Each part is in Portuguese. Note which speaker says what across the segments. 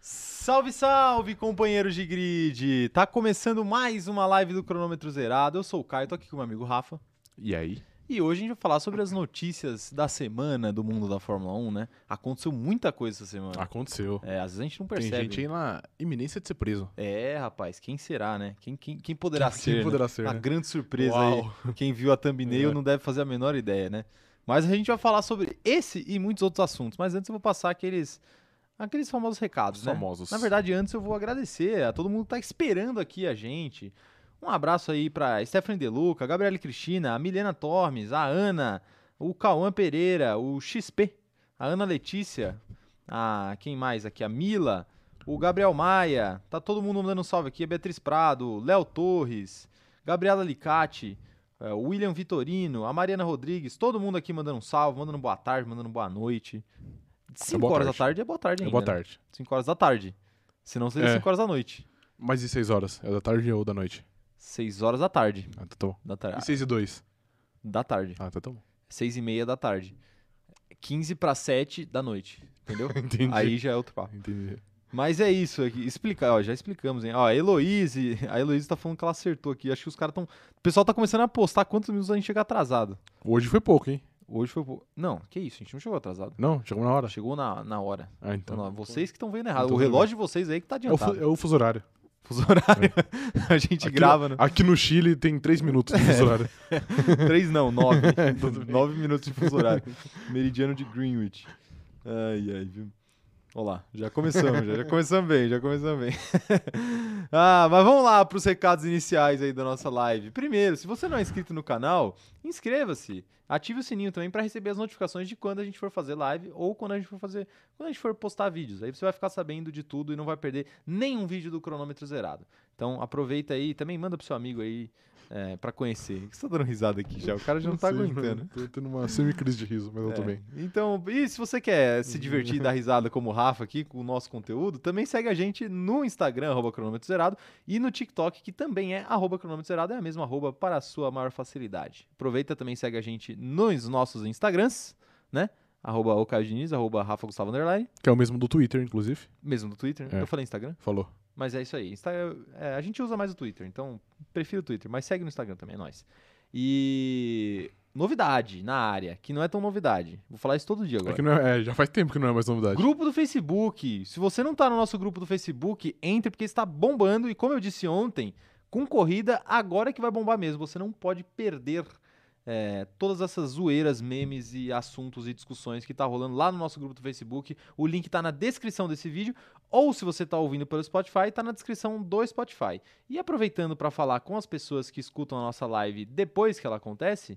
Speaker 1: Salve, salve, companheiros de grid! Tá começando mais uma live do Cronômetro Zerado. Eu sou o Caio, tô aqui com o meu amigo Rafa.
Speaker 2: E aí?
Speaker 1: E hoje a gente vai falar sobre as notícias da semana do mundo da Fórmula 1, né? Aconteceu muita coisa essa semana.
Speaker 2: Aconteceu.
Speaker 1: É, às vezes a gente não
Speaker 2: Ah. Tem
Speaker 1: percebe.
Speaker 2: gente aí na iminência de ser preso.
Speaker 1: É, rapaz, quem será, né? Quem, quem, quem poderá
Speaker 2: Quem
Speaker 1: ser? né?
Speaker 2: poderá ser,
Speaker 1: Uma
Speaker 2: né?
Speaker 1: grande surpresa
Speaker 2: Uau.
Speaker 1: aí. Quem viu a thumbnail
Speaker 2: É.
Speaker 1: não deve fazer a menor ideia, né? Mas a gente vai falar sobre esse e muitos outros assuntos. Mas antes eu vou passar aqueles, aqueles famosos recados,
Speaker 2: Os
Speaker 1: né?
Speaker 2: famosos.
Speaker 1: Na verdade, antes eu vou agradecer a todo mundo que tá esperando aqui a gente. Um abraço aí pra Stephanie Deluca, Gabriele Cristina, a Milena Tormes, a Ana, o Cauã Pereira, o XP, a Ana Letícia, a quem mais aqui? A Mila, o Gabriel Maia, tá todo mundo mandando um salve aqui, a Beatriz Prado, Léo Torres, Gabriela Alicate, eh, o William Vitorino, a Mariana Rodrigues, todo mundo aqui mandando um salve, mandando boa tarde, mandando boa noite. 5
Speaker 2: É boa
Speaker 1: horas
Speaker 2: tarde.
Speaker 1: da tarde é boa tarde
Speaker 2: É
Speaker 1: ainda.
Speaker 2: boa
Speaker 1: né?
Speaker 2: tarde.
Speaker 1: 5 horas da tarde. Senão seria
Speaker 2: É.
Speaker 1: 5 horas da noite.
Speaker 2: Mas e seis horas? É da tarde ou da noite?
Speaker 1: 6 horas da tarde.
Speaker 2: Ah, tá bom.
Speaker 1: Da, tar
Speaker 2: E seis e dois?
Speaker 1: da tarde.
Speaker 2: Ah, tá tão bom.
Speaker 1: 6 e meia da tarde. 15 para 7 da noite. Entendeu?
Speaker 2: Entendi.
Speaker 1: Aí já é outro papo.
Speaker 2: Entendi.
Speaker 1: Mas é isso aqui. Explicar, ó, já explicamos, hein? Ó, a Heloise, a Heloise tá falando que ela acertou aqui. Acho que os caras estão. O pessoal tá começando a postar quantos minutos a gente chega atrasado.
Speaker 2: Hoje foi pouco, hein?
Speaker 1: Hoje foi. pou- Não, que isso, a gente não chegou atrasado.
Speaker 2: Não, chegou na hora.
Speaker 1: Chegou na, na hora.
Speaker 2: Ah,
Speaker 1: Então,
Speaker 2: então.
Speaker 1: não, vocês que estão vendo errado.
Speaker 2: Então
Speaker 1: o
Speaker 2: tudo
Speaker 1: relógio de vocês aí que tá
Speaker 2: É o, fu-
Speaker 1: adiantado.
Speaker 2: é o fuso horário.
Speaker 1: Fuso horário. a gente
Speaker 2: Aqui-
Speaker 1: grava, né?
Speaker 2: Aqui no Chile tem três minutos de fuso horário.
Speaker 1: É, Três não, nove.
Speaker 2: Tudo bem.
Speaker 1: nove minutos de fuso horário. Meridiano de Greenwich. Ai, ai, viu? Olha lá, já começamos, já, já começamos bem, já começamos bem. ah, mas vamos lá para os recados iniciais aí da nossa live. Primeiro, se você não é inscrito no canal, inscreva-se. Ative o sininho também para receber as notificações de quando a gente for fazer live ou quando a gente for fazer, quando a gente for postar vídeos. Aí você vai ficar sabendo de tudo e não vai perder nenhum vídeo do cronômetro zerado. Então aproveita aí, e também manda pro seu amigo aí é, para conhecer. Por que Você tá dando risada aqui já, o cara já não, tá
Speaker 2: sei,
Speaker 1: aguentando.
Speaker 2: mano. Tô tendo uma semi-crise de riso, mas eu tô
Speaker 1: É.
Speaker 2: bem.
Speaker 1: Então, e se você quer se divertir e dar risada como o Rafa aqui com o nosso conteúdo, também segue a gente no Instagram, arroba cronômetro zerado, e no TikTok, que também é arroba cronômetro zerado, é a mesma arroba para a sua maior facilidade. Aproveita também segue a gente nos nossos Instagrams, né? Arroba o Caio Diniz, arroba Rafa Gustavo Underline,
Speaker 2: Que é o mesmo do Twitter, inclusive.
Speaker 1: mesmo do Twitter, né?
Speaker 2: É.
Speaker 1: eu falei Instagram,
Speaker 2: Falou.
Speaker 1: mas é isso aí. Insta- é, a gente usa mais o Twitter, então prefiro o Twitter, mas segue no Instagram também, é nóis. E novidade na área, que não é tão novidade. Vou falar isso todo dia agora.
Speaker 2: É que não é, é, já faz tempo que não é mais novidade.
Speaker 1: Grupo do Facebook. Se você não tá no nosso grupo do Facebook, entre porque está bombando. E como eu disse ontem, com corrida, agora é que vai bombar mesmo. Você não pode perder é, todas essas zoeiras, memes e assuntos e discussões que tá rolando lá no nosso grupo do Facebook. O link tá na descrição desse vídeo. Ou se você tá ouvindo pelo Spotify, tá na descrição do Spotify. E aproveitando para falar com as pessoas que escutam a nossa live depois que ela acontece,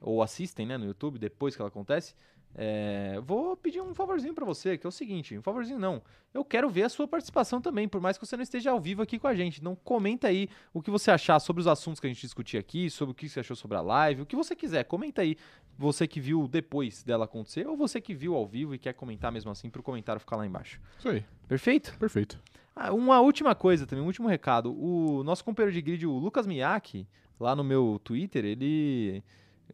Speaker 1: ou assistem né, no YouTube depois que ela acontece, é, vou pedir um favorzinho pra você, que é o seguinte, um favorzinho não. Eu quero ver a sua participação também, por mais que você não esteja ao vivo aqui com a gente. Então comenta aí o que você achar sobre os assuntos que a gente discutiu aqui, sobre o que você achou sobre a live, o que você quiser. Comenta aí, você que viu depois dela acontecer, ou você que viu ao vivo e quer comentar mesmo assim, pro comentário ficar lá embaixo.
Speaker 2: Isso aí,
Speaker 1: Perfeito?
Speaker 2: perfeito.
Speaker 1: Ah, uma última coisa também, um último recado. O nosso companheiro de grid, o Lucas Miyake, lá no meu Twitter, ele.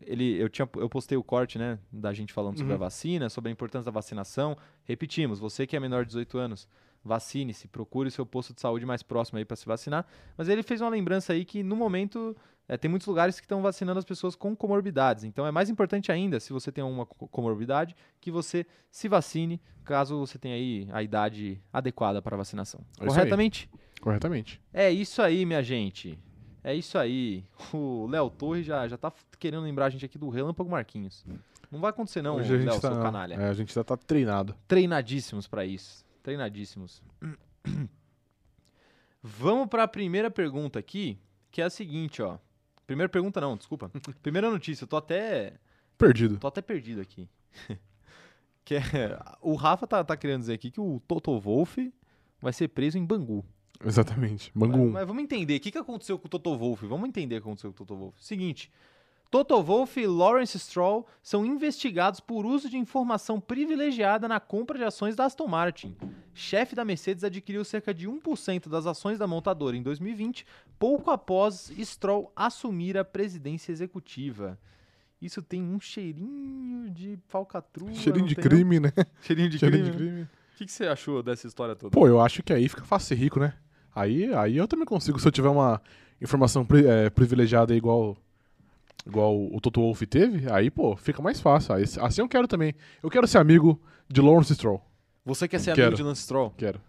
Speaker 1: ele eu, tinha, eu postei o corte, né? Da gente falando sobre
Speaker 2: Uhum.
Speaker 1: a vacina, sobre a importância da vacinação. Repetimos, você que é menor de 18 anos, vacine-se, procure o seu posto de saúde mais próximo aí para se vacinar. Mas ele fez uma lembrança aí que no momento. é, tem muitos lugares que estão vacinando as pessoas com comorbidades. Então é mais importante ainda, se você tem uma co- comorbidade, que você se vacine, caso você tenha aí a idade adequada para vacinação.
Speaker 2: É isso aí.
Speaker 1: Corretamente?
Speaker 2: Corretamente.
Speaker 1: É isso aí, minha gente. É isso aí. O Léo Torre já, já tá f- querendo lembrar a gente aqui do Relâmpago Marquinhos. Não vai acontecer não,
Speaker 2: Hoje a
Speaker 1: Léo,
Speaker 2: gente tá,
Speaker 1: seu canalha.
Speaker 2: é, a gente já tá treinado.
Speaker 1: Treinadíssimos pra isso. Treinadíssimos. Vamos pra primeira pergunta aqui, que é a seguinte, ó. Primeira pergunta não, desculpa. Primeira notícia, eu tô até
Speaker 2: Perdido.
Speaker 1: Tô até perdido aqui. que é, o Rafa tá, tá querendo dizer aqui que o Toto Wolff vai ser preso em Bangu.
Speaker 2: Exatamente.
Speaker 1: Mas,
Speaker 2: Bangu 1.
Speaker 1: mas vamos entender. O que, que aconteceu com o Toto Wolff? Vamos entender o que aconteceu com o Toto Wolff. Seguinte. Toto Wolff e Lawrence Stroll são investigados por uso de informação privilegiada na compra de ações da Aston Martin. Chefe da Mercedes adquiriu cerca de 1% das ações da montadora em 2020, pouco após Stroll assumir a presidência executiva. Isso tem um cheirinho de falcatrua.
Speaker 2: Cheirinho
Speaker 1: não
Speaker 2: de
Speaker 1: tem, não?
Speaker 2: crime, né?
Speaker 1: Cheirinho de
Speaker 2: Cheirinho
Speaker 1: crime.
Speaker 2: de crime.
Speaker 1: O que, que você achou dessa história toda?
Speaker 2: Pô, eu acho que aí fica fácil ser rico, né? Aí, aí eu também consigo, se eu tiver uma informação pri- eh, privilegiada igual igual o Toto Wolff teve, aí, pô, fica mais fácil. Aí, assim eu quero também. Eu quero ser amigo de Lawrence Stroll.
Speaker 1: Você quer ser
Speaker 2: Quero.
Speaker 1: amigo de Lance Stroll?
Speaker 2: Quero.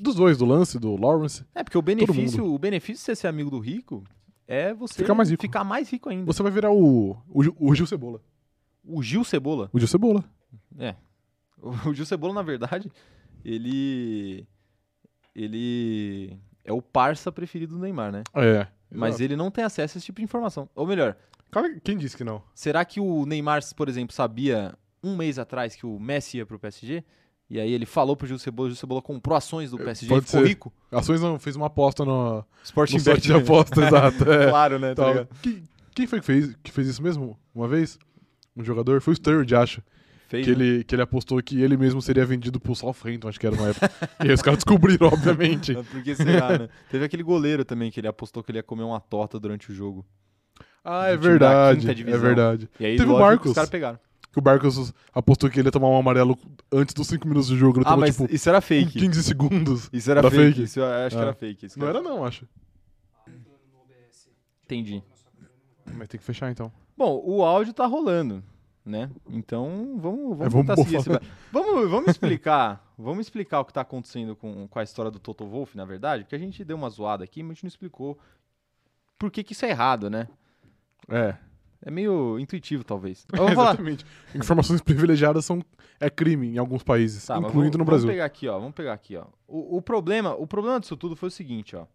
Speaker 2: Dos dois, do Lance, do Lawrence.
Speaker 1: É, porque o benefício, o benefício de você ser amigo do rico é você
Speaker 2: Ficar mais rico.
Speaker 1: ficar mais rico ainda.
Speaker 2: Você vai virar o, o, Gil- o Gil Cebola.
Speaker 1: O Gil Cebola, É.
Speaker 2: O Gil Cebola.
Speaker 1: o Gil Cebola, na verdade, ele. Ele é o parça preferido do Neymar, né?
Speaker 2: É.
Speaker 1: Mas
Speaker 2: exato.
Speaker 1: ele não tem acesso a esse tipo de informação. Ou melhor,
Speaker 2: Cara, quem disse que não?
Speaker 1: será que o Neymar, por exemplo, sabia um mês atrás que o Messi ia pro PSG? E aí ele falou pro Gil Cebola, o Gil Cebola comprou ações do PSG e
Speaker 2: É, pode
Speaker 1: ficou
Speaker 2: ser.
Speaker 1: rico?
Speaker 2: Ações não fez uma aposta no,
Speaker 1: Sporting
Speaker 2: no site de aposta, exato. É.
Speaker 1: Claro, né? Tá
Speaker 2: Tal.
Speaker 1: ligado?
Speaker 2: Quem- quem foi que fez, que fez isso mesmo? Uma vez? Um jogador? Foi o Sturridge, acho.
Speaker 1: Fez,
Speaker 2: que,
Speaker 1: né?
Speaker 2: ele, que ele apostou que ele mesmo seria vendido pro Southampton, acho que era uma época. e aí os caras descobriram, obviamente.
Speaker 1: Mas Por que será, né? Teve aquele goleiro também que ele apostou que ele ia comer uma torta durante o jogo.
Speaker 2: Ah, é
Speaker 1: Do time da
Speaker 2: verdade.
Speaker 1: quinta
Speaker 2: É
Speaker 1: divisão.
Speaker 2: verdade.
Speaker 1: E aí,
Speaker 2: Teve o
Speaker 1: lógico, que
Speaker 2: Marcos.
Speaker 1: os caras pegaram.
Speaker 2: Que o Barcos apostou que ele ia tomar um amarelo antes dos 5 minutos de jogo. Ele
Speaker 1: Ah,
Speaker 2: tomou,
Speaker 1: mas
Speaker 2: tipo,
Speaker 1: isso era fake.
Speaker 2: 15 segundos.
Speaker 1: Isso era
Speaker 2: Era
Speaker 1: fake.
Speaker 2: fake?
Speaker 1: Isso eu acho que
Speaker 2: Ah.
Speaker 1: era fake. isso é. que
Speaker 2: Não
Speaker 1: eu-
Speaker 2: era não, acho.
Speaker 1: Entendi.
Speaker 2: Mas tem que fechar então.
Speaker 1: Bom, o áudio tá rolando, né? Então vamos, vamos,
Speaker 2: É, vamos
Speaker 1: tentar seguir esse...
Speaker 2: bofar.
Speaker 1: ba- vamos, vamos explicar. vamos explicar o que tá acontecendo com, com a história do Toto Wolff, na verdade, porque a gente deu uma zoada aqui, mas a gente não explicou por que, que isso é errado, né?
Speaker 2: É,
Speaker 1: É meio intuitivo, talvez. Mas vamos falar.
Speaker 2: exatamente. Informações privilegiadas são, é crime em alguns países,
Speaker 1: Tá, mas
Speaker 2: incluindo
Speaker 1: vamos-
Speaker 2: no Brasil.
Speaker 1: Vamos pegar aqui, ó. Vamos pegar aqui, ó. O, o problema, o problema disso tudo foi o seguinte, ó.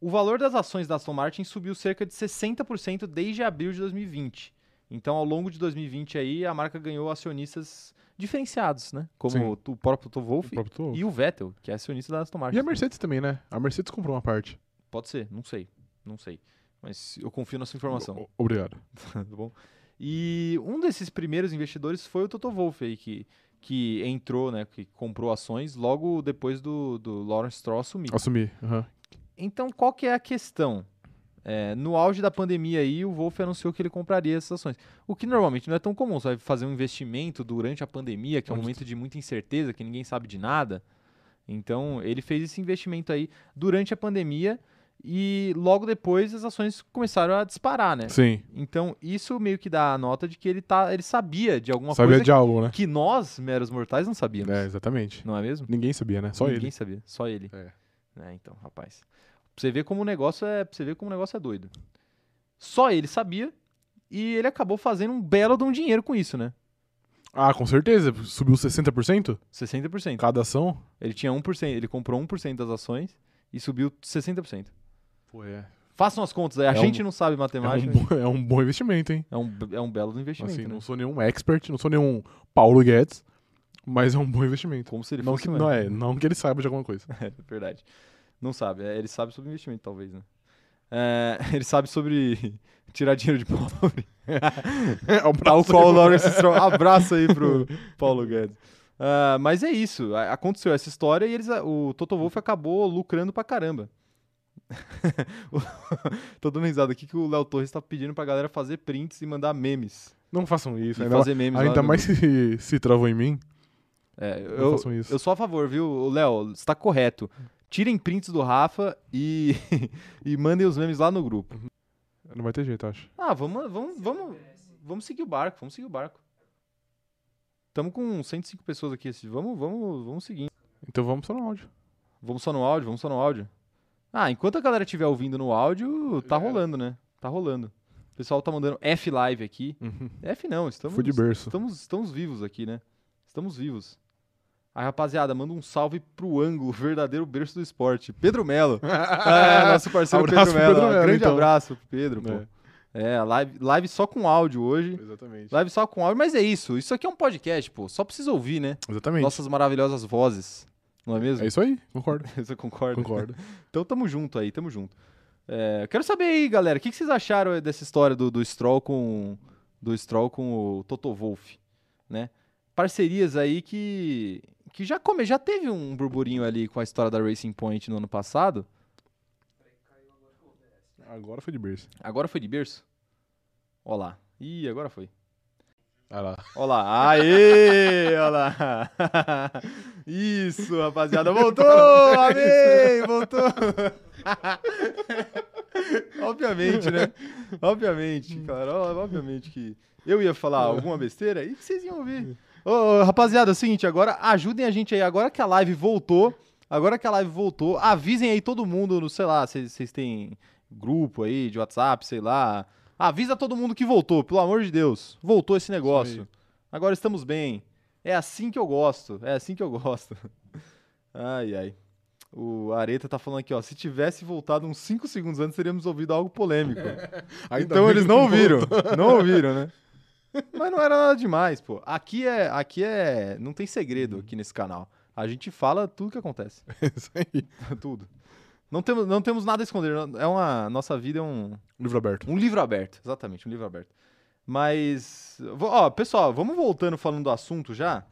Speaker 1: O valor das ações da Aston Martin subiu cerca de 60% desde abril de 2020. Então, ao longo de 2020 aí, a marca ganhou acionistas diferenciados, né?
Speaker 2: Sim.
Speaker 1: Como o, tu- o próprio Toto Wolff
Speaker 2: O próprio Toto Wolff.
Speaker 1: e o Vettel, que é acionista da Aston Martin.
Speaker 2: E a Mercedes também, né? A Mercedes comprou uma parte.
Speaker 1: Pode ser, não sei, não sei. Mas eu confio na sua informação.
Speaker 2: O- Obrigado.
Speaker 1: tá bom? E um desses primeiros investidores foi o Toto Wolff aí, que, que entrou, né, que comprou ações logo depois do, do Lawrence Stroll assumir.
Speaker 2: Assumi. aham.
Speaker 1: Então, qual que é a questão? É, no auge da pandemia aí, o Wolff anunciou que ele compraria essas ações. O que normalmente não é tão comum, você vai fazer um investimento durante a pandemia, que é um
Speaker 2: Onde-
Speaker 1: momento de muita incerteza, que ninguém sabe de nada. Então, ele fez esse investimento aí durante a pandemia e logo depois as ações começaram a disparar, né?
Speaker 2: Sim.
Speaker 1: Então, isso meio que dá a nota de que ele, tá, ele sabia de alguma
Speaker 2: Sabia
Speaker 1: coisa
Speaker 2: de algo, né?
Speaker 1: que nós, meros mortais, não sabíamos.
Speaker 2: É, exatamente.
Speaker 1: Não é mesmo?
Speaker 2: Ninguém sabia, né? Só
Speaker 1: Ninguém
Speaker 2: ele.
Speaker 1: sabia, só ele.
Speaker 2: É.
Speaker 1: É, então, rapaz. Pra você ver como o negócio é, pra você ver como o negócio é doido. Só ele sabia e ele acabou fazendo um belo de um dinheiro com isso, né?
Speaker 2: Ah, com certeza. Subiu 60%
Speaker 1: 60%.
Speaker 2: cada ação.
Speaker 1: Ele tinha 1%, ele comprou 1% das ações e subiu 60%.
Speaker 2: Pô, é.
Speaker 1: Façam as contas aí, a
Speaker 2: É um-
Speaker 1: gente não sabe
Speaker 2: É
Speaker 1: matemática.
Speaker 2: um,
Speaker 1: mas
Speaker 2: bom, é um bom investimento, hein?
Speaker 1: É um, be- é um belo do investimento,
Speaker 2: Assim,
Speaker 1: né?
Speaker 2: não sou nenhum expert, não sou nenhum Paulo Guedes, mas é um bom investimento.
Speaker 1: Como se ele
Speaker 2: Não
Speaker 1: fosse um
Speaker 2: que,
Speaker 1: mesmo.
Speaker 2: não, é, não que ele saiba de alguma coisa.
Speaker 1: É verdade. Não sabe. é, Ele sabe sobre investimento, talvez, né? É, ele sabe sobre tirar dinheiro de pobre.
Speaker 2: É
Speaker 1: Tal
Speaker 2: um braço-
Speaker 1: qual Tá o Lawrence Stroll. Abraço aí pro Paulo Guedes. Ah, mas é isso. a- Aconteceu essa história e eles, a- o Toto Wolff acabou lucrando pra caramba. O- Tô dando risada aqui que o Léo Torres tá pedindo pra galera fazer prints e mandar memes.
Speaker 2: Não façam isso.
Speaker 1: e
Speaker 2: Ainda,
Speaker 1: fazer memes lá
Speaker 2: ainda
Speaker 1: no
Speaker 2: mais se, se travou em mim.
Speaker 1: É,
Speaker 2: Não
Speaker 1: eu,
Speaker 2: façam isso.
Speaker 1: eu sou a favor, viu, Ô, Léo? Você tá correto. Tirem prints do Rafa e, e mandem os memes lá no grupo.
Speaker 2: Não vai ter jeito, acho.
Speaker 1: Ah, vamos, vamos, vamos, vamos seguir o barco, vamos seguir o barco. Estamos com 105 pessoas aqui. assim, Vamos, vamos, vamos seguir.
Speaker 2: Então vamos só no áudio.
Speaker 1: Vamos só no áudio, vamos só no áudio. Ah, enquanto a galera estiver ouvindo no áudio, tá rolando, né? Tá rolando. O pessoal tá mandando F live aqui. F não, estamos
Speaker 2: Fui de berço.
Speaker 1: Estamos, estamos vivos aqui, né? Estamos vivos. A rapaziada, manda um salve pro ângulo, verdadeiro berço do esporte. Pedro Melo. É, nosso parceiro Pedro
Speaker 2: Abraço
Speaker 1: Melo.
Speaker 2: pro Pedro Melo,
Speaker 1: Grande
Speaker 2: então.
Speaker 1: abraço pro Pedro, pô. É, live, live só com áudio hoje.
Speaker 2: Exatamente.
Speaker 1: Live só com áudio, mas é isso. Isso aqui é um podcast, pô. Só precisa ouvir, né?
Speaker 2: Exatamente.
Speaker 1: Nossas maravilhosas vozes. Não é mesmo?
Speaker 2: É isso aí, concordo.
Speaker 1: Você concorda?
Speaker 2: Concordo.
Speaker 1: Então tamo junto aí, tamo junto. É, quero saber aí, galera, o que, que vocês acharam eh, dessa história do, do Stroll com do Stroll com o Toto Wolff, né? Parcerias aí que que já come, já teve um burburinho ali com a história da Racing Point no ano passado.
Speaker 2: Agora foi de berço.
Speaker 1: Agora foi de berço? Olá. Ih, agora foi.
Speaker 2: Olha Ah lá.
Speaker 1: Olha lá. Aê! Olha lá. Isso, rapaziada. Voltou! Amém! Voltou! obviamente, né? Obviamente, cara. ó, Obviamente que eu ia falar alguma besteira e vocês iam ouvir. Ô, ô, rapaziada, é o seguinte, agora ajudem a gente aí. Agora que a live voltou, agora que a live voltou, avisem aí todo mundo, no, sei lá, vocês vocês têm grupo aí de WhatsApp, sei lá. Avisa todo mundo que voltou, pelo amor de Deus. Voltou esse negócio. Agora estamos bem. É assim que eu gosto. É assim que eu gosto. Ai, ai. O Areta tá falando aqui, ó. Se tivesse voltado uns 5 segundos antes, teríamos ouvido algo polêmico.
Speaker 2: Ainda
Speaker 1: então
Speaker 2: bem
Speaker 1: eles
Speaker 2: que
Speaker 1: não
Speaker 2: voltou.
Speaker 1: ouviram. Não ouviram, né? Mas não era nada demais, pô. Aqui é. Aqui é. Não tem segredo aqui nesse canal. A gente fala tudo que acontece.
Speaker 2: Isso aí.
Speaker 1: tudo. Não temos, não temos nada a esconder. É uma, nossa vida é um,
Speaker 2: Livro aberto.
Speaker 1: um livro aberto, exatamente, um livro aberto. Mas, vo- ó, pessoal, vamos voltando falando do assunto já.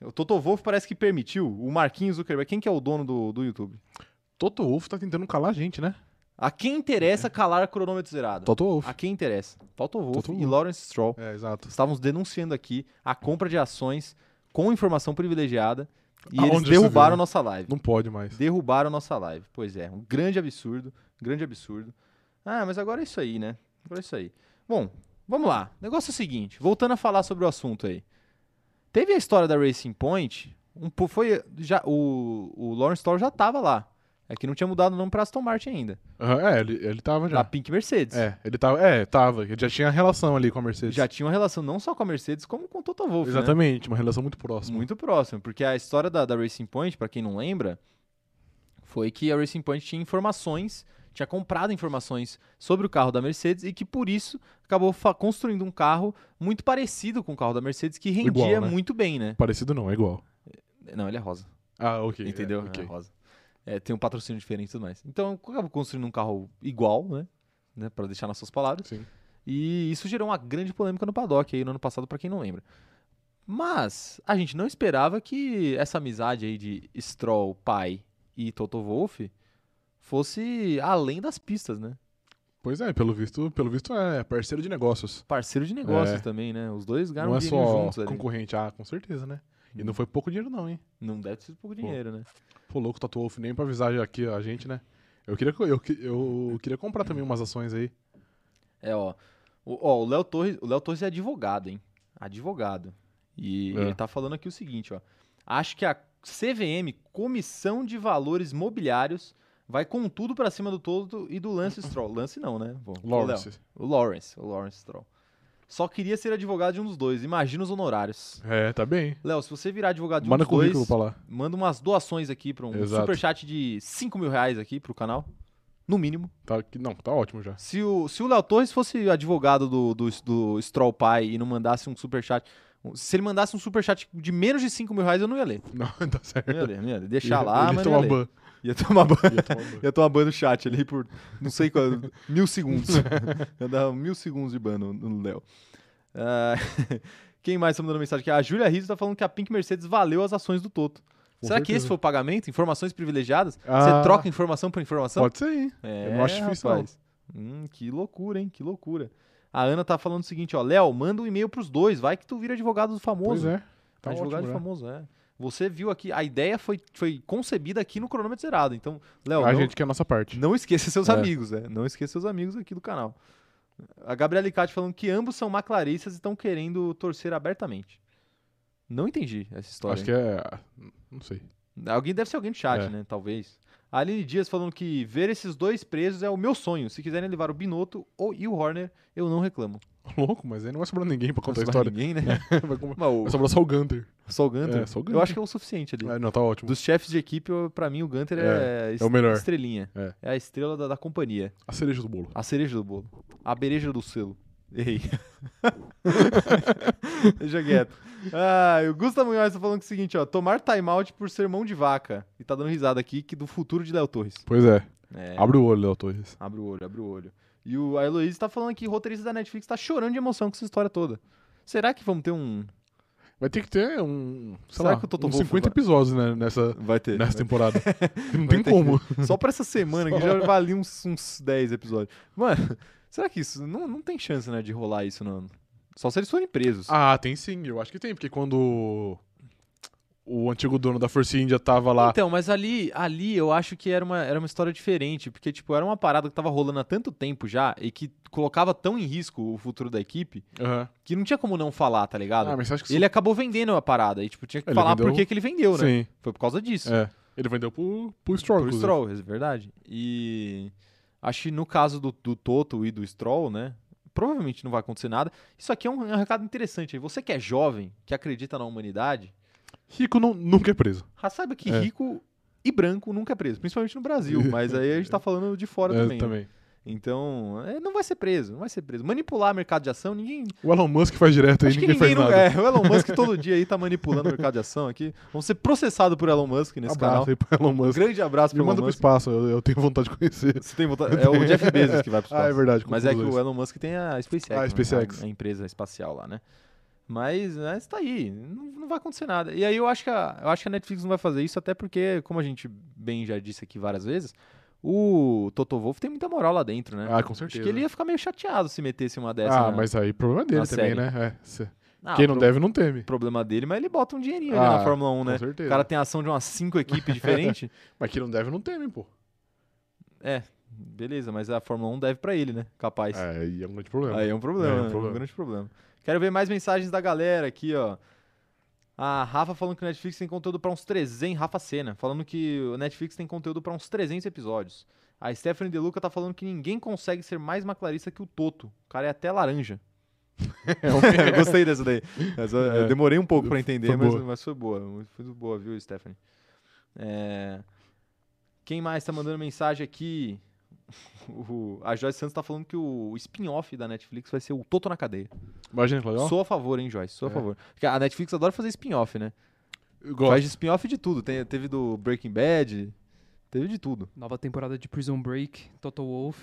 Speaker 1: O Toto Wolff parece que permitiu o Marquinhos Zuckerberg. Quem que é o dono do, do YouTube?
Speaker 2: Toto Wolff tá tentando calar a gente, né?
Speaker 1: A quem interessa calar cronômetro zerado?
Speaker 2: Toto Wolff.
Speaker 1: A quem interessa? Toto Wolff
Speaker 2: Toto
Speaker 1: e
Speaker 2: Wolff.
Speaker 1: Lawrence Stroll.
Speaker 2: É, exato.
Speaker 1: Estávamos denunciando aqui a compra de ações com informação privilegiada e
Speaker 2: Aonde
Speaker 1: eles
Speaker 2: você viu,
Speaker 1: derrubaram
Speaker 2: né?
Speaker 1: a nossa live.
Speaker 2: Não pode mais.
Speaker 1: Derrubaram nossa live. Pois é, um grande absurdo, grande absurdo. Ah, mas agora é isso aí, né? Agora é isso aí. Bom, vamos lá. O negócio é o seguinte, voltando a falar sobre o assunto aí. Teve a história da Racing Point, um, po- foi já o, o Lawrence Stroll já tava lá. É que não tinha mudado o nome pra Aston Martin ainda.
Speaker 2: Aham, é, ele, ele tava
Speaker 1: Da
Speaker 2: já.
Speaker 1: Pink Mercedes.
Speaker 2: É, ele tava. É, tava. Ele já tinha relação ali com a Mercedes.
Speaker 1: Já tinha uma relação não só com a Mercedes, como com o Toto Wolff, né?
Speaker 2: Exatamente, uma relação muito próxima.
Speaker 1: Muito próximo, porque a história da, da Racing Point, pra quem não lembra, foi que a Racing Point tinha informações, tinha comprado informações sobre o carro da Mercedes e que por isso acabou fa- construindo um carro muito parecido com o carro da Mercedes que rendia
Speaker 2: Igual, né?
Speaker 1: muito bem, né?
Speaker 2: Parecido não, é igual.
Speaker 1: Não, ele é rosa,
Speaker 2: Ah, ok. é,
Speaker 1: entendeu?
Speaker 2: ok.
Speaker 1: É rosa. É, tem um patrocínio diferente e tudo mais. Então acabou construindo um carro igual, né? né? Para deixar nas suas palavras.
Speaker 2: Sim.
Speaker 1: E isso gerou uma grande polêmica no paddock aí no ano passado, pra quem não lembra. Mas a gente não esperava que essa amizade aí de Stroll, pai e Toto Wolff fosse além das pistas, né?
Speaker 2: Pois é, pelo visto, pelo visto é parceiro de negócios.
Speaker 1: Parceiro de negócios
Speaker 2: É.
Speaker 1: também, né? Os dois ganham
Speaker 2: não é
Speaker 1: dinheiro
Speaker 2: só
Speaker 1: juntos ali.
Speaker 2: concorrente. Ah, com certeza, né? E não foi pouco dinheiro, não, hein?
Speaker 1: Não deve ser pouco dinheiro, né?
Speaker 2: Pô, louco, Tatu Wolf, nem pra avisar aqui a gente, né? Eu queria, co- eu, que- eu queria comprar também umas ações aí.
Speaker 1: É, ó. O, ó, o Léo Torres, o Léo Torres é advogado, hein? Advogado. E
Speaker 2: É.
Speaker 1: ele tá falando aqui o seguinte, ó. Acho que a CVM, Comissão de Valores Mobiliários, vai com tudo pra cima do todo e do Lance Stroll. Lance não, né? Bom, ô,
Speaker 2: Lawrence.
Speaker 1: Léo, O Lawrence, o Lawrence Stroll. Só queria ser advogado de um dos dois. Imagina os honorários.
Speaker 2: É, tá bem.
Speaker 1: Léo, se você virar advogado de um
Speaker 2: Manda
Speaker 1: dos dois,
Speaker 2: currículo pra lá.
Speaker 1: manda umas doações aqui pra um
Speaker 2: Exato.
Speaker 1: superchat de 5 mil reais aqui pro canal. No mínimo.
Speaker 2: Tá, que- não, tá ótimo já.
Speaker 1: Se o, se o Léo Torres fosse advogado do, do, do Stroll Pai e não mandasse um superchat. Se ele mandasse um superchat de menos de 5 mil reais, eu não ia ler.
Speaker 2: Não, tá certo.
Speaker 1: Não ia ler, não ia ler. Deixar lá,
Speaker 2: ele
Speaker 1: mas
Speaker 2: tomar
Speaker 1: não ia ler.
Speaker 2: ban.
Speaker 1: Ia tomar ban.
Speaker 2: Ia tomar ban.
Speaker 1: Ia tomar ban no chat ali por não sei quanto, mil segundos. Ia dar mil segundos de ban no- no Léo. Ah, quem mais tá mandando mensagem aqui? A Júlia Rizzo tá falando que a Pink Mercedes valeu as ações do Toto.
Speaker 2: Com
Speaker 1: Será que
Speaker 2: certeza.
Speaker 1: esse foi o pagamento? Informações privilegiadas? Você
Speaker 2: Ah.
Speaker 1: troca informação por informação?
Speaker 2: Pode ser, hein?
Speaker 1: É,
Speaker 2: Eu não acho difícil, não.
Speaker 1: rapaz. Hum, que loucura, hein? Que loucura. A Ana tá falando o seguinte, ó, Léo, manda um e-mail pros dois, vai que tu vira advogado do
Speaker 2: Pois
Speaker 1: famoso.
Speaker 2: é. Tá
Speaker 1: advogado
Speaker 2: ótimo
Speaker 1: de
Speaker 2: já.
Speaker 1: famoso, é. Você viu aqui, a ideia foi, foi concebida aqui no cronômetro zerado. Então, Léo,
Speaker 2: a
Speaker 1: não,
Speaker 2: gente quer a nossa parte.
Speaker 1: não esqueça seus
Speaker 2: É.
Speaker 1: amigos, né? Não esqueça seus amigos aqui do canal. A Gabriela Icati falando que ambos são maclaristas e estão querendo torcer abertamente. Não entendi essa história.
Speaker 2: Acho que é. Não sei.
Speaker 1: Alguém deve ser alguém do chat,
Speaker 2: É.
Speaker 1: né? Talvez. A Aline Dias falando que ver esses dois presos é o meu sonho. Se quiserem levar o Binotto ou e o Horner, eu não reclamo.
Speaker 2: Louco, mas aí não vai sobrar ninguém pra contar a
Speaker 1: Não
Speaker 2: história.
Speaker 1: Ninguém, né?
Speaker 2: Vai com-
Speaker 1: Mas o-
Speaker 2: vai sobrar só o Gunter.
Speaker 1: só o Gunter.
Speaker 2: É, só o
Speaker 1: Eu
Speaker 2: Gunter.
Speaker 1: acho que é o suficiente ali.
Speaker 2: É, não, tá ótimo.
Speaker 1: Dos chefes de equipe, eu- pra mim, o Gunter é, est-
Speaker 2: é o melhor.
Speaker 1: estrelinha.
Speaker 2: É.
Speaker 1: a estrela da, da companhia.
Speaker 2: A cereja do bolo.
Speaker 1: A cereja do bolo. A bereja do selo. Errei. Deixa quieto. Ah, e o Gustavo Munhoz tá falando que é o seguinte, ó. Tomar timeout por ser mão de vaca. E tá dando risada aqui que do futuro de Léo Torres.
Speaker 2: Pois é.
Speaker 1: É.
Speaker 2: Abre o olho, Léo Torres.
Speaker 1: Abre o olho, abre o olho. E o, a Heloísa tá falando que o roteirista da Netflix tá chorando de emoção com essa história toda. Será que vamos ter um.
Speaker 2: Vai ter que ter um. Sei
Speaker 1: Será
Speaker 2: lá,
Speaker 1: que o Toto
Speaker 2: uns
Speaker 1: Wolff
Speaker 2: 50
Speaker 1: vai-
Speaker 2: episódios né, nessa,
Speaker 1: Vai ter.
Speaker 2: nessa temporada. não
Speaker 1: Vai
Speaker 2: tem
Speaker 1: ter.
Speaker 2: como.
Speaker 1: Só pra essa semana que
Speaker 2: Só.
Speaker 1: já valia uns, uns 10 episódios. Mano, será que isso. Não, não tem chance, né, de rolar isso, não. Só se eles forem presos.
Speaker 2: Ah, tem sim, eu acho que tem, porque quando o antigo dono da Force India tava lá.
Speaker 1: Então, mas ali, ali eu acho que era uma, era uma história diferente, porque tipo, era uma parada que tava rolando há tanto tempo já e que colocava tão em risco o futuro da equipe
Speaker 2: Aham.
Speaker 1: que não tinha como não falar, tá ligado?
Speaker 2: Ah, mas você acha que
Speaker 1: ele acabou vendendo a parada e tipo, tinha que
Speaker 2: Ele
Speaker 1: falar por
Speaker 2: vendeu-
Speaker 1: que que ele vendeu, né?
Speaker 2: Sim,
Speaker 1: Foi por causa disso.
Speaker 2: é. Ele vendeu pro, pro Stroll.
Speaker 1: Pro
Speaker 2: inclusive.
Speaker 1: Stroll, é verdade. E acho que no caso do, do Toto e do Stroll, né? Provavelmente não vai acontecer nada. Isso aqui é um, é um recado interessante. aí. Você que é jovem, que acredita na humanidade,
Speaker 2: Rico não, nunca é preso.
Speaker 1: já saiba que
Speaker 2: É.
Speaker 1: rico e branco nunca é preso, principalmente no Brasil. Mas aí a gente tá falando de fora
Speaker 2: É,
Speaker 1: também. né?
Speaker 2: também.
Speaker 1: Então, é, não vai ser preso, não vai ser preso. Manipular mercado de ação, ninguém.
Speaker 2: O Elon Musk faz direto aí,
Speaker 1: acho que
Speaker 2: ninguém,
Speaker 1: ninguém.
Speaker 2: faz
Speaker 1: Não, é,
Speaker 2: nada.
Speaker 1: o Elon Musk todo dia aí tá manipulando o mercado de ação aqui. Vamos ser processado por Elon Musk nesse canal.
Speaker 2: é. Abraço aí pro Elon Musk.
Speaker 1: Grande abraço
Speaker 2: Me
Speaker 1: pro
Speaker 2: manda
Speaker 1: Elon
Speaker 2: pro
Speaker 1: Musk.
Speaker 2: espaço, eu, eu tenho vontade de conhecer.
Speaker 1: Você tem vontade- É o Jeff Bezos que vai pro espaço.
Speaker 2: Ah, é verdade.
Speaker 1: Mas é que
Speaker 2: conclusões.
Speaker 1: o Elon Musk tem a SpaceX,
Speaker 2: Ah,
Speaker 1: né?
Speaker 2: SpaceX.
Speaker 1: A, a empresa espacial lá, né? Mas né, está aí, não, não vai acontecer nada. E aí eu acho, que a, eu acho que a Netflix não vai fazer isso, até porque, como a gente bem já disse aqui várias vezes, o Toto Wolff tem muita moral lá dentro, né?
Speaker 2: Ah, com
Speaker 1: acho
Speaker 2: certeza.
Speaker 1: que ele ia ficar meio chateado se metesse uma dessa.
Speaker 2: Ah,
Speaker 1: na-
Speaker 2: mas aí o problema é
Speaker 1: né? na
Speaker 2: dele também,
Speaker 1: série.
Speaker 2: né? É, cê-
Speaker 1: Ah,
Speaker 2: Quem não
Speaker 1: pro-
Speaker 2: deve, não teme.
Speaker 1: problema dele, mas ele bota um dinheirinho
Speaker 2: Ah,
Speaker 1: ali na Fórmula 1, né?
Speaker 2: Com certeza.
Speaker 1: O cara tem ação de umas cinco equipes diferentes.
Speaker 2: Mas quem não deve, não teme, pô.
Speaker 1: Beleza, mas a Fórmula 1 deve pra ele, né? Capaz.
Speaker 2: É, aí é um grande problema.
Speaker 1: Aí é um problema,
Speaker 2: É um
Speaker 1: né?
Speaker 2: problema.
Speaker 1: grande problema. Quero ver mais mensagens da galera aqui, ó. A Rafa falando que o Netflix tem conteúdo pra uns 300, Rafa Cena, falando que o Netflix tem conteúdo pra uns 300 episódios. A Stephanie De Luca tá falando que ninguém consegue ser mais maclarista que o Toto. O cara é até laranja. É um- Eu Gostei dessa daí. Essa- eu
Speaker 2: É.
Speaker 1: demorei um pouco pra entender,
Speaker 2: Foi
Speaker 1: mas,
Speaker 2: boa.
Speaker 1: mas foi boa. Muito- Foi boa, viu, Stephanie? É, Quem mais tá mandando mensagem aqui? O- A Joyce Santos tá falando que o spin-off da Netflix vai ser o Toto na cadeia.
Speaker 2: Imagina que legal.
Speaker 1: Sou a favor, hein, Joyce? Sou a
Speaker 2: É.
Speaker 1: favor. Porque a Netflix adora fazer spin-off, né?
Speaker 2: Eu gosto.
Speaker 1: Faz de spin-off de tudo. Tem- teve do Breaking Bad, teve de tudo.
Speaker 3: Nova temporada de Prison Break, Total Wolf,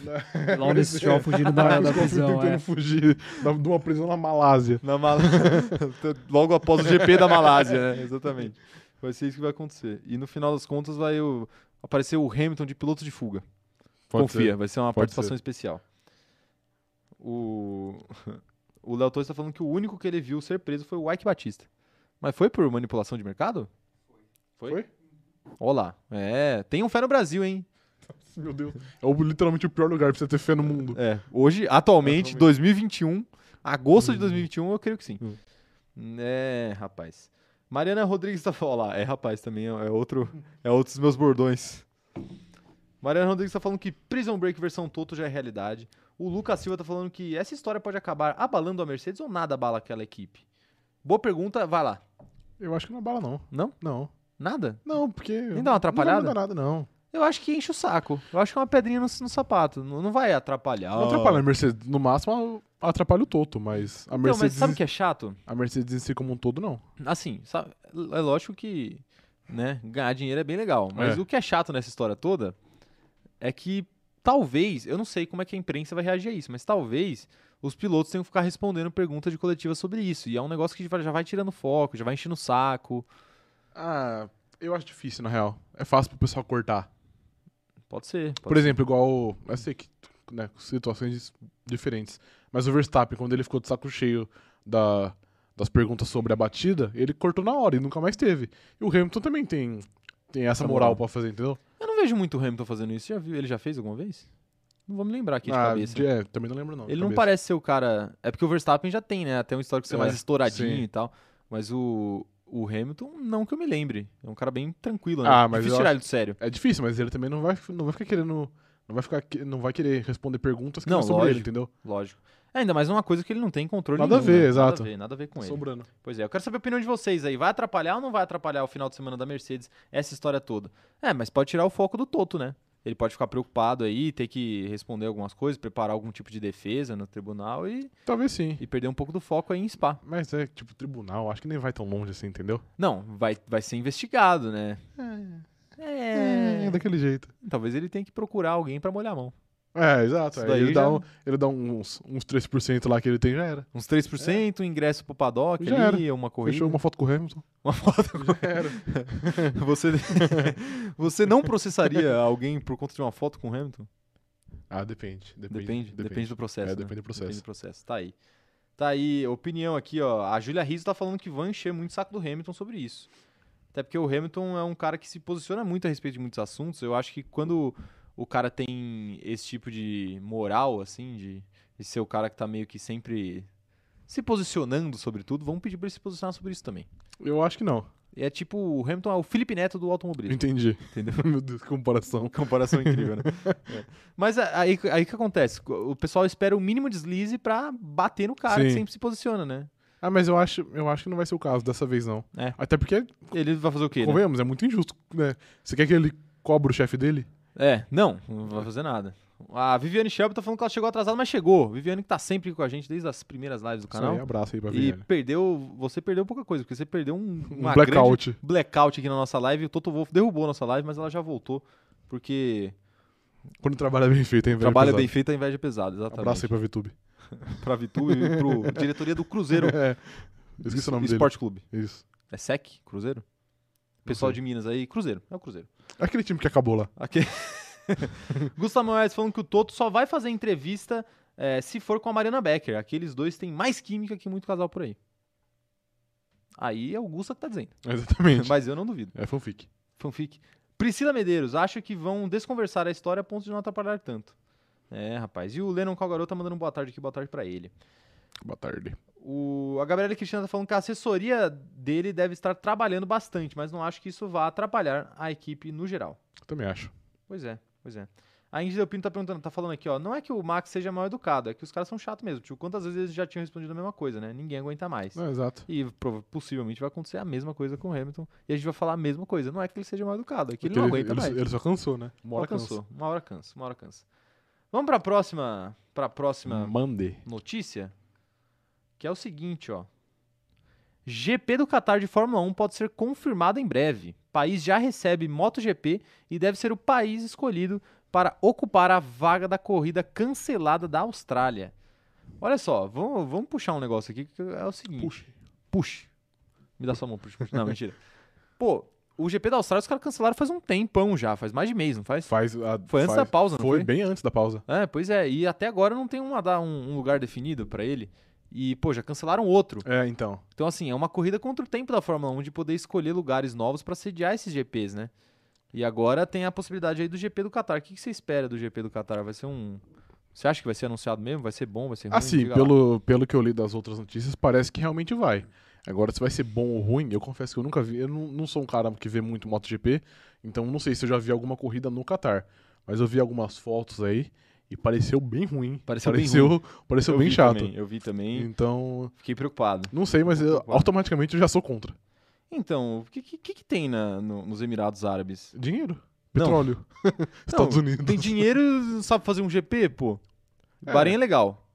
Speaker 3: Lawrence Stroll fugindo da, da
Speaker 2: Os golfistas
Speaker 3: prisão.
Speaker 2: tentando
Speaker 3: É.
Speaker 2: fugir da- de uma prisão na Malásia.
Speaker 1: Na Mala... Logo após o GP da Malásia, né? Exatamente. Vai ser isso que vai acontecer. E no final das contas vai o- aparecer o Hamilton de piloto de fuga.
Speaker 2: Pode
Speaker 1: Confia,
Speaker 2: ser.
Speaker 1: vai ser uma
Speaker 2: Pode
Speaker 1: participação especial. O o Léo Torres tá falando que o único que ele viu ser preso foi o Ike Batista. Mas foi por manipulação de mercado? Foi.
Speaker 2: Foi?
Speaker 1: Olá. É, tem um fé no Brasil, hein?
Speaker 2: Meu Deus. É o- literalmente o pior lugar pra você ter fé no mundo.
Speaker 1: É, hoje, atualmente,
Speaker 2: Atualmente.
Speaker 1: 2021, agosto de 2021, eu creio que sim.
Speaker 2: Hum.
Speaker 1: É, rapaz. Mariana Rodrigues tá falando, olha lá, é rapaz também, é é outro, é outro dos meus bordões. Mariana Rodrigues tá falando que Prison Break versão Toto já é realidade. O Lucas Silva tá falando que essa história pode acabar abalando a Mercedes ou nada abala aquela equipe? Boa pergunta, vai lá.
Speaker 2: Eu acho que não abala, não.
Speaker 1: Não?
Speaker 2: Não.
Speaker 1: Nada?
Speaker 2: Não, porque.
Speaker 1: uma atrapalhada?
Speaker 2: Não dá nada, não.
Speaker 1: Eu acho que enche o saco. Eu acho que é uma pedrinha no, no sapato. Não, não vai atrapalhar.
Speaker 2: Não atrapalha a Mercedes. No máximo, atrapalha o Toto, mas a
Speaker 1: Então, mas
Speaker 2: Mercedes,
Speaker 1: sabe o que é chato?
Speaker 2: a Mercedes em si como um todo, não.
Speaker 1: assim, sabe, é lógico que né, ganhar dinheiro é bem legal. Mas
Speaker 2: É.
Speaker 1: o que é chato nessa história toda é que talvez, eu não sei como é que a imprensa vai reagir a isso, mas talvez os pilotos tenham que ficar respondendo perguntas de coletiva sobre isso. E é um negócio que já vai tirando foco, já vai enchendo o saco.
Speaker 2: Ah, eu acho difícil, na real. É fácil pro pessoal cortar.
Speaker 1: Pode ser. pode
Speaker 2: Por exemplo, igual. Eu sei que. Né, situações diferentes. Mas o Verstappen, quando ele ficou de saco cheio da, das perguntas sobre a batida, ele cortou na hora e nunca mais teve. E o Hamilton também tem, tem essa
Speaker 1: Essa
Speaker 2: moral
Speaker 1: moral.
Speaker 2: pra fazer, entendeu?
Speaker 1: ser. Eu não vejo muito o Hamilton fazendo isso. Já viu? Ele já fez alguma vez? Não vou me lembrar aqui de
Speaker 2: Ah,
Speaker 1: cabeça.
Speaker 2: de- é, também não lembro, não. de
Speaker 1: Ele não
Speaker 2: cabeça.
Speaker 1: parece ser o cara. É porque o Verstappen já tem, né? Até um histórico de ser
Speaker 2: É,
Speaker 1: mais estouradinho
Speaker 2: sim.
Speaker 1: e tal. Mas o, o Hamilton, não que eu me lembre. É um cara bem tranquilo, né?
Speaker 2: Ah, mas
Speaker 1: Difícil
Speaker 2: eu
Speaker 1: tirar
Speaker 2: acho-
Speaker 1: ele do sério.
Speaker 2: É difícil, mas ele também não vai, não vai ficar querendo. Não vai, ficar, que- não vai querer responder perguntas que
Speaker 1: Não,
Speaker 2: não, é sobre ele,
Speaker 1: lógico.
Speaker 2: entendeu?
Speaker 1: Lógico. É, ainda mais uma coisa que ele não tem controle
Speaker 2: Nada a
Speaker 1: nenhum,
Speaker 2: ver,
Speaker 1: né? Nada
Speaker 2: exato.
Speaker 1: a ver, nada a ver com ele.
Speaker 2: Sobrando.
Speaker 1: Pois é, eu quero saber a opinião de vocês aí. Vai atrapalhar ou não vai atrapalhar o final de semana da Mercedes, essa história toda? É, mas pode tirar o foco do Toto, né? Ele pode ficar preocupado aí, ter que responder algumas coisas, preparar algum tipo de defesa no tribunal e,
Speaker 2: Talvez sim.
Speaker 1: e perder um pouco do foco aí em Spa.
Speaker 2: Mas é tipo tribunal, acho que nem vai tão longe assim, entendeu?
Speaker 1: Não, vai, vai ser investigado, né?
Speaker 2: É, daquele jeito.
Speaker 1: Talvez ele tenha que procurar alguém pra molhar a mão.
Speaker 2: É, exato.
Speaker 1: Isso
Speaker 2: Aí ele,
Speaker 1: daí já-
Speaker 2: dá um- ele dá uns, uns 3% lá que ele tem, já era.
Speaker 1: Uns 3%, um ingresso pro paddock
Speaker 2: Já
Speaker 1: ali, uma corrida.
Speaker 2: Fechou uma foto com o Hamilton.
Speaker 1: Uma
Speaker 2: foto com já era.
Speaker 1: Você, você não processaria alguém por conta de uma foto com o Hamilton?
Speaker 2: Ah, depende. Depende,
Speaker 1: Depende, depende, do processo.
Speaker 2: É,
Speaker 1: né?
Speaker 2: depende do processo.
Speaker 1: Depende do processo. Tá aí. Tá aí, opinião aqui, ó. A Julia Rizzo tá falando que vai encher muito o saco do Hamilton sobre isso. Até porque o Hamilton é um cara que se posiciona muito a respeito de muitos assuntos. Eu acho que quando o cara tem esse tipo de moral, assim, de, de ser o cara que tá meio que sempre se posicionando sobre tudo, vamos pedir pra ele se posicionar sobre isso também.
Speaker 2: Eu acho que não.
Speaker 1: E é tipo, o Hamilton é o Felipe Neto do automobilismo.
Speaker 2: Entendi.
Speaker 1: Entendeu?
Speaker 2: Meu Deus, que comparação.
Speaker 1: Comparação incrível, né? É. Mas a- aí aí o que acontece? O pessoal espera o mínimo deslize pra bater no cara que
Speaker 2: Sim.
Speaker 1: sempre se posiciona, né?
Speaker 2: Ah, mas eu acho, eu acho que não vai ser o caso dessa vez, não.
Speaker 1: É.
Speaker 2: Até porque,
Speaker 1: Ele vai fazer o quê? né?
Speaker 2: convenhamos, é muito injusto, né? Você quer que ele cobre o chefe dele?
Speaker 1: É, não, não vai fazer nada. A Viviane Shelby tá falando que ela chegou atrasada, mas chegou. Viviane que tá sempre com a gente desde as primeiras lives do
Speaker 2: Isso
Speaker 1: canal.
Speaker 2: aí, abraço aí pra
Speaker 1: e
Speaker 2: Viviane.
Speaker 1: perdeu, você perdeu pouca coisa, porque você perdeu um,
Speaker 2: Um
Speaker 1: uma grande
Speaker 2: blackout.
Speaker 1: blackout aqui na nossa live. O Toto Wolff derrubou a nossa live, mas ela já voltou, porque
Speaker 2: Quando trabalha bem feito, hein,
Speaker 1: o
Speaker 2: velho?
Speaker 1: trabalho é
Speaker 2: pesado.
Speaker 1: bem feito, a inveja é pesada, exatamente.
Speaker 2: Abraço aí pra VTube.
Speaker 1: pra Vitu e pro diretoria do Cruzeiro
Speaker 2: É. Eu esqueci o nome dele.
Speaker 1: Esporte Clube.
Speaker 2: Isso.
Speaker 1: É SEC? Cruzeiro? Pessoal
Speaker 2: sei.
Speaker 1: de Minas aí, Cruzeiro, é o Cruzeiro.
Speaker 2: Aquele time que acabou lá.
Speaker 1: Aqui. Gustavo Moraes falando que o Toto só vai fazer entrevista eh, se for com a Mariana Becker. Aqueles dois têm mais química que muito casal por aí. Aí é o Gusta que tá dizendo.
Speaker 2: Exatamente.
Speaker 1: Mas eu não duvido.
Speaker 2: É fanfic.
Speaker 1: Fanfic. Priscila Medeiros, acho que vão desconversar a história a ponto de não atrapalhar tanto. É, rapaz. E o Lennon Calgarou tá mandando um boa tarde aqui, boa tarde pra ele.
Speaker 2: Boa tarde.
Speaker 1: O, a Gabriela Cristina tá falando que a assessoria dele deve estar trabalhando bastante, mas não acho que isso vá atrapalhar a equipe no geral.
Speaker 2: Eu também acho.
Speaker 1: Pois é, pois é. A Ingrid Del Pinto tá perguntando, tá falando aqui, ó. Não é que o Max seja mal educado, é que os caras são chatos mesmo. Tipo, quantas vezes eles já tinham respondido a mesma coisa, né? Ninguém aguenta mais.
Speaker 2: É, exato.
Speaker 1: E prova- possivelmente vai acontecer a mesma coisa com o Hamilton. E a gente vai falar a mesma coisa. Não é que ele seja mal educado, é que ele não
Speaker 2: Porque
Speaker 1: aguenta
Speaker 2: ele,
Speaker 1: mais.
Speaker 2: ele só cansou, né?
Speaker 1: uma hora cansou. Uma hora cansa, uma hora cansa. Vamos pra próxima, pra
Speaker 2: Tipo,
Speaker 1: próxima
Speaker 2: Mande.
Speaker 1: notícia, que é o seguinte, ó. GP do Qatar de Fórmula 1 pode ser confirmado em breve. País já recebe MotoGP e deve ser o país escolhido para ocupar a vaga da corrida cancelada da Austrália. Olha só, vamos, vamos puxar um negócio aqui que é o seguinte.
Speaker 2: Puxa.
Speaker 1: Puxe. Me dá sua mão, puxa, puxa. Não, mentira. Pô, o GP da Austrália os caras cancelaram faz um tempão já, faz mais de mês, não faz?
Speaker 2: Faz a,
Speaker 1: Foi antes da
Speaker 2: faz-
Speaker 1: pausa, não
Speaker 2: Foi
Speaker 1: foi?
Speaker 2: bem antes da pausa.
Speaker 1: É, pois é, e até agora não tem uma, da- um, um lugar definido pra ele. E, pô, já cancelaram outro.
Speaker 2: É, então.
Speaker 1: Então, assim, é uma corrida contra o tempo da Fórmula 1 de poder escolher lugares novos pra sediar esses GPs, né? E agora tem a possibilidade aí do GP do Qatar. O que que você espera do GP do Qatar? Vai ser um. Você acha que vai ser anunciado mesmo? Vai ser bom? Vai ser ruim?
Speaker 2: Assim,
Speaker 1: Diga lá.
Speaker 2: pelo, pelo que eu li das outras notícias, parece que realmente vai. Agora, se vai ser bom ou ruim, eu confesso que eu nunca vi. Eu não, não sou um cara que vê muito MotoGP, então não sei se eu já vi alguma corrida no Qatar. Mas eu vi algumas fotos aí e pareceu bem ruim.
Speaker 1: Pareceu bem
Speaker 2: pareceu, Pareceu
Speaker 1: Eu
Speaker 2: bem
Speaker 1: vi
Speaker 2: chato.
Speaker 1: também, eu vi também,
Speaker 2: Então,
Speaker 1: fiquei preocupado.
Speaker 2: não sei, mas eu-
Speaker 1: Concordo.
Speaker 2: automaticamente eu já sou contra.
Speaker 1: Então, o que, que, que que tem na- no- nos Emirados Árabes?
Speaker 2: Dinheiro?
Speaker 1: Não.
Speaker 2: Petróleo? Estados Unidos.
Speaker 1: Tem dinheiro e não sabe fazer um GP, pô?
Speaker 2: É.
Speaker 1: Bahrein é legal.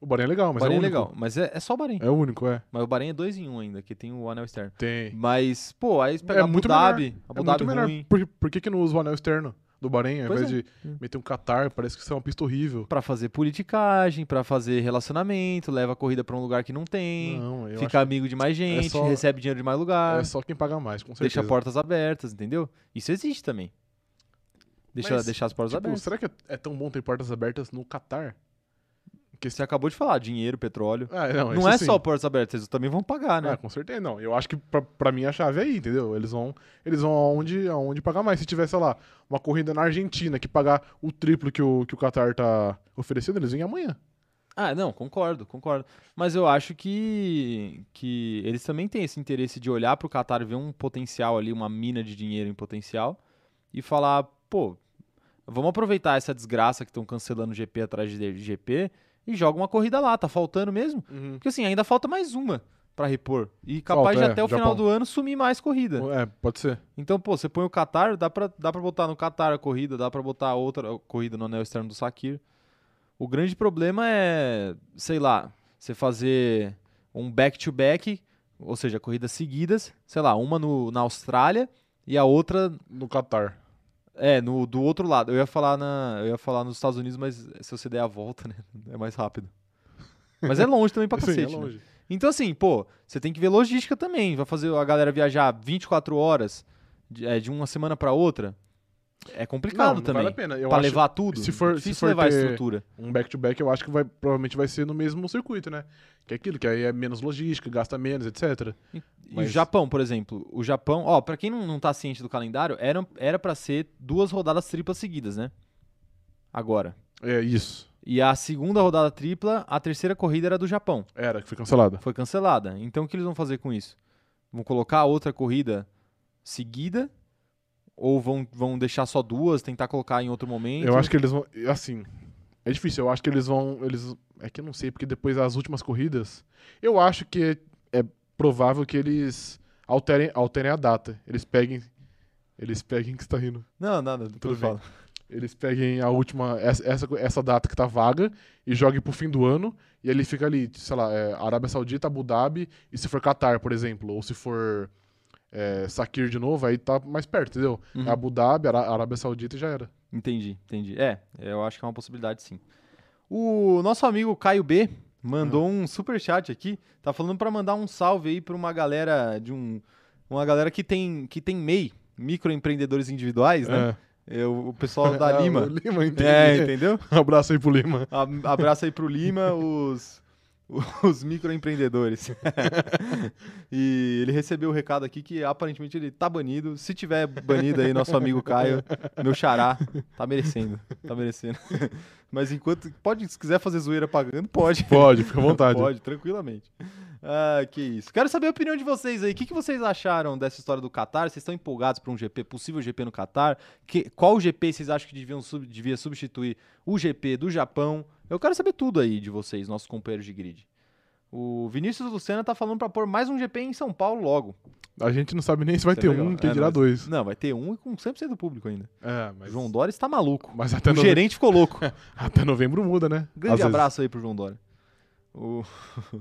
Speaker 2: O Bahrein é legal, mas
Speaker 1: Bahrein
Speaker 2: é
Speaker 1: é
Speaker 2: o único.
Speaker 1: legal, mas é, é só o Bahrein.
Speaker 2: É o único, é.
Speaker 1: Mas o Bahrein é dois em um ainda, que tem o anel externo.
Speaker 2: Tem.
Speaker 1: Mas, pô, aí você pega
Speaker 2: É
Speaker 1: a Abu
Speaker 2: muito
Speaker 1: Dhabi, a
Speaker 2: É
Speaker 1: Abu
Speaker 2: muito
Speaker 1: Dhabi
Speaker 2: melhor.
Speaker 1: ruim,
Speaker 2: Por, por que, que não usa o anel externo do Bahrein, ao
Speaker 1: Pois
Speaker 2: invés
Speaker 1: é.
Speaker 2: de meter um Qatar? Parece que isso é uma pista horrível.
Speaker 1: pra fazer politicagem, pra fazer relacionamento, leva a corrida pra um lugar que não tem,
Speaker 2: Não, eu é
Speaker 1: fica amigo de mais gente,
Speaker 2: só-
Speaker 1: recebe dinheiro de mais
Speaker 2: acho
Speaker 1: lugar,
Speaker 2: que é só quem paga mais, com certeza.
Speaker 1: deixa portas abertas, entendeu? Isso existe também. Deixa,
Speaker 2: Mas,
Speaker 1: deixar as portas
Speaker 2: Tipo,
Speaker 1: abertas.
Speaker 2: será que é- é tão bom ter portas abertas no Qatar?
Speaker 1: Você acabou de falar, dinheiro, petróleo.
Speaker 2: Ah, não,
Speaker 1: Não
Speaker 2: isso
Speaker 1: é
Speaker 2: sim.
Speaker 1: só portas abertas, eles também vão pagar, né?
Speaker 2: Ah, com certeza, não. Eu acho que pra, pra mim a chave é aí, entendeu? Eles vão, eles vão aonde, aonde pagar mais. Se tivesse, sei lá, uma corrida na Argentina que pagar o triplo que o, que o Qatar tá oferecendo, eles vêm amanhã.
Speaker 1: Ah, não, concordo, concordo. Mas eu acho que, que eles também têm esse interesse de olhar para o Qatar e ver um potencial ali, uma mina de dinheiro em potencial, e falar, pô, vamos aproveitar essa desgraça que estão cancelando GP atrás de GP e joga uma corrida lá, tá faltando mesmo? Porque assim, ainda falta mais uma para repor. E capaz
Speaker 2: Falta,
Speaker 1: de
Speaker 2: é,
Speaker 1: até o final
Speaker 2: Japão.
Speaker 1: do ano sumir mais corrida.
Speaker 2: É, pode ser.
Speaker 1: Então, pô, você põe o Qatar, dá pra, dá pra botar no Qatar a corrida, dá pra botar outra corrida no anel externo do Sakir. O grande problema é, sei lá, você fazer um back-to-back, ou seja, corridas seguidas, sei lá, uma no, na Austrália e a outra,
Speaker 2: No Qatar.
Speaker 1: é, no, do outro lado. Eu ia, falar na, eu ia falar nos Estados Unidos, mas se você der a volta, né, é mais rápido. Mas é longe também pra
Speaker 2: Sim,
Speaker 1: cacete,
Speaker 2: é
Speaker 1: né?
Speaker 2: longe.
Speaker 1: Então, assim, pô, você tem que ver logística também. Vai fazer a galera viajar 24 horas de, é, de uma semana pra outra. É complicado
Speaker 2: não
Speaker 1: também.
Speaker 2: vale a pena. Eu
Speaker 1: pra
Speaker 2: acho-
Speaker 1: levar tudo,
Speaker 2: se for- se
Speaker 1: difícil
Speaker 2: for
Speaker 1: levar
Speaker 2: ter-
Speaker 1: a estrutura.
Speaker 2: um back-to-back eu acho que vai, provavelmente vai ser no mesmo circuito, né? Que é aquilo, que aí é menos logística, gasta menos, etc.
Speaker 1: E
Speaker 2: Mas-
Speaker 1: o Japão, por exemplo. O Japão, ó, pra quem não, não tá ciente do calendário, era, era pra ser duas rodadas triplas seguidas, né? Agora.
Speaker 2: É isso.
Speaker 1: E a segunda rodada tripla, a terceira corrida era do Japão.
Speaker 2: Era, que foi cancelada.
Speaker 1: Foi cancelada. Então o que eles vão fazer com isso? Vão colocar outra corrida seguida? Ou vão, vão deixar só duas, tentar colocar em outro momento?
Speaker 2: Eu acho que eles vão. Assim. É difícil, eu acho que eles vão. Eles, é que eu não sei, porque depois das últimas corridas. Eu acho que é provável que eles alterem, alterem a data. Eles peguem. Eles peguem que está rindo.
Speaker 1: Não, nada,
Speaker 2: Tudo
Speaker 1: tudo
Speaker 2: bem.
Speaker 1: fala.
Speaker 2: Eles peguem a última. Essa, essa, essa data que tá vaga e joguem pro fim do ano. E ele fica ali, sei lá, é, Arábia Saudita, Abu Dhabi. E se for Qatar, por exemplo. Ou se for é, Sakir de novo, aí tá mais perto, entendeu? É
Speaker 1: Uhum.
Speaker 2: Abu Dhabi, Ará- Arábia Saudita e já era.
Speaker 1: Entendi, entendi. É, eu acho que é uma possibilidade sim. O nosso amigo Caio B mandou
Speaker 2: Ah.
Speaker 1: um super chat aqui, tá falando pra mandar um salve aí pra uma galera de um uma galera que tem que tem MEI, microempreendedores individuais, né? Eu- o pessoal da
Speaker 2: Ah,
Speaker 1: Lima.
Speaker 2: É. o Lima, entendi. Um
Speaker 1: É, entendeu?
Speaker 2: Abraço aí pro Lima.
Speaker 1: A- Abraço aí pro Lima, os, os microempreendedores. e ele recebeu o recado aqui que aparentemente ele tá banido. Se tiver banido aí, nosso amigo Caio, meu xará, tá merecendo. Tá merecendo. Mas enquanto. Pode, se quiser fazer zoeira pagando, pode.
Speaker 2: Pode, fica à vontade.
Speaker 1: Pode, tranquilamente. Ah, que isso. Quero saber a opinião de vocês aí. O que, que vocês acharam dessa história do Qatar? Vocês estão empolgados para um GP, possível GP no Qatar? Que, qual GP vocês acham que deviam sub- devia substituir o GP do Japão? Eu quero saber tudo aí de vocês, nossos companheiros de grid. O Vinícius Lucena tá falando para pôr mais um GP em São Paulo logo.
Speaker 2: A gente não sabe nem se vai
Speaker 1: Isso é
Speaker 2: ter
Speaker 1: legal.
Speaker 2: um, quem
Speaker 1: É,
Speaker 2: dirá
Speaker 1: mas-
Speaker 2: dois.
Speaker 1: Não, vai ter um e com 100% do público ainda.
Speaker 2: É, mas. tá
Speaker 1: João Dória está maluco.
Speaker 2: Mas até
Speaker 1: O
Speaker 2: novembro,
Speaker 1: gerente ficou louco.
Speaker 2: até novembro muda, né? Às
Speaker 1: Grande
Speaker 2: vezes.
Speaker 1: abraço aí pro João Dória. O-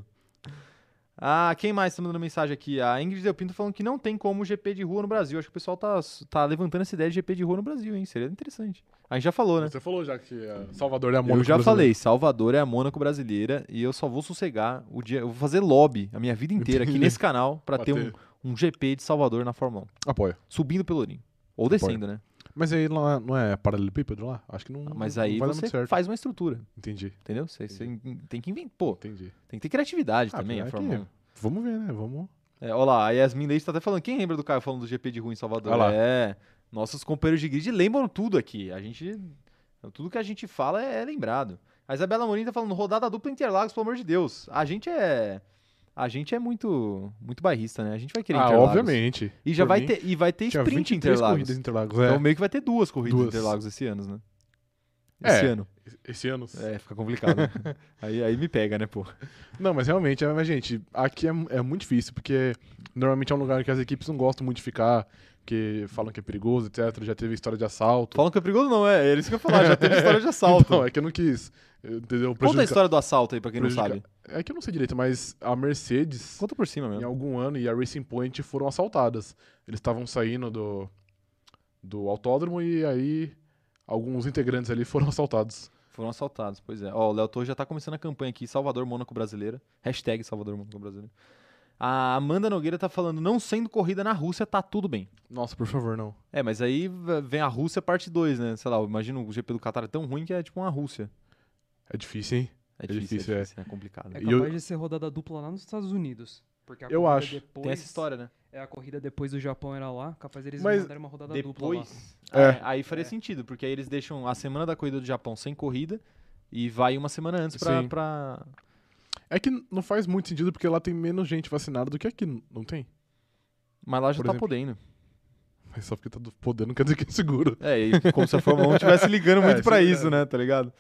Speaker 1: ah, quem mais tá mandando mensagem aqui? A Ingrid Del Pinto falando que não tem como GP de rua no Brasil. Acho que o pessoal tá, tá levantando essa ideia de GP de rua no Brasil, hein? Seria interessante. A gente já falou, né?
Speaker 2: Você falou já que é, Salvador é a
Speaker 1: Eu
Speaker 2: Mônaco
Speaker 1: já
Speaker 2: brasileira.
Speaker 1: falei, Salvador é a Mônaco brasileira e eu só vou sossegar o dia. Eu vou fazer lobby a minha vida inteira aqui
Speaker 2: Entendi.
Speaker 1: nesse canal pra
Speaker 2: Pra
Speaker 1: ter um, um GP de Salvador na Fórmula 1.
Speaker 2: Apoio.
Speaker 1: Subindo pelo Ourinho. Ou descendo, né?
Speaker 2: Mas aí lá não é paralelepípedo lá? Acho que não.
Speaker 1: Ah, Mas
Speaker 2: não
Speaker 1: aí
Speaker 2: vai dar muito
Speaker 1: você
Speaker 2: certo.
Speaker 1: faz uma estrutura,
Speaker 2: Entendi,
Speaker 1: entendeu? Você você tem que inventar. Pô,
Speaker 2: entendi.
Speaker 1: tem que ter criatividade
Speaker 2: Ah,
Speaker 1: também, a
Speaker 2: apesar
Speaker 1: Fórmula
Speaker 2: que-
Speaker 1: 1.
Speaker 2: Vamos ver, né? Vamos.
Speaker 1: É, olha lá, a Yasmin Leite tá até falando. Quem lembra do Caio falando do GP de rua em Salvador?
Speaker 2: Olha lá.
Speaker 1: É. Nossos companheiros de grid lembram tudo aqui. A gente. Tudo que a gente fala é, é lembrado. A Isabela Morim tá falando rodada dupla Interlagos, pelo amor de Deus. A gente é. A gente é muito muito bairrista, né? A gente vai querer
Speaker 2: Ah,
Speaker 1: Interlagos.
Speaker 2: obviamente.
Speaker 1: E já
Speaker 2: Por
Speaker 1: vai
Speaker 2: mim,
Speaker 1: ter, e vai ter
Speaker 2: tinha
Speaker 1: sprint
Speaker 2: 23
Speaker 1: Interlagos.
Speaker 2: corridas em Interlagos. É.
Speaker 1: Então meio que vai ter duas corridas
Speaker 2: Duas.
Speaker 1: Interlagos esse ano, né?
Speaker 2: É.
Speaker 1: Esse ano.
Speaker 2: Esse ano.
Speaker 1: É, fica complicado. né? aí, aí me pega, né, pô?
Speaker 2: Não, mas realmente, é, mas, gente, aqui é, é muito difícil, porque normalmente é um lugar que as equipes não gostam muito de ficar, porque falam que é perigoso, etc. Já teve história de assalto.
Speaker 1: Falam que é perigoso, não, é. Eles que eu falar, já teve história de assalto.
Speaker 2: Então, é que eu não quis. eu- Entendeu?
Speaker 1: Conta a
Speaker 2: Prejudicar-
Speaker 1: história do assalto aí pra quem não
Speaker 2: prejudicar-
Speaker 1: sabe.
Speaker 2: É que eu não sei direito, mas a Mercedes,
Speaker 1: Conta por cima
Speaker 2: em
Speaker 1: mesmo.
Speaker 2: algum ano, e a Racing Point foram assaltadas. Eles estavam saindo do, do autódromo e aí alguns integrantes ali foram assaltados.
Speaker 1: Foram assaltados, pois é. Ó, o Léo Torres já tá começando a campanha aqui, Salvador Mônaco Brasileira. Hashtag Salvador Mônaco Brasileira. A Amanda Nogueira tá falando, não sendo corrida na Rússia, tá tudo bem.
Speaker 2: Nossa, por favor, não.
Speaker 1: É, mas aí v- vem a Rússia parte 2, né? Sei lá, eu imagino o GP do Qatar é tão ruim que é tipo uma Rússia.
Speaker 2: É difícil, hein?
Speaker 1: É,
Speaker 2: É
Speaker 1: difícil,
Speaker 2: difícil,
Speaker 1: é
Speaker 2: é.
Speaker 1: difícil, é complicado.
Speaker 3: É
Speaker 2: E
Speaker 1: né?
Speaker 2: eu-
Speaker 3: capaz de ser rodada dupla lá nos Estados Unidos. Porque a
Speaker 2: Eu
Speaker 3: corrida
Speaker 2: acho.
Speaker 3: Depois,
Speaker 1: Tem essa história, né?
Speaker 3: É, a corrida depois do Japão era lá. Capaz eles
Speaker 2: Mas
Speaker 3: mandaram uma rodada dupla lá.
Speaker 1: Depois,
Speaker 2: É.
Speaker 1: é, aí faria
Speaker 3: É.
Speaker 1: sentido, porque aí eles deixam a semana da corrida do Japão sem corrida e vai uma semana antes pra...
Speaker 2: Sim.
Speaker 1: pra-
Speaker 2: É que não faz muito sentido porque lá tem menos gente vacinada do que aqui, n- não tem?
Speaker 1: Mas lá já
Speaker 2: Por
Speaker 1: tá
Speaker 2: exemplo.
Speaker 1: podendo.
Speaker 2: Mas só porque tá do- podendo não quer dizer que é seguro.
Speaker 1: É, e como se a Fórmula 1 estivesse ligando muito
Speaker 2: É,
Speaker 1: pra
Speaker 2: isso é
Speaker 1: isso, né? Tá ligado?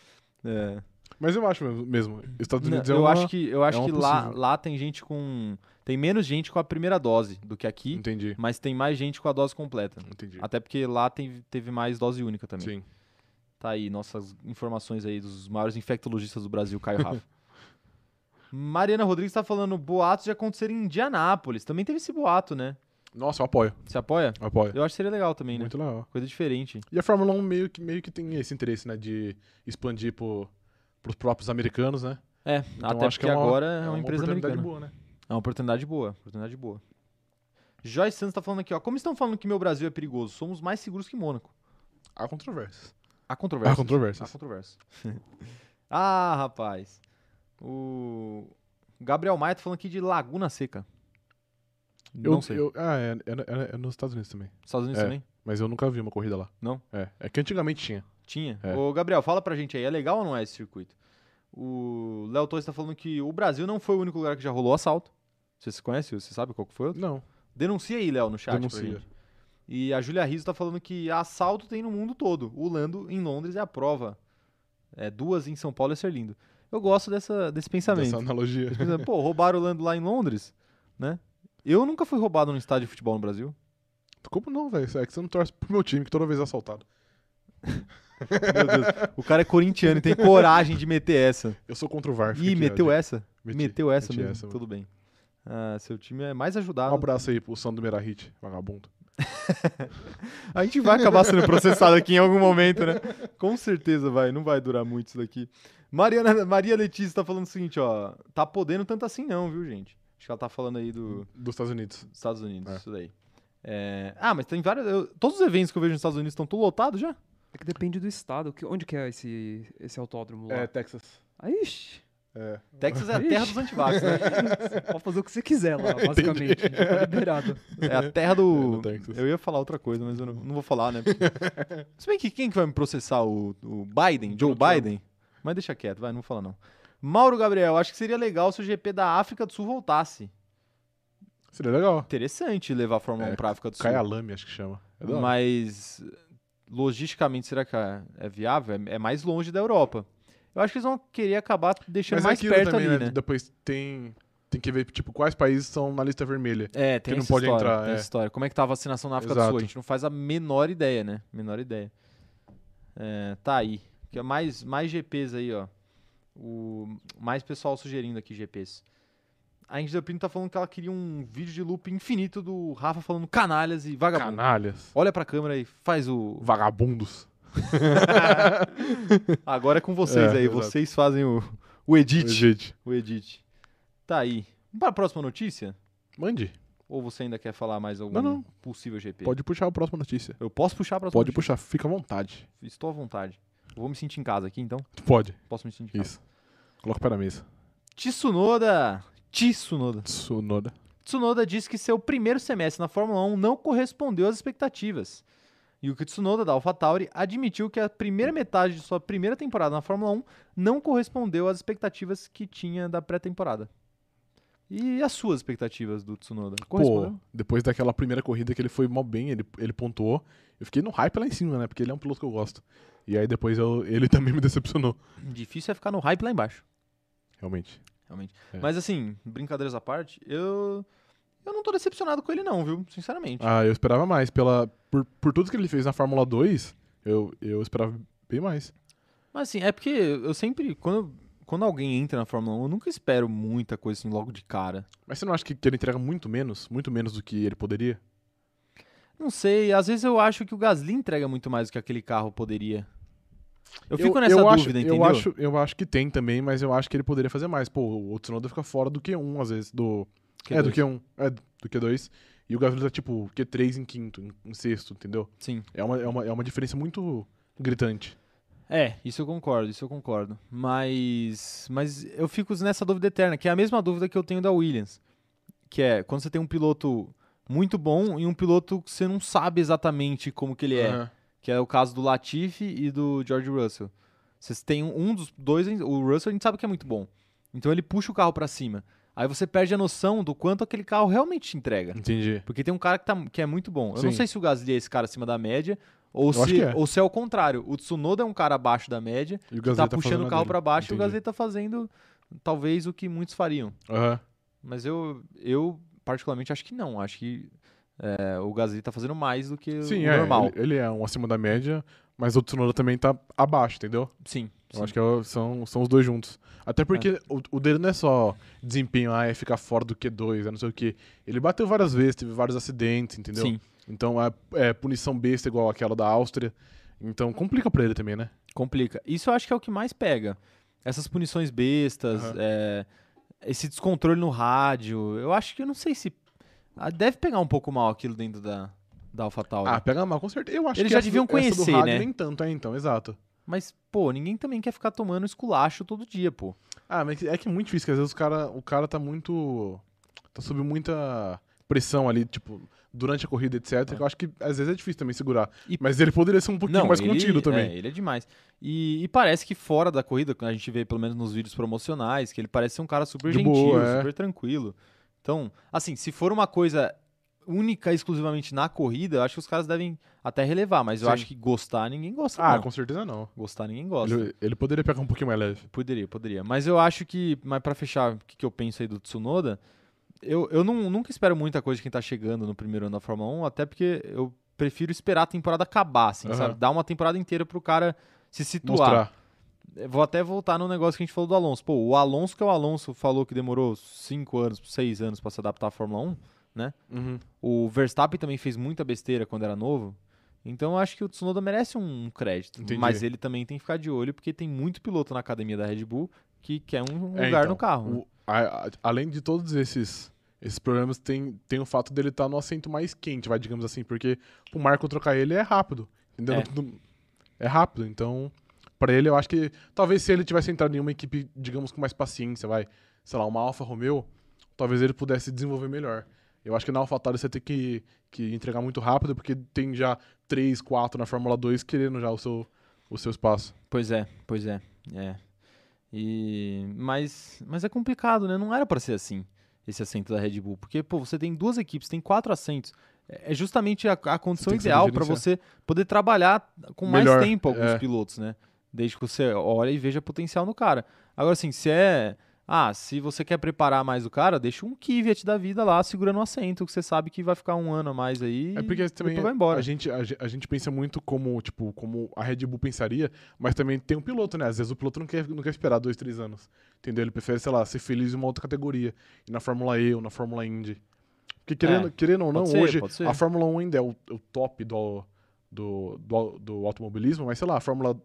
Speaker 1: É...
Speaker 2: Mas eu acho mesmo. mesmo. Estados
Speaker 1: Não,
Speaker 2: Unidos é
Speaker 1: eu
Speaker 2: uma...
Speaker 1: acho que eu acho
Speaker 2: uma
Speaker 1: que lá,
Speaker 2: possível.
Speaker 1: lá tem gente com tem menos gente com a primeira dose do que aqui,
Speaker 2: Entendi,
Speaker 1: mas tem mais gente com a dose completa.
Speaker 2: entendi.
Speaker 1: Até porque lá tem- teve mais dose única Uhum. Ah, também.
Speaker 2: Sim.
Speaker 1: Tá aí nossas informações aí dos maiores infectologistas do Brasil, Caio Rafa. Mariana Rodrigues tá falando boatos de acontecer em Indianápolis. Também teve esse boato, né?
Speaker 2: Nossa, eu apoio,
Speaker 1: Você apoia?
Speaker 2: eu apoio.
Speaker 1: Eu acho que seria legal também, né?
Speaker 2: É. Muito legal.
Speaker 1: Coisa diferente.
Speaker 2: E a Fórmula 1 meio que, meio que tem esse interesse, né? De expandir pro, pros próprios americanos, né?
Speaker 1: É,
Speaker 2: Então
Speaker 1: até
Speaker 2: acho
Speaker 1: porque
Speaker 2: que é uma-
Speaker 1: agora é uma, empresa
Speaker 2: oportunidade
Speaker 1: americana.
Speaker 2: boa, né?
Speaker 1: É uma oportunidade boa, oportunidade boa. Joyce Santos tá falando aqui, ó. Como estão falando que meu Brasil é perigoso? Somos mais seguros que Mônaco.
Speaker 2: Há controvérsias.
Speaker 1: Há controvérsias.
Speaker 2: Há controvérsias.
Speaker 1: Há controvérsias. ah, rapaz. O Gabriel Maia tá falando aqui de Laguna Seca.
Speaker 2: Eu,
Speaker 1: não sei.
Speaker 2: eu- ah, é, é- é- é nos Estados Unidos também.
Speaker 1: Estados Unidos
Speaker 2: É.
Speaker 1: também?
Speaker 2: Mas eu nunca vi uma corrida lá.
Speaker 1: Não?
Speaker 2: É. É que antigamente tinha.
Speaker 1: Tinha.
Speaker 2: É.
Speaker 1: Ô, Gabriel, fala pra gente aí, é legal ou não é esse circuito? O Léo Torres tá falando que o Brasil não foi o único lugar que já rolou assalto. Você se conhece? Você sabe qual que foi? outro?
Speaker 2: Não.
Speaker 1: Denuncia aí, Léo, no chat pra
Speaker 2: Denuncia.
Speaker 1: gente. E a Júlia Rizzo tá falando que assalto tem no mundo todo. O Lando em Londres é a prova. É, duas em São Paulo é ser lindo. Eu gosto dessa, desse pensamento.
Speaker 2: Essa analogia.
Speaker 1: Eles pensam, Pô, roubaram o Lando lá em Londres, né? Eu nunca fui roubado num estádio de futebol no Brasil.
Speaker 2: Como não, velho? É que você não torce pro meu time, que toda vez é assaltado.
Speaker 1: Meu Deus. O cara é corintiano e tem coragem de meter essa.
Speaker 2: Eu sou contra o VAR.
Speaker 1: Ih, meteu essa. meteu essa
Speaker 2: meti
Speaker 1: mesmo.
Speaker 2: essa, mano.
Speaker 1: Tudo bem. Ah, seu time é mais
Speaker 2: Um
Speaker 1: ajudado.
Speaker 2: abraço aí pro Sandro Merahit, vagabundo.
Speaker 1: A gente vai acabar sendo processado aqui em algum momento, né? Com certeza vai, não vai durar muito isso daqui. Mariana, Maria Letícia tá falando o seguinte, ó. Tá podendo tanto assim não, viu, gente? Acho que ela tá falando aí do,
Speaker 2: Dos Estados Unidos.
Speaker 1: dos Estados Unidos,
Speaker 2: É.
Speaker 1: isso daí. É, ah, mas tem vários... eu- todos os eventos que eu vejo nos Estados Unidos estão tudo lotados já?
Speaker 3: É que depende do estado. Que, onde que é esse, esse autódromo lá?
Speaker 2: É, Texas.
Speaker 3: Aí, ixi,
Speaker 2: É.
Speaker 1: Texas é a
Speaker 3: Ixi.
Speaker 1: terra dos antivax, né?
Speaker 3: pode fazer o que você quiser lá, basicamente. Já tá liberado.
Speaker 1: É a terra
Speaker 2: É,
Speaker 1: do...
Speaker 2: do Texas.
Speaker 1: eu ia falar outra coisa, mas eu não, não vou falar, né? Porque... Se bem que quem que vai me processar? O, o Biden? Joe
Speaker 2: Donald Trump.
Speaker 1: Biden? Mas deixa quieto, vai, não vou falar não. Mauro Gabriel, acho que seria legal se o GP da África do Sul voltasse.
Speaker 2: Seria legal.
Speaker 1: Interessante levar a Fórmula
Speaker 2: É,
Speaker 1: 1 pra África do Sul.
Speaker 2: Kyalami, acho que chama. É da hora.
Speaker 1: Mas logisticamente, será que é é viável? É- É mais longe da Europa. Eu acho que eles vão querer acabar deixando
Speaker 2: Mas é
Speaker 1: mais
Speaker 2: aquilo
Speaker 1: perto
Speaker 2: também,
Speaker 1: ali,
Speaker 2: né?
Speaker 1: né?
Speaker 2: Depois tem, tem que ver, tipo, quais países são na lista vermelha.
Speaker 1: É, tem
Speaker 2: que não
Speaker 1: essa
Speaker 2: pode
Speaker 1: história,
Speaker 2: entrar,
Speaker 1: tem
Speaker 2: é.
Speaker 1: essa história. Como é que tá a vacinação na África do
Speaker 2: Exato.
Speaker 1: Sul? A gente não faz a menor ideia, né? Menor ideia. É, tá aí. Que é Mais, mais GPs aí, ó. O, mais pessoal sugerindo aqui GPs. A Ingrid Delpino tá falando que ela queria um vídeo de loop infinito do Rafa falando canalhas e vagabundo.
Speaker 2: Canalhas.
Speaker 1: Olha pra câmera e faz o...
Speaker 2: Vagabundos.
Speaker 1: Agora é com vocês
Speaker 2: É,
Speaker 1: aí.
Speaker 2: exato.
Speaker 1: Vocês fazem o, o edit.
Speaker 2: Gente,
Speaker 1: O edit. Tá aí. Vamos para a próxima notícia?
Speaker 2: mande.
Speaker 1: Ou você ainda quer falar mais algum
Speaker 2: Não, não.
Speaker 1: possível GP?
Speaker 2: Pode puxar a próxima notícia.
Speaker 1: Eu posso puxar a próxima
Speaker 2: Pode
Speaker 1: notícia?
Speaker 2: puxar, fica à vontade.
Speaker 1: Estou à vontade. Eu vou me sentir em casa aqui, então.
Speaker 2: Tu pode.
Speaker 1: Posso me sentir em casa.
Speaker 2: Isso. Coloca o pé na mesa.
Speaker 1: Tsunoda! Tsunoda.
Speaker 2: Sonoda.
Speaker 1: Tsunoda diz que seu primeiro semestre na Fórmula 1 não correspondeu às expectativas. Yuki Tsunoda, da AlphaTauri, admitiu que a primeira metade de sua primeira temporada na Fórmula 1 não correspondeu às expectativas que tinha da pré-temporada. E as suas expectativas do Tsunoda?
Speaker 2: Pô,
Speaker 1: Correspondeu?
Speaker 2: depois daquela primeira corrida que ele foi mal bem, ele, ele pontuou. Eu fiquei no hype lá em cima, né? Porque ele é um piloto que eu gosto. E aí depois eu- ele também me decepcionou.
Speaker 1: Difícil é ficar no hype lá embaixo.
Speaker 2: Realmente.
Speaker 1: realmente.
Speaker 2: É.
Speaker 1: Mas assim, brincadeiras à parte, eu eu não tô decepcionado com ele não, viu? Sinceramente.
Speaker 2: Ah, eu esperava mais. Pela, por, por tudo que ele fez na Fórmula 2, eu, eu esperava bem mais.
Speaker 1: Mas assim, é porque eu sempre quando quando alguém entra na Fórmula 1, eu nunca espero muita coisa assim logo de cara.
Speaker 2: Mas você não acha que, que ele entrega muito menos? Muito menos do que ele poderia?
Speaker 1: Não sei, às vezes eu acho que o Gasly entrega muito mais do que aquele carro poderia. Eu fico nessa
Speaker 2: eu acho-
Speaker 1: dúvida, entendeu?
Speaker 2: Eu acho, eu acho que tem também, mas eu acho que ele poderia fazer mais. Pô, o Tsunoda fica fora do Q1, às vezes. Do,
Speaker 1: Que
Speaker 2: é, do
Speaker 1: dois.
Speaker 2: Q1. É, do Q2. E o Gasly tá, tipo, Q3 em quinto, em, em sexto, entendeu?
Speaker 1: Sim.
Speaker 2: É uma, é, uma, é uma diferença muito gritante.
Speaker 1: É, isso eu concordo, isso eu concordo. Mas, mas eu fico nessa dúvida eterna, que é a mesma dúvida que eu tenho da Williams, que é quando você tem um piloto muito bom e um piloto que você não sabe exatamente como que ele é,
Speaker 2: Aham.
Speaker 1: que é o caso do Latifi e do George Russell. Vocês têm um um dos dois, o Russell a gente sabe que é muito bom. Então ele puxa o carro pra cima. Aí você perde a noção do quanto aquele carro realmente te entrega.
Speaker 2: Entendi.
Speaker 1: Porque tem um cara que, tá- que é muito bom. Eu não
Speaker 2: Sim.
Speaker 1: sei se o Gasly é esse cara acima da média ou
Speaker 2: Eu acho
Speaker 1: se,
Speaker 2: que é.
Speaker 1: ou se é o contrário. O Tsunoda é um cara abaixo da média,
Speaker 2: E o
Speaker 1: que tá,
Speaker 2: Gasly
Speaker 1: puxando
Speaker 2: fazendo
Speaker 1: o
Speaker 2: a
Speaker 1: carro
Speaker 2: dele.
Speaker 1: pra baixo e o
Speaker 2: Entendi.
Speaker 1: Gasly tá fazendo talvez o que muitos fariam.
Speaker 2: Aham.
Speaker 1: Mas eu, eu particularmente, acho que não. Acho que é, o Gasly tá fazendo mais do que
Speaker 2: Sim,
Speaker 1: o
Speaker 2: é.
Speaker 1: normal.
Speaker 2: Ele, ele é um acima da média, mas o Tsunoda também tá abaixo, entendeu?
Speaker 1: Sim,
Speaker 2: Eu
Speaker 1: sim.
Speaker 2: acho que é o- são, são os dois juntos. Até porque o, o dele não é só desempenho, ah, é ficar fora do Q2, é não sei o quê. Ele bateu várias vezes, teve vários acidentes, entendeu?
Speaker 1: Sim,
Speaker 2: Então é, é punição besta igual aquela da Áustria. Então complica pra ele também, né?
Speaker 1: complica. Isso eu acho que é o que mais pega. Essas punições bestas,
Speaker 2: Aham.
Speaker 1: é, esse descontrole no rádio. Eu acho que eu não sei se. ah, Deve pegar um pouco mal aquilo dentro da, da AlphaTauri.
Speaker 2: Ah, pega mal, com certeza. Eu acho
Speaker 1: Eles
Speaker 2: que
Speaker 1: já
Speaker 2: essa do-
Speaker 1: deviam
Speaker 2: essa
Speaker 1: conhecer,
Speaker 2: do rádio
Speaker 1: né?
Speaker 2: nem tanto, é então, exato.
Speaker 1: Mas, pô, ninguém também quer ficar tomando esculacho todo dia, pô.
Speaker 2: Ah, mas é que é muito difícil, que às vezes o cara, o cara tá muito. tá sob muita pressão ali, tipo, durante a corrida, etc. que eu acho que às vezes é difícil também segurar.
Speaker 1: E-
Speaker 2: Mas ele poderia ser um pouquinho mais
Speaker 1: ele-
Speaker 2: contido também.
Speaker 1: É, ele é demais. E, e parece que fora da corrida, quando a gente vê pelo menos nos vídeos promocionais, que ele parece ser um cara super
Speaker 2: De
Speaker 1: gentil,
Speaker 2: boa, é.
Speaker 1: super tranquilo. Então, assim, se for uma coisa única e exclusivamente na corrida, eu acho que os caras devem até relevar, mas eu
Speaker 2: Sim.
Speaker 1: acho que gostar ninguém gosta.
Speaker 2: Ah,
Speaker 1: não.
Speaker 2: com certeza não.
Speaker 1: Gostar ninguém gosta.
Speaker 2: Ele, ele poderia pegar um pouquinho mais leve.
Speaker 1: Poderia, poderia. Mas eu acho que, mas para fechar o que, que eu penso aí do Tsunoda, eu, eu não- nunca espero muita coisa de quem tá chegando no primeiro ano da Fórmula 1, até porque eu prefiro esperar a temporada acabar, assim,
Speaker 2: Aham.
Speaker 1: sabe? Dar uma temporada inteira pro cara se situar.
Speaker 2: Mostrar.
Speaker 1: Eh, Vou até voltar no negócio que a gente falou do Alonso. Pô, o Alonso que é o Alonso falou que demorou 5 anos, 6 anos pra se adaptar à Fórmula 1.
Speaker 2: Uhum.
Speaker 1: O Verstappen também fez muita besteira quando era novo. Então eu acho que o Tsunoda merece um crédito.
Speaker 2: Entendi.
Speaker 1: Mas ele também tem que ficar de olho, porque tem muito piloto na academia da Red Bull que quer um
Speaker 2: É,
Speaker 1: lugar
Speaker 2: então,
Speaker 1: no carro. né?
Speaker 2: o- a- a- além de todos esses, esses problemas, tem, tem o fato dele estar no assento mais quente, vai, digamos assim, porque pro Marco trocar ele é rápido. Entendeu?
Speaker 1: É.
Speaker 2: Não- não- É, rápido, então. Pra ele, eu acho que. Talvez se ele tivesse entrado em uma equipe, digamos, com mais paciência, vai. Sei lá, uma Alfa Romeo, talvez ele pudesse desenvolver melhor. Eu acho que na AlphaTauri você tem que, que entregar muito rápido, porque tem já 3, 4 na Fórmula 2 querendo já o seu, o seu espaço.
Speaker 1: Pois é, pois é. é. E... Mas, mas é complicado, né? Não era pra ser assim, esse assento da Red Bull. Porque, pô, você tem duas equipes, tem quatro assentos. É é justamente a, a condição
Speaker 2: tem que saber
Speaker 1: ideal pra
Speaker 2: gerenciar.
Speaker 1: você poder trabalhar com mais
Speaker 2: Melhor,
Speaker 1: tempo alguns
Speaker 2: é.
Speaker 1: pilotos, né? Desde que você olha e veja potencial no cara. Agora, assim, se é. Ah, se você quer preparar mais o cara, deixa um Kvyat da vida lá segurando o assento, que você sabe que vai ficar um ano a mais aí.
Speaker 2: É porque
Speaker 1: e
Speaker 2: também
Speaker 1: depois vai embora.
Speaker 2: A, gente, a, ge- a gente pensa muito como, tipo, como a Red Bull pensaria, mas também tem um piloto, né? Às vezes o piloto não quer, não quer esperar dois, três anos. Entendeu? Ele prefere, sei lá, ser feliz em uma outra categoria. E na Fórmula E ou na Fórmula Indy. Porque querendo,
Speaker 1: É,
Speaker 2: querendo ou
Speaker 1: pode
Speaker 2: não,
Speaker 1: ser,
Speaker 2: um hoje
Speaker 1: pode ser.
Speaker 2: a Fórmula 1 ainda é o, o top do, do, do, au- do automobilismo, mas sei lá, a Fórmula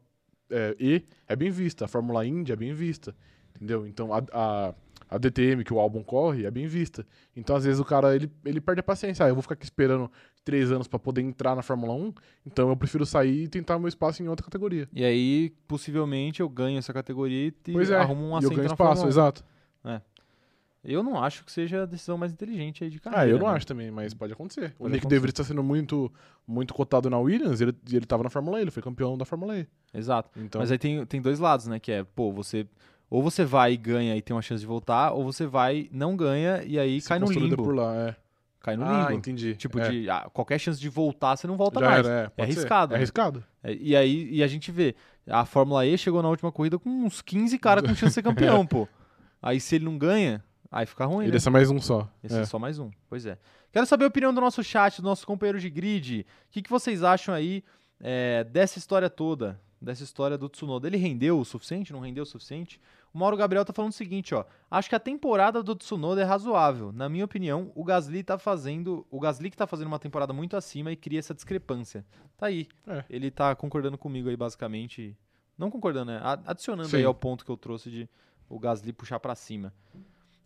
Speaker 2: é, E é bem vista, a Fórmula Indy é bem vista. Entendeu? Então a, a, a DTM que o álbum corre é bem vista. Então, às vezes, o cara ele, ele perde a paciência. Ah, eu vou ficar aqui esperando três anos pra poder entrar na Fórmula 1, então eu prefiro sair e tentar meu espaço em outra categoria.
Speaker 1: E aí, possivelmente, eu ganho essa categoria e
Speaker 2: Pois é,
Speaker 1: arrumo um
Speaker 2: e eu
Speaker 1: assento
Speaker 2: ganho
Speaker 1: na
Speaker 2: espaço,
Speaker 1: Fórmula 1.
Speaker 2: exato.
Speaker 1: Eu não acho que seja a decisão mais inteligente aí de carreira.
Speaker 2: Ah, eu não
Speaker 1: né?
Speaker 2: acho também, mas pode acontecer. o
Speaker 1: Pode
Speaker 2: Nick
Speaker 1: acontecer.
Speaker 2: DeVries está sendo muito, muito cotado na Williams, ele, e ele tava na Fórmula E, ele foi campeão da Fórmula E.
Speaker 1: Exato.
Speaker 2: Então,
Speaker 1: Mas aí tem, tem dois lados, né? Que é, pô, você. Ou você vai e ganha e tem uma chance de voltar, ou você vai, não ganha e aí
Speaker 2: se
Speaker 1: cai no
Speaker 2: consolida
Speaker 1: limbo.
Speaker 2: por lá, é.
Speaker 1: Cai no
Speaker 2: ah,
Speaker 1: limbo.
Speaker 2: entendi.
Speaker 1: Tipo,
Speaker 2: é.
Speaker 1: de ah, qualquer chance de voltar, você não volta
Speaker 2: Já
Speaker 1: mais.
Speaker 2: era, é, pode ser.
Speaker 1: arriscado, né?
Speaker 2: É arriscado.
Speaker 1: É, E aí e a gente vê, a Fórmula E chegou na última corrida com uns 15 caras com chance de ser campeão, pô. Aí se ele não ganha, aí fica ruim,
Speaker 2: E
Speaker 1: né?
Speaker 2: dessa mais um só.
Speaker 1: Esse
Speaker 2: é.
Speaker 1: é. só mais um. Pois é. Quero saber a opinião do nosso chat, do nosso companheiro de grid. O que, que vocês acham aí é, dessa história toda? Dessa história do Tsunoda. Ele rendeu o suficiente? Não rendeu o suficiente? O Mauro Gabriel tá falando o seguinte, ó. Acho que a temporada do Tsunoda é razoável. Na minha opinião, o Gasly tá fazendo. O Gasly que tá fazendo uma temporada muito acima e cria essa discrepância. Tá aí.
Speaker 2: É.
Speaker 1: Ele tá concordando comigo aí, basicamente. Não concordando, né? A- Adicionando
Speaker 2: Sim.
Speaker 1: aí ao ponto que eu trouxe de o Gasly puxar pra cima.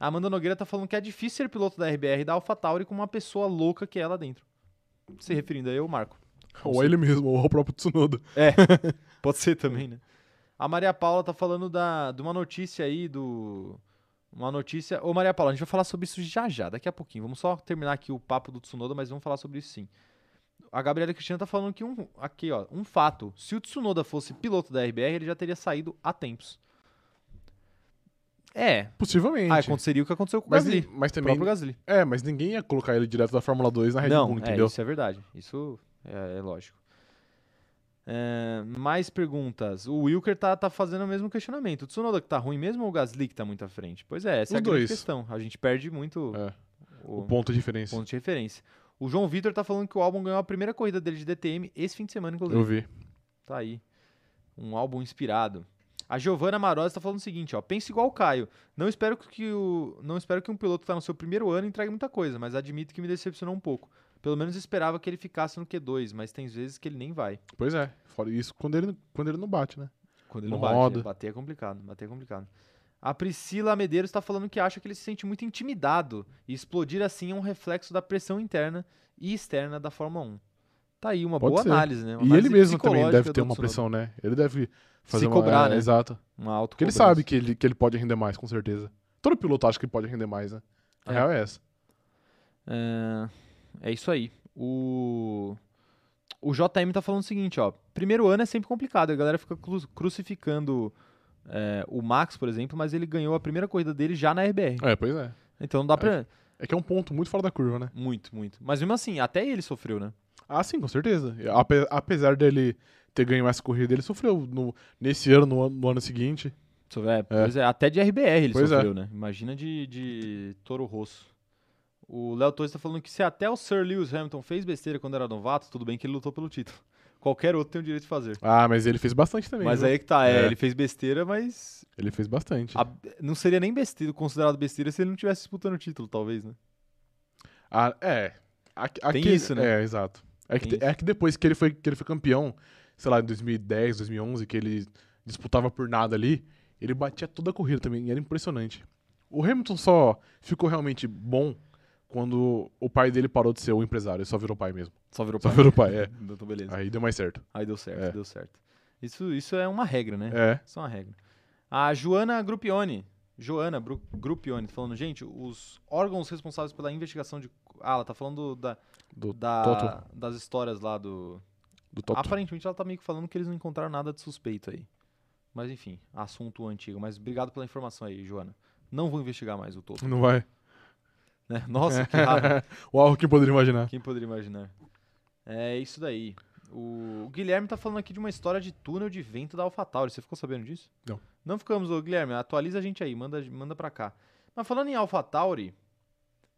Speaker 1: A Amanda Nogueira tá falando que é difícil ser piloto da RBR e da AlphaTauri com uma pessoa louca que é lá dentro. Se referindo aí ao Marco.
Speaker 2: Ou ele mesmo, ou o próprio Tsunoda.
Speaker 1: É. Pode ser também, né? A Maria Paula tá falando da, de uma notícia aí, do. Uma notícia. Ô, Maria Paula, a gente vai falar sobre isso já já, daqui a pouquinho. Vamos só terminar aqui o papo do Tsunoda, mas vamos falar sobre isso sim. A Gabriela Cristina tá falando que um. Aqui, ó, um fato. Se o Tsunoda fosse piloto da RBR, ele já teria saído há tempos. É.
Speaker 2: Possivelmente.
Speaker 1: Ah, aconteceria o que aconteceu com o
Speaker 2: mas,
Speaker 1: Gasly.
Speaker 2: ni- mas
Speaker 1: O
Speaker 2: também.
Speaker 1: próprio Gasly.
Speaker 2: É, mas ninguém ia colocar ele direto da Fórmula 2 na Red
Speaker 1: não,
Speaker 2: Bull,
Speaker 1: é,
Speaker 2: entendeu?
Speaker 1: isso é verdade. Isso é, é lógico. É, mais perguntas. O Wilker tá, tá fazendo o mesmo questionamento. O Tsunoda que tá ruim mesmo ou o Gasly que tá muito à frente? Pois é, essa é a
Speaker 2: Os
Speaker 1: grande
Speaker 2: dois.
Speaker 1: questão. A gente perde muito
Speaker 2: É,
Speaker 1: o,
Speaker 2: O ponto de diferença.
Speaker 1: ponto de referência. O João Vitor tá falando que o álbum ganhou a primeira corrida dele de DTM esse fim de semana, inclusive.
Speaker 2: Eu vi.
Speaker 1: Tá aí. Um álbum inspirado. A Giovana Marozzi tá falando o seguinte, ó. Pensa igual o Caio. Não espero que o, não espero que um piloto que tá no seu primeiro ano entregue muita coisa, mas admito que me decepcionou um pouco. Pelo menos esperava que ele ficasse no Q2, mas tem vezes que ele nem vai.
Speaker 2: Pois é. Fora isso, quando ele, quando ele não bate, né?
Speaker 1: Quando ele
Speaker 2: Não
Speaker 1: não bate.
Speaker 2: roda.
Speaker 1: né? Bater é complicado, bater é complicado. A Priscila Medeiros tá falando que acha que ele se sente muito intimidado e explodir assim é um reflexo da pressão interna e externa da Fórmula 1. Tá aí uma
Speaker 2: Pode
Speaker 1: boa
Speaker 2: ser.
Speaker 1: análise, né? Uma
Speaker 2: E ele
Speaker 1: análise
Speaker 2: mesmo também
Speaker 1: psicológica
Speaker 2: deve ter
Speaker 1: do
Speaker 2: uma
Speaker 1: Tsunoda.
Speaker 2: pressão, né? Ele deve fazer uma-
Speaker 1: cobrar,
Speaker 2: é,
Speaker 1: né?
Speaker 2: Exato.
Speaker 1: Uma auto
Speaker 2: Porque ele sabe que ele, que ele pode render mais, com certeza. Todo piloto acha que pode render mais, né? A
Speaker 1: É.
Speaker 2: real é essa.
Speaker 1: É, é isso aí. O... o JM tá falando o seguinte, ó. Primeiro ano é sempre complicado. A galera fica cru- crucificando é, o Max, por exemplo, mas ele ganhou a primeira corrida dele já na RBR.
Speaker 2: É, pois é.
Speaker 1: Então não dá pra...
Speaker 2: É que é um ponto muito fora da curva, né?
Speaker 1: Muito, muito. Mas mesmo assim, até ele sofreu, né?
Speaker 2: Ah, sim, com certeza. Ape- apesar dele ter ganho essa corrida, ele sofreu no- nesse ano, no, ano- no ano seguinte.
Speaker 1: So- é, pois é, até de RBR ele
Speaker 2: Pois é.
Speaker 1: sofreu, né? Imagina de, de Toro Rosso. O Léo Torres tá falando que se até o Sir Lewis Hamilton fez besteira quando era novato, tudo bem que ele lutou pelo título. Qualquer outro tem o direito de fazer.
Speaker 2: Ah, mas ele fez bastante também.
Speaker 1: Mas
Speaker 2: viu?
Speaker 1: aí que tá, é,
Speaker 2: É.
Speaker 1: ele fez besteira, mas
Speaker 2: Ele fez bastante.
Speaker 1: A- não seria nem besteira, considerado besteira se ele não tivesse disputando o título, talvez, né?
Speaker 2: Ah, é. Aqui,
Speaker 1: Tem
Speaker 2: aqui-
Speaker 1: isso, né?
Speaker 2: É, exato. É que,
Speaker 1: Tem
Speaker 2: te- é que depois que ele, foi, que ele foi campeão, sei lá, em 2010, 2011, que ele disputava por nada ali, ele batia toda a corrida também, e era impressionante. O Hamilton só ficou realmente bom quando o pai dele parou de ser o empresário, ele só virou pai mesmo.
Speaker 1: Só virou
Speaker 2: Só
Speaker 1: pai.
Speaker 2: virou pai, é.
Speaker 1: Então, beleza.
Speaker 2: Aí deu mais certo.
Speaker 1: Aí deu certo,
Speaker 2: É.
Speaker 1: deu certo. Isso, isso é uma regra, né?
Speaker 2: É.
Speaker 1: Isso é uma regra. A Joana Gruppione, Joana Bru- Gruppione, tá falando, gente, os órgãos responsáveis pela investigação de... Ah, ela tá falando da,
Speaker 2: Do,
Speaker 1: da-
Speaker 2: Toto.
Speaker 1: das histórias lá do...
Speaker 2: do Toto.
Speaker 1: Aparentemente ela tá meio que falando que eles não encontraram nada de suspeito aí. Mas enfim, assunto antigo. Mas obrigado pela informação aí, Joana. Não vou investigar mais o todo.
Speaker 2: Não vai.
Speaker 1: Né? Nossa, que raro.
Speaker 2: Uau, quem poderia imaginar?
Speaker 1: Quem poderia imaginar? É isso daí. O o Guilherme tá falando aqui de uma história de túnel de vento da AlphaTauri. Você ficou sabendo disso?
Speaker 2: Não.
Speaker 1: Não ficamos, ô Guilherme. Atualiza a gente aí, manda, manda pra cá. Mas falando em AlphaTauri,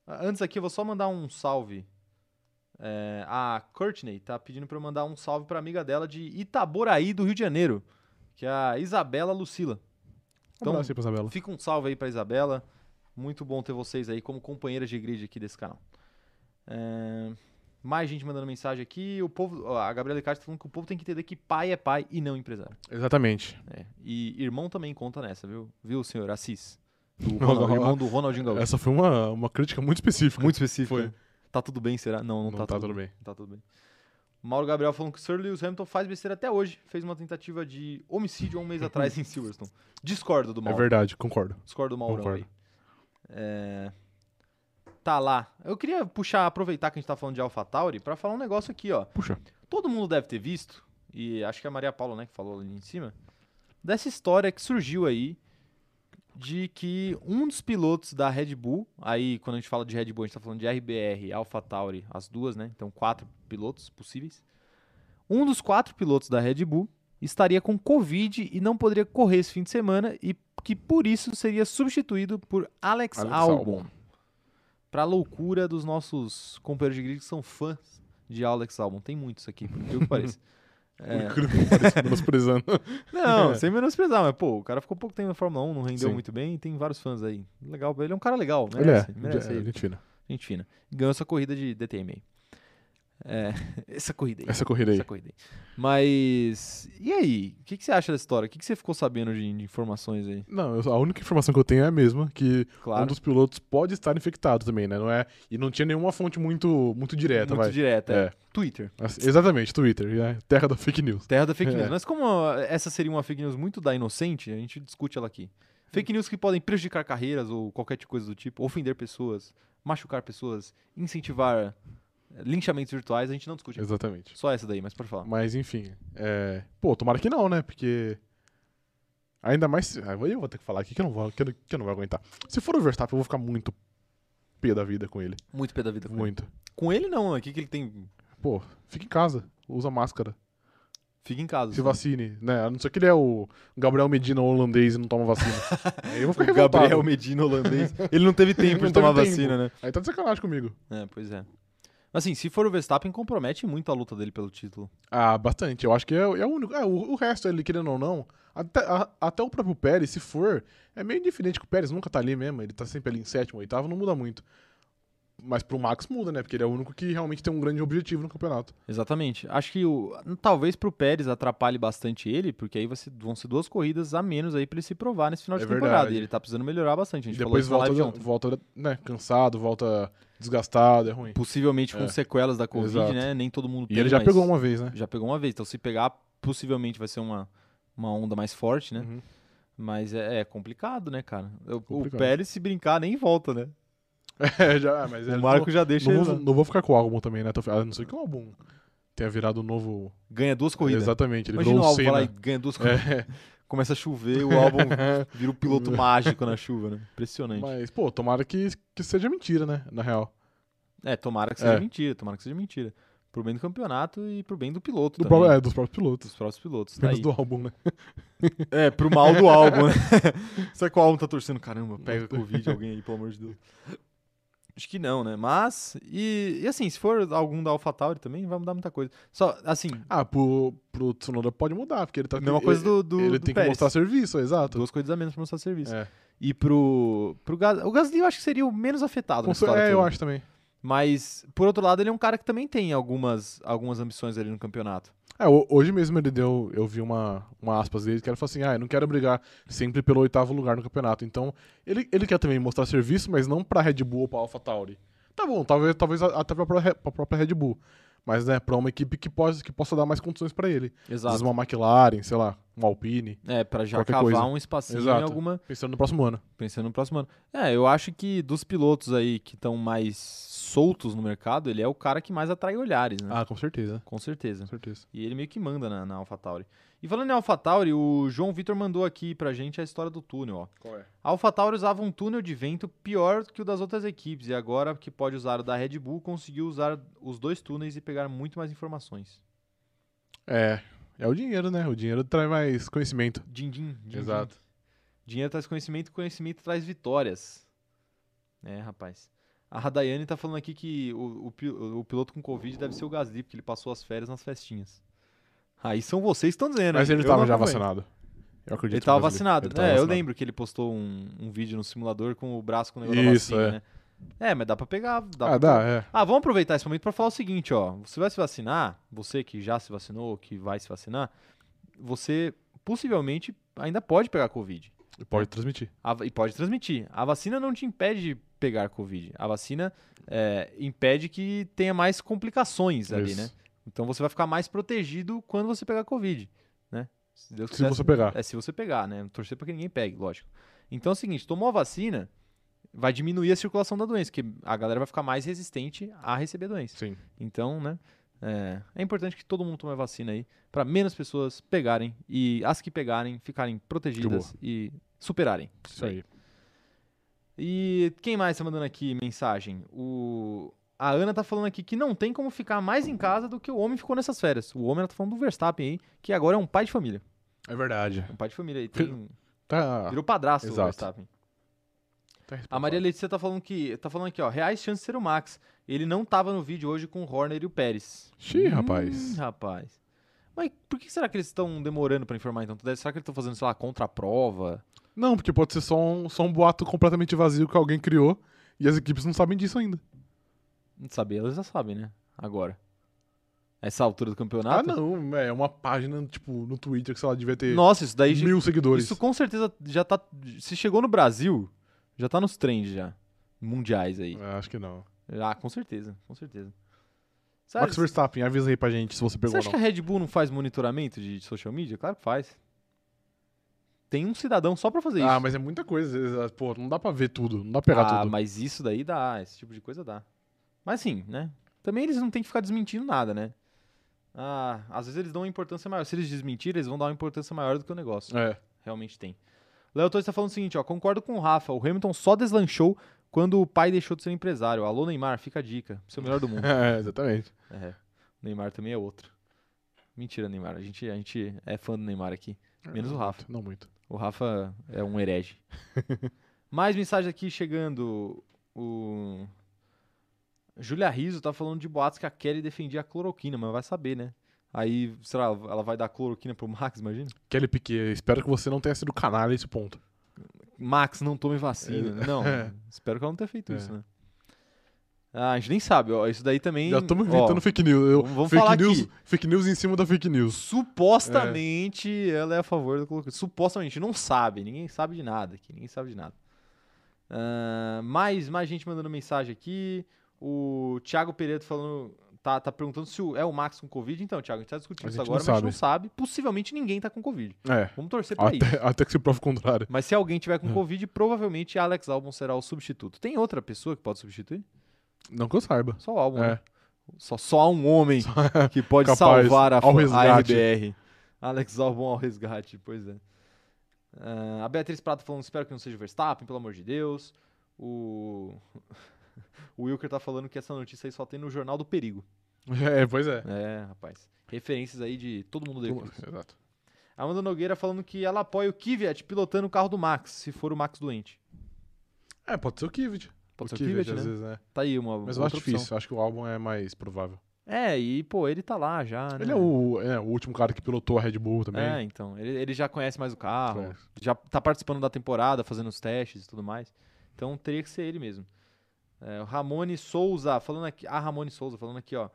Speaker 1: a- antes aqui eu vou só mandar um salve. É, a Courtney tá pedindo pra eu mandar um salve pra amiga dela de Itaboraí, do Rio de Janeiro, que é a Isabela Lucila. Então,
Speaker 2: Então, um abraço aí pra Isabela.
Speaker 1: Fica um salve aí pra Isabela. Muito bom ter vocês aí como companheiras de grid aqui desse canal. É, Mais gente mandando mensagem aqui. O povo, ó, a Gabriela Castro falando que o povo tem que entender que pai é pai e não empresário.
Speaker 2: Exatamente.
Speaker 1: É, E irmão também conta nessa, viu? Viu, senhor Assis? Do
Speaker 2: Não,
Speaker 1: Ronald-
Speaker 2: não,
Speaker 1: irmão do Ronaldinho Gaúcho.
Speaker 2: Essa foi uma, uma crítica muito específica.
Speaker 1: Muito específico.
Speaker 2: Foi.
Speaker 1: né? Tá tudo bem, será? Não, não,
Speaker 2: Não tá tudo bem.
Speaker 1: Não tá tudo bem. Mauro Gabriel falando que o Sir Lewis Hamilton faz besteira até hoje. Fez uma tentativa de homicídio há um mês atrás em Silverstone. Discordo do
Speaker 2: É
Speaker 1: Mauro.
Speaker 2: verdade, concordo.
Speaker 1: Discordo do Maurão
Speaker 2: Concordo.
Speaker 1: aí. É, Tá lá. Eu queria puxar, aproveitar que a gente tá falando de AlphaTauri pra falar um negócio aqui, ó.
Speaker 2: Puxa.
Speaker 1: Todo mundo deve ter visto, e acho que é a Maria Paula, né, que falou ali em cima, dessa história que surgiu aí de que um dos pilotos da Red Bull, aí quando a gente fala de Red Bull, a gente tá falando de RBR, AlphaTauri, as duas, né? Então quatro pilotos possíveis. Um dos quatro pilotos da Red Bull estaria com Covid e não poderia correr esse fim de semana e que por isso seria substituído por Alex,
Speaker 2: Alex
Speaker 1: Albon.
Speaker 2: Albon.
Speaker 1: Pra loucura dos nossos companheiros de grid que são fãs de Alex Albon. Tem muito isso aqui, por incrível que pareça. É.
Speaker 2: Por incrível que pareça, menosprezando.
Speaker 1: Não, sem menosprezar, mas pô, o cara ficou pouco tempo na Fórmula 1, não rendeu
Speaker 2: Sim.
Speaker 1: muito bem e tem vários fãs aí. Legal, ele é um cara legal,
Speaker 2: Ele
Speaker 1: merece,
Speaker 2: é,
Speaker 1: merece
Speaker 2: é,
Speaker 1: ele.
Speaker 2: Argentina.
Speaker 1: Gente fina. Ganhou essa corrida de DTM aí. É, essa corrida aí.
Speaker 2: Essa corrida aí.
Speaker 1: Essa corrida aí. Mas, e aí? O que, que você acha dessa história? O que, que você ficou sabendo de, de informações aí?
Speaker 2: Não, eu- a única informação que eu tenho é a mesma, que um
Speaker 1: Claro,
Speaker 2: dos pilotos pode estar infectado também, né? Não é, e não tinha nenhuma fonte muito, muito direta,
Speaker 1: muito
Speaker 2: vai.
Speaker 1: direta. é.
Speaker 2: É.
Speaker 1: Twitter.
Speaker 2: Assim, exatamente, Twitter, né? Terra da fake news.
Speaker 1: Terra da fake news.
Speaker 2: É.
Speaker 1: Mas como ó, essa seria uma fake news muito da inocente, a gente discute ela aqui. Fake news que podem prejudicar carreiras ou qualquer tipo de coisa do tipo, ofender pessoas, machucar pessoas, incentivar eh, linchamentos virtuais, a gente não discute.
Speaker 2: Exatamente.
Speaker 1: Só essa daí, mas pode falar.
Speaker 2: Mas enfim, é... pô, tomara que não, né? Porque ainda mais se- ah, eu vou ter que falar aqui que eu não vou, que eu, não- que eu não vou aguentar. Se for o Verstappen, eu vou ficar muito pé da vida com ele,
Speaker 1: Muito pé da vida com ele.
Speaker 2: muito.
Speaker 1: Com ele não, aqui que ele tem.
Speaker 2: Pô, fica em casa, usa máscara.
Speaker 1: Fica em casa.
Speaker 2: se
Speaker 1: só.
Speaker 2: vacine, né? A não ser que ele é o Gabriel Medina holandês e não toma vacina. Aí eu vou ficar
Speaker 1: O Gabriel
Speaker 2: revoltado.
Speaker 1: Medina holandês. Ele não teve tempo
Speaker 2: Não
Speaker 1: de tomar
Speaker 2: teve tempo.
Speaker 1: vacina, né?
Speaker 2: Aí tá de sacanagem comigo.
Speaker 1: É, pois é. Mas Assim, se for o Verstappen, compromete muito a luta dele pelo título.
Speaker 2: Ah, bastante. Eu acho que é, é o único. É, o, o resto, ele querendo ou não, até, a- até o próprio Pérez, se for, é meio diferente que o Pérez nunca tá ali mesmo. Ele tá sempre ali em sétimo, oitavo, não muda muito. Mas pro Max muda, né? Porque ele é o único que realmente tem um grande objetivo no campeonato.
Speaker 1: Exatamente. Acho que o, talvez pro Pérez atrapalhe bastante ele, porque aí vai ser- vão ser duas corridas a menos aí pra ele se provar nesse final
Speaker 2: É
Speaker 1: de temporada.
Speaker 2: verdade.
Speaker 1: E ele tá precisando melhorar bastante. A
Speaker 2: E
Speaker 1: gente
Speaker 2: depois
Speaker 1: falou
Speaker 2: volta,
Speaker 1: isso na live de ontem.
Speaker 2: volta né, cansado, volta desgastado, é ruim.
Speaker 1: Possivelmente com
Speaker 2: É.
Speaker 1: sequelas da Covid,
Speaker 2: Exato.
Speaker 1: né? Nem todo mundo
Speaker 2: E
Speaker 1: tem,
Speaker 2: ele já
Speaker 1: mas
Speaker 2: pegou uma vez, né?
Speaker 1: Já pegou uma vez. Então se pegar, possivelmente vai ser uma, uma onda mais forte, né?
Speaker 2: Uhum.
Speaker 1: Mas é, é complicado, né, cara? O- O
Speaker 2: Complicado.
Speaker 1: Pérez, se brincar, nem volta, né?
Speaker 2: É, já, mas ele
Speaker 1: o
Speaker 2: não-
Speaker 1: Marco já deixa
Speaker 2: não,
Speaker 1: ele.
Speaker 2: vou,
Speaker 1: lá.
Speaker 2: não vou ficar com o álbum também, né? até o final. A não ser que o álbum tenha virado um novo.
Speaker 1: Ganha duas corridas.
Speaker 2: Exatamente, ele
Speaker 1: Imagina o
Speaker 2: virou o
Speaker 1: álbum vai lá
Speaker 2: Senna.
Speaker 1: e ganha duas corridas.
Speaker 2: É.
Speaker 1: Começa a chover, o álbum vira o piloto mágico na chuva, né? Impressionante.
Speaker 2: Mas, pô, tomara que, que seja mentira, né? Na real.
Speaker 1: É, tomara que seja
Speaker 2: É.
Speaker 1: mentira, tomara que seja mentira. Pro bem do campeonato e pro bem do piloto
Speaker 2: Do
Speaker 1: também.
Speaker 2: próprio- é, dos próprios pilotos.
Speaker 1: Dos próprios pilotos. Tá
Speaker 2: Menos
Speaker 1: aí.
Speaker 2: do álbum, né?
Speaker 1: É, pro mal do álbum, né? Será que o álbum tá torcendo? Caramba, pega Covid alguém aí, pelo amor de Deus. Acho que não, né? Mas, e, e assim, se for algum da AlphaTauri também, vai mudar muita coisa. Só, assim,
Speaker 2: Ah, pro, pro Tsunoda pode mudar, porque ele tá.
Speaker 1: mesma coisa
Speaker 2: ele,
Speaker 1: do, do,
Speaker 2: Ele
Speaker 1: do
Speaker 2: tem que
Speaker 1: Pérez.
Speaker 2: mostrar serviço, exato.
Speaker 1: Duas coisas a menos pra mostrar serviço.
Speaker 2: É.
Speaker 1: E pro, pro Gasly, o Gasly eu acho que seria o menos afetado
Speaker 2: Com
Speaker 1: nessa
Speaker 2: cer-
Speaker 1: história
Speaker 2: é, eu
Speaker 1: toda.
Speaker 2: acho também.
Speaker 1: Mas, por outro lado, ele é um cara que também tem algumas, algumas ambições ali no campeonato.
Speaker 2: É, ho- hoje mesmo ele deu, eu vi uma, uma aspas dele que ele falou assim, ah, eu não quero brigar sempre pelo oitavo lugar no campeonato. Então, ele, ele quer também mostrar serviço, mas não pra Red Bull ou pra AlphaTauri. Tá bom, talvez, talvez a- até pra, pró- pra própria Red Bull. Mas, né, pra uma equipe que, possa que possa dar mais condições pra ele. Às vezes
Speaker 1: Exato.
Speaker 2: uma McLaren, sei lá, uma Alpine,
Speaker 1: É, pra já
Speaker 2: Qualquer
Speaker 1: cavar
Speaker 2: coisa.
Speaker 1: um espacinho em
Speaker 2: Exato.
Speaker 1: alguma
Speaker 2: pensando no próximo ano.
Speaker 1: pensando no próximo ano. É, eu acho que dos pilotos aí que estão mais soltos no mercado, ele é o cara que mais atrai olhares, né?
Speaker 2: Ah, com certeza.
Speaker 1: Com certeza.
Speaker 2: Com certeza.
Speaker 1: E ele meio que manda na, na AlphaTauri. E falando em AlphaTauri, o João Vitor mandou aqui pra gente a história do túnel, ó.
Speaker 2: Qual é?
Speaker 1: A AlphaTauri usava um túnel de vento pior que o das outras equipes, e agora que pode usar o da Red Bull, conseguiu usar os dois túneis e pegar muito mais informações.
Speaker 2: É, é o dinheiro, né? O dinheiro traz mais conhecimento.
Speaker 1: Din-din. din-din.
Speaker 2: Exato.
Speaker 1: Dinheiro traz conhecimento, conhecimento traz vitórias. É, rapaz. A Daiane tá falando aqui que o, o pi- o piloto com Covid deve ser o Gasly, porque ele passou as férias nas festinhas. Aí são vocês que estão dizendo.
Speaker 2: Mas
Speaker 1: hein?
Speaker 2: ele
Speaker 1: né? Eu
Speaker 2: tava
Speaker 1: não
Speaker 2: já
Speaker 1: acompanho.
Speaker 2: vacinado. Eu acredito
Speaker 1: Ele
Speaker 2: que
Speaker 1: tava
Speaker 2: o Gasly-
Speaker 1: vacinado.
Speaker 2: ele tava
Speaker 1: é, eu
Speaker 2: vacinado.
Speaker 1: lembro que ele postou um, um vídeo no simulador com o braço com o negócio
Speaker 2: Isso,
Speaker 1: da vacina, né? É, mas dá pra pegar. Dá
Speaker 2: ah,
Speaker 1: pra
Speaker 2: dá, é.
Speaker 1: ah, vamos aproveitar esse momento para falar o seguinte, ó. Você vai se vacinar, você que já se vacinou, que vai se vacinar, você possivelmente ainda pode pegar Covid.
Speaker 2: E Pode transmitir.
Speaker 1: A va- e pode transmitir. A vacina não te impede de pegar Covid. A vacina é, impede que tenha mais complicações ali,
Speaker 2: Isso.
Speaker 1: né? Então você vai ficar mais protegido quando você pegar Covid, né? Se Deus
Speaker 2: Se você pegar.
Speaker 1: É se você pegar, né? Torcer pra que ninguém pegue, lógico. Então é o seguinte, tomou a vacina, vai diminuir a circulação da doença, porque a galera vai ficar mais resistente a receber a doença.
Speaker 2: Sim.
Speaker 1: Então, né? É, é importante que todo mundo tome a vacina aí, pra menos pessoas pegarem e as que pegarem ficarem protegidas e superarem.
Speaker 2: Isso aí.
Speaker 1: E quem mais tá mandando aqui mensagem? O... A Ana tá falando aqui que não tem como ficar mais em casa do que o homem ficou nessas férias. O homem, ela tá falando do Verstappen aí, que agora é um pai de família.
Speaker 2: É verdade.
Speaker 1: É um pai de família aí. Tem...
Speaker 2: Tá,
Speaker 1: Virou padrasto o
Speaker 2: Exato.
Speaker 1: Verstappen.
Speaker 2: tá
Speaker 1: A Maria Letícia tá falando que. Tá falando aqui, ó. Reais chances de ser o Max. Ele não tava no vídeo hoje com o Horner e o Pérez.
Speaker 2: Xiii,
Speaker 1: Hum,
Speaker 2: rapaz.
Speaker 1: rapaz. Mas por que será que eles estão demorando pra informar então? Será que eles estão fazendo, sei lá, contraprova?
Speaker 2: Não, porque pode ser só um, só um boato completamente vazio que alguém criou e as equipes não sabem disso ainda.
Speaker 1: Não saber, eles já sabem, né? Agora. Essa altura do
Speaker 2: Ah,
Speaker 1: campeonato?
Speaker 2: não, é uma página, tipo, no Twitter que, sei lá, devia ter
Speaker 1: Nossa, isso daí. já-
Speaker 2: mil seguidores.
Speaker 1: Isso com certeza já tá. Se chegou no Brasil, já tá nos trends já. Mundiais aí.
Speaker 2: É, acho que não.
Speaker 1: Ah, com certeza, com certeza. Sabe-
Speaker 2: Max Verstappen, avisa aí pra gente se você pegou
Speaker 1: Tá Você
Speaker 2: ou
Speaker 1: acha
Speaker 2: não.
Speaker 1: que a Red Bull não faz monitoramento de de social media? Claro que faz. Tem um cidadão só pra fazer isso.
Speaker 2: Ah, mas é muita coisa. às vezes, Pô, não dá pra ver tudo, não dá pra pegar
Speaker 1: Ah,
Speaker 2: tudo.
Speaker 1: mas isso daí dá, esse tipo de coisa dá. Mas sim, né? Também eles não têm que ficar desmentindo nada, né? Ah, às vezes eles dão uma importância maior. Se eles desmentirem, eles vão dar uma importância maior do que o negócio.
Speaker 2: É,
Speaker 1: Realmente tem. O Léo Torres tá falando o seguinte, ó. Concordo com o Rafa, o Hamilton só deslanchou quando o pai deixou de ser empresário. Alô, Neymar, fica a dica. Seu melhor do mundo.
Speaker 2: é, exatamente.
Speaker 1: É. O Neymar também é outro. Mentira, Neymar. A gente, a gente é fã do Neymar aqui. Menos o Rafa.
Speaker 2: Não muito.
Speaker 1: O Rafa é um herege. Mais mensagem aqui chegando. O. Julia Riso tá falando de boatos que a Kelly defendia a cloroquina, mas vai saber, né? Aí, será ela vai dar cloroquina pro Max, imagina?
Speaker 2: Kelly Piquet, espero que você não tenha sido canalha nesse ponto.
Speaker 1: Max, não tome vacina. Não, espero que ela não tenha feito
Speaker 2: É.
Speaker 1: isso, né? Ah, a gente nem sabe, ó. Isso daí também.
Speaker 2: Já estamos
Speaker 1: ó,
Speaker 2: inventando fake news. Eu-
Speaker 1: vamos- vamos
Speaker 2: fake,
Speaker 1: falar
Speaker 2: news
Speaker 1: aqui.
Speaker 2: fake news em cima da fake news.
Speaker 1: Supostamente ela é a favor do colocante. Supostamente, não sabe. Ninguém sabe de nada aqui. Ninguém sabe de nada. Ah, mais, mais gente mandando mensagem aqui. O Thiago Pereira falando. Tá, tá perguntando se o- é o Max com Covid. Então, Thiago, a gente tá discutindo
Speaker 2: A
Speaker 1: isso
Speaker 2: gente
Speaker 1: agora,
Speaker 2: não
Speaker 1: mas a gente
Speaker 2: sabe.
Speaker 1: não sabe. Possivelmente ninguém tá com Covid.
Speaker 2: É.
Speaker 1: Vamos torcer pra isso.
Speaker 2: Até, É. até que se prove o contrário.
Speaker 1: Mas se alguém tiver com Covid, provavelmente Alex Albon será o substituto. Tem outra pessoa que pode substituir?
Speaker 2: Não que eu saiba.
Speaker 1: Só o Albon.
Speaker 2: É.
Speaker 1: né? Só, só há um homem que pode
Speaker 2: Capaz,
Speaker 1: salvar a,
Speaker 2: ao
Speaker 1: fa- a
Speaker 2: resgate.
Speaker 1: RBR. Alex Albon ao resgate, pois é. Ah, a Beatriz Prata falando, espero que não seja o Verstappen, pelo amor de Deus. O... o Wilker tá falando que essa notícia aí só tem no Jornal do Perigo.
Speaker 2: É, pois é.
Speaker 1: É, rapaz. Referências aí de todo mundo dele.
Speaker 2: Exato.
Speaker 1: Amanda Nogueira falando que ela apoia o Kvyat pilotando o carro do Max, se for o Max doente.
Speaker 2: É, pode ser o Kivit.
Speaker 1: Pode ser o Kvyat, né?
Speaker 2: às vezes, né?
Speaker 1: Tá aí uma
Speaker 2: Mas eu
Speaker 1: outra
Speaker 2: acho
Speaker 1: opção.
Speaker 2: difícil. Acho que o álbum é mais provável.
Speaker 1: É, e pô, ele tá lá já, né?
Speaker 2: Ele é o, é o último cara que pilotou a Red Bull também.
Speaker 1: É, então. Ele, ele já conhece mais o carro,
Speaker 2: Conhece.
Speaker 1: já tá participando da temporada, fazendo os testes e tudo mais. Então teria que ser ele mesmo. É, o Ramone Souza, falando aqui. A Ramone Souza falando aqui, ó.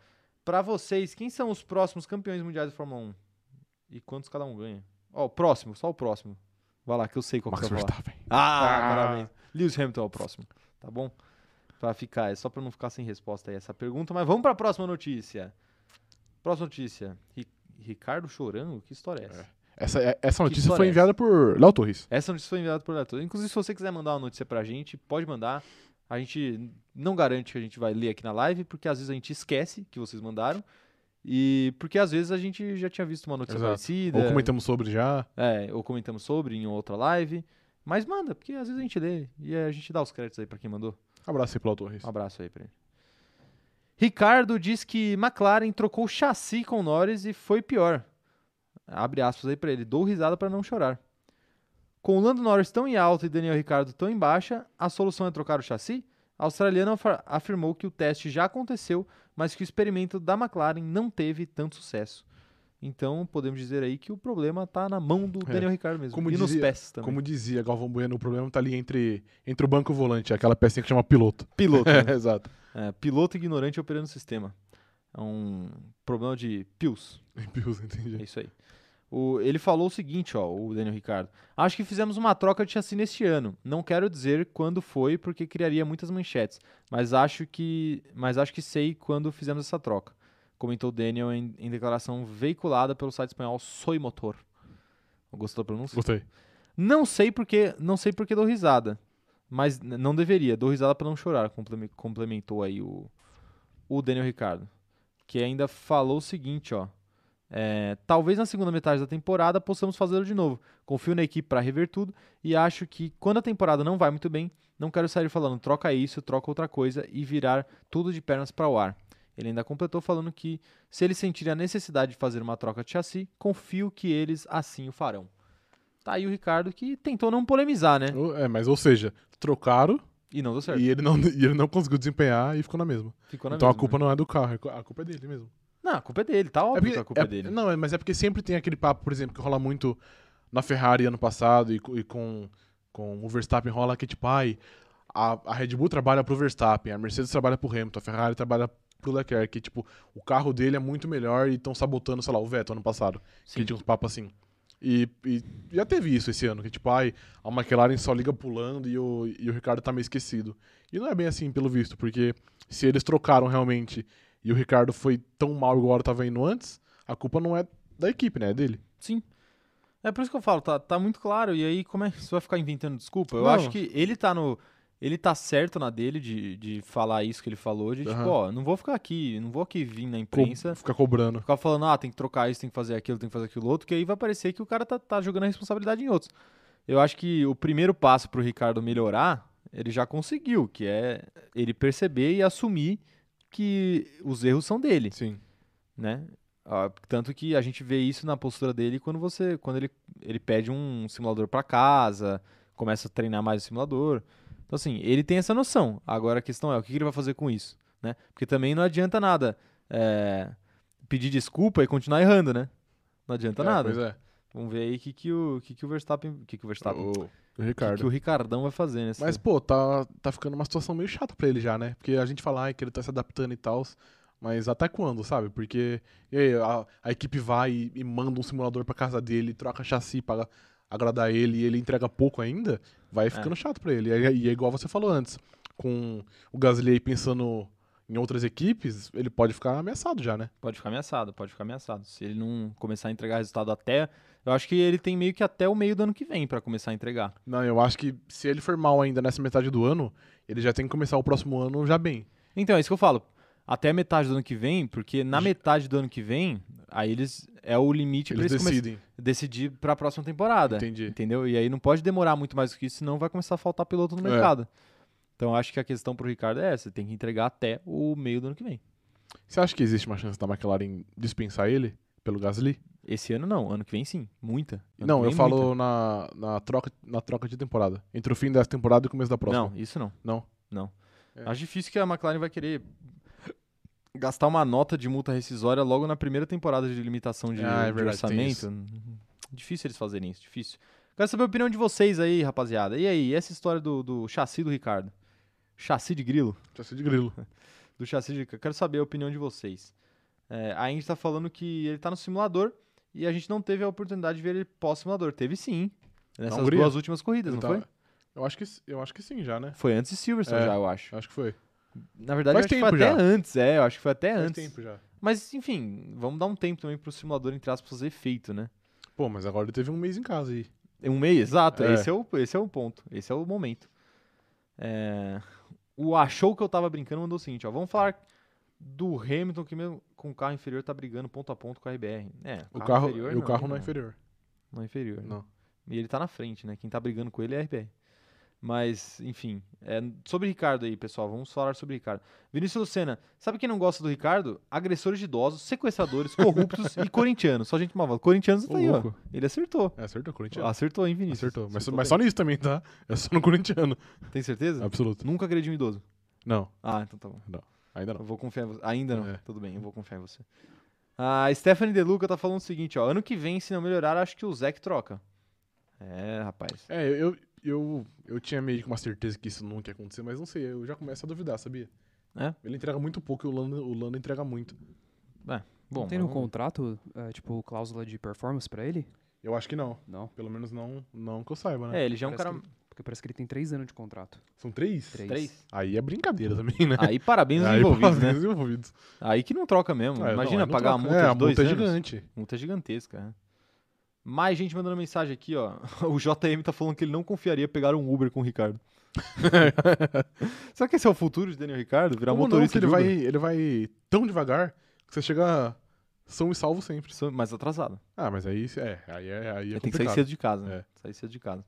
Speaker 1: Pra vocês, quem são os próximos campeões mundiais da Fórmula 1? E quantos cada um ganha? Ó, o próximo, só o próximo. Vai lá, que eu sei qual
Speaker 2: Max
Speaker 1: que eu vou falar.
Speaker 2: Verstappen.
Speaker 1: Ah,
Speaker 2: Ah.
Speaker 1: parabéns. Lewis Hamilton é o próximo, tá bom? Pra ficar, é só pra não ficar sem resposta aí essa pergunta, mas vamos pra próxima notícia. Próxima notícia. Ri- Ricardo Chorango? Que história é essa?
Speaker 2: Essa, é- essa notícia
Speaker 1: história
Speaker 2: foi
Speaker 1: é
Speaker 2: enviada por Léo Torres.
Speaker 1: Essa notícia foi enviada por leitor. Inclusive, se você quiser mandar uma notícia pra gente, pode mandar. A gente não garante que a gente vai ler aqui na live, porque às vezes a gente esquece que vocês mandaram. E porque às vezes a gente já tinha visto uma notícia
Speaker 2: Exato.
Speaker 1: parecida.
Speaker 2: Ou comentamos sobre já.
Speaker 1: É, ou comentamos sobre em outra live. Mas manda, porque às vezes a gente lê. E a gente dá os créditos aí pra quem mandou.
Speaker 2: Abraço aí pro Léo Torres.
Speaker 1: Um abraço aí pra ele. Ricardo diz que McLaren trocou chassi com Norris e foi pior. Abre aspas aí pra ele. Dou risada pra não chorar. Com o Lando Norris tão em alta e Daniel Ricardo tão em baixa, a solução é trocar o chassi? A australiana afa- afirmou que o teste já aconteceu, mas que o experimento da McLaren não teve tanto sucesso. Então, podemos dizer aí que o problema tá na mão do
Speaker 2: É.
Speaker 1: Daniel Ricardo mesmo.
Speaker 2: Como
Speaker 1: e nos
Speaker 2: dizia-
Speaker 1: pés também.
Speaker 2: Como dizia Galvão Bueno, o problema tá ali entre, entre o banco e o volante, aquela pecinha que chama piloto.
Speaker 1: piloto. né?
Speaker 2: É, exato.
Speaker 1: É, piloto ignorante operando o sistema. É um problema de pios.
Speaker 2: Piloto, entendi.
Speaker 1: É isso aí. O- ele falou o seguinte, ó, o Daniel Ricardo. Acho que fizemos uma troca de chassi neste ano. Não quero dizer quando foi, porque criaria muitas manchetes. Mas acho que, mas acho que sei quando fizemos essa troca. Comentou Daniel em, em declaração veiculada pelo site espanhol Soy Motor. Gostou da pronúncia?
Speaker 2: Gostei.
Speaker 1: Não sei porque, não sei porque dou risada, mas n- não deveria. Dou risada pra não chorar, compleme- complementou aí o, o Daniel Ricardo, que ainda falou o seguinte, ó. É, talvez na segunda metade da temporada possamos fazê-lo de novo. Confio na equipe pra rever tudo e acho que quando a temporada não vai muito bem, não quero sair falando troca isso, troca outra coisa e virar tudo de pernas para o ar. Ele ainda completou falando que se eles sentirem a necessidade de fazer uma troca de chassi, confio que eles assim o farão. Tá aí o Ricardo que tentou não polemizar, né?
Speaker 2: Ou- É, mas ou seja, trocaram
Speaker 1: E não deu certo.
Speaker 2: e ele, não, e ele não conseguiu desempenhar e ficou na mesma.
Speaker 1: Ficou na
Speaker 2: então
Speaker 1: mesma,
Speaker 2: a culpa não é do carro, é cu- a culpa é dele mesmo.
Speaker 1: né? Não, a culpa é dele, tá óbvio
Speaker 2: é porque,
Speaker 1: que a culpa é,
Speaker 2: é-
Speaker 1: dele.
Speaker 2: Não, é- mas é porque sempre tem aquele papo, por exemplo, que rola muito na Ferrari ano passado e, co- e com, com o Verstappen rola que tipo, ai, a, a Red Bull trabalha pro Verstappen, a Mercedes trabalha pro Hamilton, a Ferrari trabalha pro Leclerc, que tipo, o carro dele é muito melhor e estão sabotando, sei lá, o Vettel ano passado.
Speaker 1: Sim.
Speaker 2: Que tinha uns papos assim. E, e já teve isso esse ano, que tipo, ai, a McLaren só liga pulando e o, e o Ricardo tá meio esquecido. E não é bem assim, pelo visto, porque se eles trocaram realmente e o Ricardo foi tão mal igual tava indo antes, a culpa não é da equipe, né? É dele.
Speaker 1: Sim. É por isso que eu falo, tá, tá muito claro. E aí, como é que você vai ficar inventando desculpa? Eu
Speaker 2: Não.
Speaker 1: acho que ele tá no. Ele tá certo na dele de, de falar isso que ele falou, de tipo,
Speaker 2: Aham.
Speaker 1: ó, não vou ficar aqui, não vou aqui vir na
Speaker 2: Co-
Speaker 1: imprensa,
Speaker 2: Ficar cobrando.
Speaker 1: ficar falando, ah, tem que trocar isso, tem que fazer aquilo, tem que fazer aquilo outro, que aí vai parecer que o cara tá, tá jogando a responsabilidade em outros. Eu acho que o primeiro passo pro Ricardo melhorar, ele já conseguiu, que é ele perceber e assumir que os erros são dele
Speaker 2: Sim.
Speaker 1: né? Ah, tanto que a gente vê isso na postura dele quando você, quando ele, ele pede um simulador para casa, começa a treinar mais o simulador. Então assim, ele tem essa noção. Agora a questão é o que que ele vai fazer com isso, né? Porque também não adianta nada é, pedir desculpa e continuar errando, né? Não adianta
Speaker 2: É,
Speaker 1: nada.
Speaker 2: Pois é.
Speaker 1: Vamos ver aí o que, que, o, que, que o Verstappen. Que que o Verstappen.
Speaker 2: O, o
Speaker 1: que
Speaker 2: Ricardo.
Speaker 1: que o Ricardão vai fazer né? nessa.
Speaker 2: Mas, pô, tá, tá ficando uma situação meio chata pra ele já, né? Porque a gente fala ai, que ele tá se adaptando e tal, mas até quando, sabe? Porque e aí, a, a equipe vai e, e manda um simulador pra casa dele, troca chassi pra agradar ele e ele entrega pouco ainda, vai ficando chato pra ele. E, é- e é igual você falou antes, com o Gasly aí pensando em outras equipes, ele pode ficar ameaçado já, né?
Speaker 1: Pode ficar ameaçado, pode ficar ameaçado. Se ele não começar a entregar resultado até. Eu acho que ele tem meio que até o meio do ano que vem pra começar a entregar.
Speaker 2: Não, eu acho que se ele for mal ainda nessa metade do ano, ele já tem que começar o próximo ano já bem.
Speaker 1: Então, é isso que eu falo. Até a metade do ano que vem, porque na metade do ano que vem, aí eles. É o limite pra
Speaker 2: Eles
Speaker 1: eles começarem
Speaker 2: decidem.
Speaker 1: decidir pra próxima temporada.
Speaker 2: Entendi.
Speaker 1: Entendeu? E aí não pode demorar muito mais do que isso, senão vai começar a faltar piloto no
Speaker 2: É.
Speaker 1: mercado. Então eu acho que a questão pro Ricardo é essa, tem que entregar até o meio do ano que vem.
Speaker 2: Você acha que existe uma chance da McLaren dispensar ele pelo Gasly?
Speaker 1: Esse ano não, ano que vem sim, muita. Ano que
Speaker 2: não,
Speaker 1: vem,
Speaker 2: eu
Speaker 1: muita.
Speaker 2: falo na, na, troca, na troca de temporada. Entre o fim dessa temporada e o começo da próxima.
Speaker 1: Não, isso não.
Speaker 2: Não?
Speaker 1: Não.
Speaker 2: É.
Speaker 1: Acho difícil que a McLaren vai querer gastar uma nota de multa rescisória logo na primeira temporada de limitação de,
Speaker 2: Ah, é
Speaker 1: de
Speaker 2: verdade, tem
Speaker 1: orçamento. Difícil eles fazerem isso, difícil. Quero saber a opinião de vocês aí, rapaziada. E aí, essa história do, do chassi do Ricardo? Chassi de grilo?
Speaker 2: Já sei de grilo.
Speaker 1: do chassi de quero saber a opinião de vocês. É, a Indy tá falando que ele tá no simulador e a gente não teve a oportunidade de ver ele pós-simulador. Teve sim. Nessas
Speaker 2: Hungria?
Speaker 1: duas últimas corridas, não
Speaker 2: Ele tá-
Speaker 1: foi?
Speaker 2: Eu acho, que, eu acho que sim, já, né?
Speaker 1: Foi antes de Silverstone
Speaker 2: É.
Speaker 1: já, eu acho.
Speaker 2: Acho que foi.
Speaker 1: Na verdade,
Speaker 2: Faz
Speaker 1: eu acho que
Speaker 2: tempo
Speaker 1: foi
Speaker 2: já.
Speaker 1: até antes, é, eu acho que foi até
Speaker 2: Faz
Speaker 1: antes.
Speaker 2: tempo já.
Speaker 1: Mas, enfim, vamos dar um tempo também pro simulador, entre aspas, fazer efeito, né?
Speaker 2: Pô, mas agora ele teve um mês em casa aí.
Speaker 1: É Um mês, exato.
Speaker 2: É.
Speaker 1: Esse, é o, esse é o ponto. Esse é o momento. É, O achou que eu tava brincando mandou o seguinte, ó. Vamos falar do Hamilton que mesmo com o carro inferior tá brigando ponto a ponto com a RBR. É,
Speaker 2: O carro,
Speaker 1: inferior
Speaker 2: e o carro não,
Speaker 1: não né?
Speaker 2: é inferior.
Speaker 1: Não é inferior. né?
Speaker 2: Não.
Speaker 1: E ele tá na frente, né? Quem tá brigando com ele é a RBR. Mas, enfim, é, sobre Ricardo aí, pessoal, vamos falar sobre Ricardo. Vinícius Lucena, sabe quem não gosta do Ricardo? Agressores de idosos, sequestradores, corruptos e corintianos. Só gente malvada. Corintianos tá
Speaker 2: Ô,
Speaker 1: aí, ó.
Speaker 2: louco.
Speaker 1: Ele acertou.
Speaker 2: É, acertou, Corinthians.
Speaker 1: Acertou, hein, Vinícius?
Speaker 2: acertou. Mas,
Speaker 1: Acertou
Speaker 2: mas
Speaker 1: bem.
Speaker 2: só nisso também, tá? É só Ah. no corintiano.
Speaker 1: Tem certeza?
Speaker 2: Absoluto.
Speaker 1: Nunca agredi um idoso.
Speaker 2: Não,
Speaker 1: Ah, então tá bom.
Speaker 2: ainda
Speaker 1: Eu
Speaker 2: não.
Speaker 1: vou confiar em você. Ainda não.
Speaker 2: É.
Speaker 1: Tudo bem, eu vou confiar em você. A Stephanie Deluca tá falando o seguinte, ó. Ano que vem, se não melhorar, acho que o Zeke troca. É, rapaz.
Speaker 2: É, eu, eu, eu tinha meio que uma certeza que isso nunca ia acontecer, mas não sei, eu já começo a duvidar, sabia?
Speaker 1: É?
Speaker 2: Ele entrega muito pouco e o Lando, o Lando entrega muito.
Speaker 1: Bom,
Speaker 3: não tem no
Speaker 1: vamos-
Speaker 3: contrato, é, tipo, cláusula de performance pra ele?
Speaker 2: Eu acho que não.
Speaker 3: Não.
Speaker 2: Pelo menos não, não que eu saiba, né?
Speaker 1: É, ele já é um
Speaker 3: Parece
Speaker 1: cara...
Speaker 3: que ele- porque parece que ele tem três anos de contrato.
Speaker 2: São três?
Speaker 3: Três.
Speaker 1: Três.
Speaker 2: Aí é brincadeira também, né?
Speaker 1: Aí parabéns aos
Speaker 2: Aí,
Speaker 1: envolvidos,
Speaker 2: parabéns
Speaker 1: né?
Speaker 2: aos envolvidos.
Speaker 1: Aí que não troca mesmo.
Speaker 2: É,
Speaker 1: Imagina
Speaker 2: não, aí não
Speaker 1: pagar a
Speaker 2: troca.
Speaker 1: multa
Speaker 2: é,
Speaker 1: de dois
Speaker 2: a multa
Speaker 1: anos.
Speaker 2: é gigante.
Speaker 1: Multa gigantesca, né? Mais gente mandando mensagem aqui, ó. O JM tá falando que ele não confiaria em pegar um Uber com o Ricardo. Será que esse é o futuro de Daniel Ricardo? Virar
Speaker 2: Como não,
Speaker 1: motorista
Speaker 2: que ele
Speaker 1: de
Speaker 2: vai,
Speaker 1: Uber?
Speaker 2: ele vai tão devagar que você chega são e salvo sempre.
Speaker 1: Só- Mas atrasado.
Speaker 2: Ah, mas aí é, aí é, aí é
Speaker 1: tem que sair
Speaker 2: complicado.
Speaker 1: cedo de casa, né?
Speaker 2: É.
Speaker 1: Sair cedo de casa.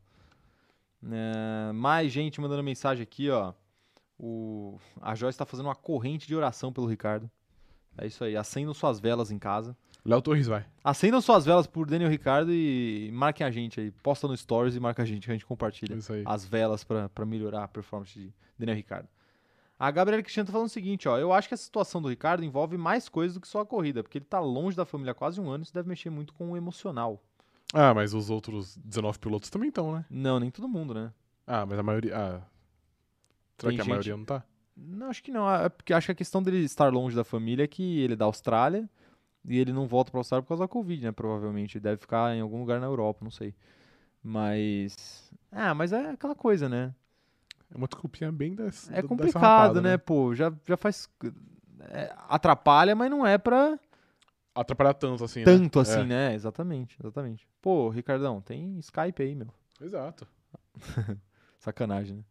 Speaker 1: É, mais gente mandando mensagem aqui, ó. O, a Joyce tá fazendo uma corrente de oração pelo Ricardo. É isso aí. Acendam suas velas em casa.
Speaker 2: Léo Torres vai.
Speaker 1: Acendam suas velas por Daniel Ricardo e marquem a gente aí. Posta no Stories e marca a gente, que a gente compartilha
Speaker 2: É Isso aí.
Speaker 1: as velas pra pra melhorar a performance de Daniel Ricardo. A Gabriela Cristina tá falando o seguinte, ó. Eu acho que a situação do Ricardo envolve mais coisas do que só a corrida, porque ele tá longe da família há quase um ano, isso deve mexer muito com o emocional.
Speaker 2: Ah, mas os outros 19 pilotos também estão, né?
Speaker 1: Não, nem todo mundo, né?
Speaker 2: Ah, mas a maioria. Ah,
Speaker 1: Tem
Speaker 2: será que a
Speaker 1: gente-
Speaker 2: maioria não tá?
Speaker 1: Não, acho que não. É porque acho que a questão dele estar longe da família é que ele é da Austrália e ele não volta para a Austrália por causa da Covid, né? Provavelmente. Ele deve ficar em algum lugar na Europa, não sei. Mas. Ah, mas é aquela coisa, né?
Speaker 2: É uma desculpinha bem dessa.
Speaker 1: É
Speaker 2: dessa
Speaker 1: complicado,
Speaker 2: rapada,
Speaker 1: né? Pô, já, já faz. é, atrapalha, mas não é pra
Speaker 2: Atrapalhar tanto assim. né?
Speaker 1: tanto
Speaker 2: É,
Speaker 1: assim, né? Exatamente, exatamente. Pô, Ricardão, tem Skype aí, meu.
Speaker 2: Exato.
Speaker 1: Sacanagem, né?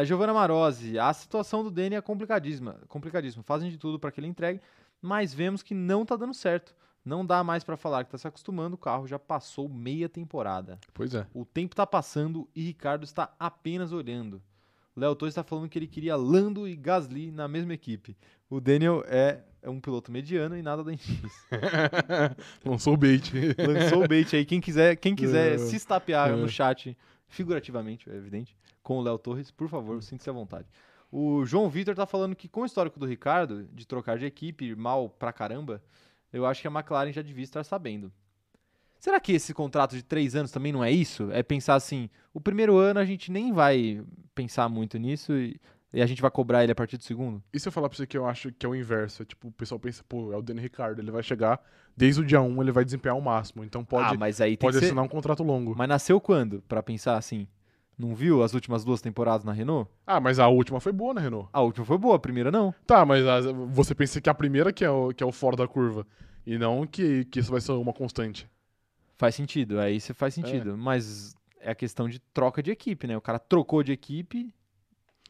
Speaker 1: É, Giovanna Marozzi, a situação do Dene é complicadíssima, complicadíssima. Fazem de tudo para que ele entregue, mas vemos que não tá dando certo. Não dá mais para falar que tá se acostumando, o carro já passou meia temporada.
Speaker 2: Pois é.
Speaker 1: O tempo tá passando e Ricardo está apenas olhando. O Léo Torres está falando que ele queria Lando e Gasly na mesma equipe. O Daniel é, é um piloto mediano e nada além disso.
Speaker 2: Lançou o bait.
Speaker 1: Lançou o bait aí. Quem quiser, quem quiser
Speaker 2: É.
Speaker 1: se estapear no
Speaker 2: É.
Speaker 1: chat, figurativamente, é evidente, com o Léo Torres, por
Speaker 2: Hum.
Speaker 1: favor, sinta-se à vontade. O João Vitor tá falando que com o histórico do Ricardo, de trocar de equipe, mal pra caramba, eu acho que a McLaren já devia estar sabendo. Será que esse contrato de três anos também não é isso? É pensar assim, o primeiro ano a gente nem vai pensar muito nisso e, e a gente vai cobrar ele a partir do segundo?
Speaker 2: E se eu falar pra você que eu acho que é o inverso? É tipo, o pessoal pensa, pô, é o Dani Ricardo, ele vai chegar, desde o dia 1 ele vai desempenhar o máximo, então pode,
Speaker 1: ah, mas aí tem
Speaker 2: pode
Speaker 1: que ser...
Speaker 2: assinar um contrato longo.
Speaker 1: Mas nasceu quando? Pra pensar assim, não viu as últimas duas temporadas na Renault?
Speaker 2: Ah, mas a última foi boa, né, Renault?
Speaker 1: A última foi boa, a primeira não.
Speaker 2: Tá, mas a- você pensa que a primeira que é o, que é o fora da curva, e não que, que isso vai ser uma constante.
Speaker 1: Faz sentido, aí você faz sentido. Mas é a questão de troca de equipe, né? O cara trocou de equipe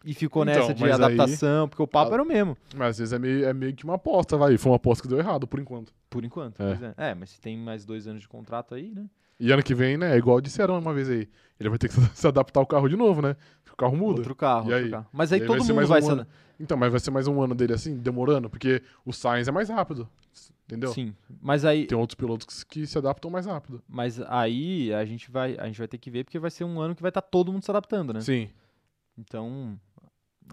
Speaker 1: e ficou
Speaker 2: Então,
Speaker 1: nessa de
Speaker 2: mas aí-
Speaker 1: adaptação, porque o papo
Speaker 2: Ah.
Speaker 1: era o mesmo,
Speaker 2: Mas às vezes é meio, é meio que uma aposta, vai. Foi uma aposta que deu errado, por enquanto.
Speaker 1: por enquanto.
Speaker 2: É.
Speaker 1: pois É. é, mas se tem mais dois anos de contrato aí, né?
Speaker 2: E ano que vem, né? É igual disseram uma vez aí. Ele vai ter que se adaptar ao carro de novo, né? O carro muda.
Speaker 1: Outro carro,
Speaker 2: E
Speaker 1: outro
Speaker 2: aí?
Speaker 1: carro. Mas
Speaker 2: E
Speaker 1: aí,
Speaker 2: aí vai
Speaker 1: todo
Speaker 2: ser
Speaker 1: mundo
Speaker 2: mais um
Speaker 1: vai se
Speaker 2: ano.
Speaker 1: ad-
Speaker 2: Então, mas vai ser mais um ano dele assim, demorando, porque o Sainz é mais rápido. Entendeu?
Speaker 1: Sim. Mas aí,
Speaker 2: Tem outros pilotos que, se- que se adaptam mais rápido.
Speaker 1: mas aí a gente vai, a gente vai ter que ver porque vai ser um ano que vai estar todo mundo se adaptando, né?
Speaker 2: Sim.
Speaker 1: Então,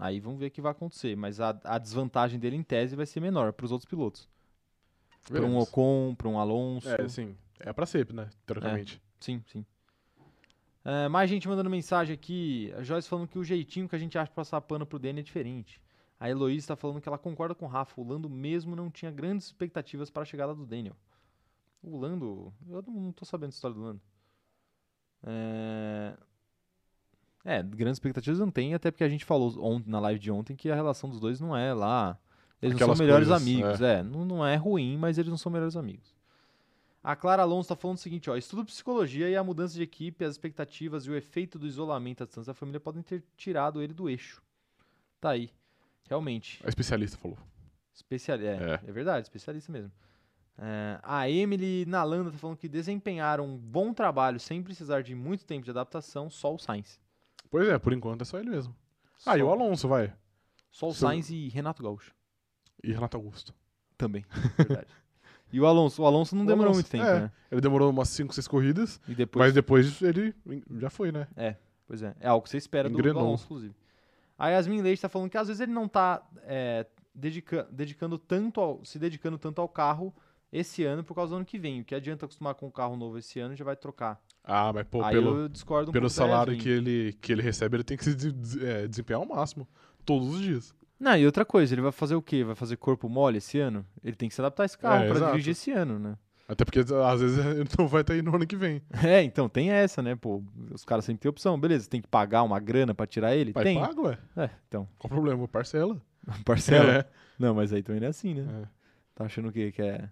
Speaker 1: aí vamos ver o que vai acontecer, mas a, a desvantagem dele em tese vai ser menor para os outros pilotos. Para um
Speaker 2: veremos.
Speaker 1: Ocon, para um Alonso.
Speaker 2: É, sim. É pra sempre, né? Teoricamente.
Speaker 1: Sim, sim. É, mais gente mandando mensagem aqui. A Joyce falando que o jeitinho que a gente acha pra passar pano pro Dene é diferente. A Heloísa está falando que ela concorda com o Rafa. O Lando mesmo não tinha grandes expectativas para a chegada do Daniel. O Lando. Eu não, não tô sabendo a história do Lando. É... é, grandes expectativas não tem, até porque a gente falou ontem, na live de ontem que a relação dos dois não é lá. Eles não
Speaker 2: Aquelas
Speaker 1: são melhores
Speaker 2: coisas,
Speaker 1: amigos. É, não, não é ruim, mas eles não são melhores amigos. A Clara Alonso tá falando o seguinte, ó, estudo psicologia e a mudança de equipe, as expectativas e o efeito do isolamento à distância da família podem ter tirado ele do eixo. Tá aí. Realmente.
Speaker 2: A especialista falou.
Speaker 1: Especialista. É, é. verdade, especialista mesmo. É, a Emily Nalanda tá falando que desempenharam um bom trabalho sem precisar de muito tempo de adaptação, só o Sainz.
Speaker 2: Pois é, por enquanto é só ele mesmo.
Speaker 1: Só,
Speaker 2: Ah, e o Alonso, vai.
Speaker 1: Só o
Speaker 2: Só-
Speaker 1: Sainz e Renato Gaúcho.
Speaker 2: E Renato Augusto.
Speaker 1: Também, verdade. e o Alonso? O Alonso não
Speaker 2: O
Speaker 1: demorou
Speaker 2: Alonso,
Speaker 1: muito tempo,
Speaker 2: é.
Speaker 1: né?
Speaker 2: Ele demorou umas 5, 6 corridas,
Speaker 1: E depois
Speaker 2: mas depois disso ele já foi, né?
Speaker 1: Pois é, é algo que você espera do, do
Speaker 2: Engrenou.
Speaker 1: Alonso, inclusive. A Yasmin Leite tá falando que às vezes ele não tá é, dedica- dedicando tanto ao- se dedicando tanto ao carro esse ano por causa do ano que vem. O que adianta acostumar com um carro novo esse ano e já vai trocar.
Speaker 2: Ah, mas pô,
Speaker 1: Aí
Speaker 2: pelo,
Speaker 1: eu discordo um
Speaker 2: pelo
Speaker 1: pouco da
Speaker 2: salário
Speaker 1: Yasmin.
Speaker 2: que ele, que ele recebe, ele tem que se des- des- é, desempenhar ao máximo. Todos os dias.
Speaker 1: Não, e outra coisa, ele vai fazer o quê? Vai fazer corpo mole esse ano? Ele tem que se adaptar a esse carro
Speaker 2: É,
Speaker 1: pra
Speaker 2: exato.
Speaker 1: dirigir esse ano, né?
Speaker 2: Até porque às vezes ele não vai estar aí no ano que vem.
Speaker 1: É, então tem essa, né? Pô, os caras sempre têm opção. Beleza, tem que pagar uma grana pra tirar ele?
Speaker 2: Pai
Speaker 1: tem.
Speaker 2: paga, ué.
Speaker 1: É, então,
Speaker 2: Qual o problema? Parcela.
Speaker 1: parcela.
Speaker 2: É.
Speaker 1: Não, mas aí também não é assim, né?
Speaker 2: É.
Speaker 1: Tá achando o quê? Que é.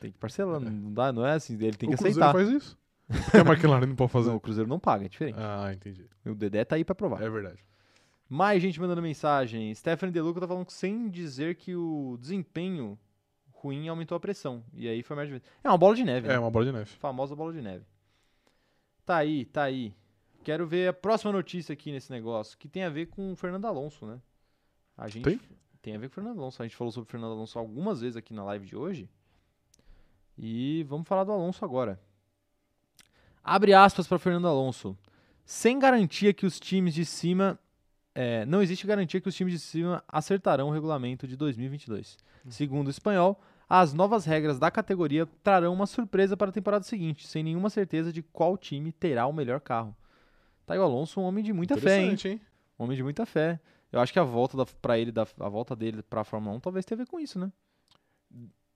Speaker 1: Tem que parcelar, não dá, não é assim. Ele tem
Speaker 2: o
Speaker 1: que
Speaker 2: Cruzeiro
Speaker 1: aceitar.
Speaker 2: faz isso. Por que a McLaren não pode
Speaker 1: Não,
Speaker 2: fazer?
Speaker 1: o Cruzeiro não paga, é diferente.
Speaker 2: Ah, entendi.
Speaker 1: O Dedé tá aí pra provar.
Speaker 2: É verdade.
Speaker 1: Mais gente mandando mensagem. Stephanie Deluca tá falando que sem dizer que o desempenho ruim aumentou a pressão. E aí foi mais difícil. É uma bola de neve, né?
Speaker 2: É uma bola de neve.
Speaker 1: Famosa bola de neve. Tá aí, tá aí. Quero ver a próxima notícia aqui nesse negócio, que tem a ver com o Fernando Alonso, né? A gente
Speaker 2: Tem?
Speaker 1: tem a ver com o Fernando Alonso. A gente falou sobre o Fernando Alonso algumas vezes aqui na live de hoje. E vamos falar do Alonso agora. Abre aspas para Fernando Alonso. Sem garantia que os times de cima. é, não existe garantia que os times de cima acertarão o regulamento de 2022. Segundo o espanhol, as novas regras da categoria trarão uma surpresa para a temporada seguinte, sem nenhuma certeza de qual time terá o melhor carro. Tá aí o Alonso, um homem de muita fé, hein?
Speaker 2: Interessante, hein?
Speaker 1: Um Homem de muita fé. Eu acho que a volta da, pra ele, da, a volta dele pra Fórmula 1 talvez tenha a ver com isso, né?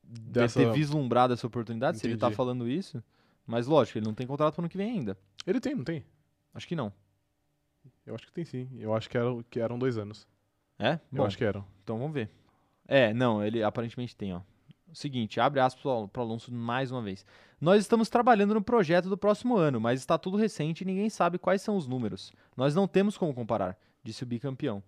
Speaker 1: Deve
Speaker 2: Dessa-
Speaker 1: ter vislumbrado essa oportunidade, se ele tá
Speaker 2: Entendi.
Speaker 1: falando isso. Mas lógico, ele não tem contrato pro ano que vem ainda.
Speaker 2: Ele tem, não tem?
Speaker 1: Acho que não.
Speaker 2: Eu acho que tem sim. Eu acho que, era, que eram dois anos.
Speaker 1: É?
Speaker 2: Eu
Speaker 1: Bom.
Speaker 2: acho que eram.
Speaker 1: Então vamos ver. É, não, ele aparentemente tem, ó. Seguinte, abre aspas para Alonso mais uma vez. Nós estamos trabalhando no projeto do próximo ano, mas está tudo recente e ninguém sabe quais são os números. Nós não temos como comparar, disse o bicampeão.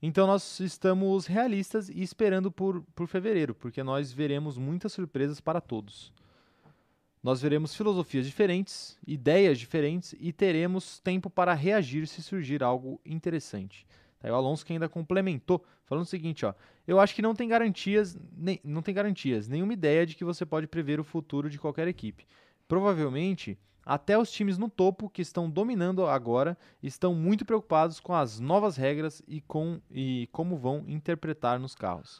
Speaker 1: Então nós estamos realistas e esperando por, por fevereiro, porque nós veremos muitas surpresas para todos. Nós veremos filosofias diferentes, ideias diferentes e teremos tempo para reagir se surgir algo interessante. Tá aí o Alonso que ainda complementou, falando o seguinte, ó. Eu acho que não tem garantias, nem, não tem garantias, nenhuma ideia de que você pode prever o futuro de qualquer equipe. Provavelmente, até os times no topo que estão dominando agora estão muito preocupados com as novas regras e com e como vão interpretar nos carros.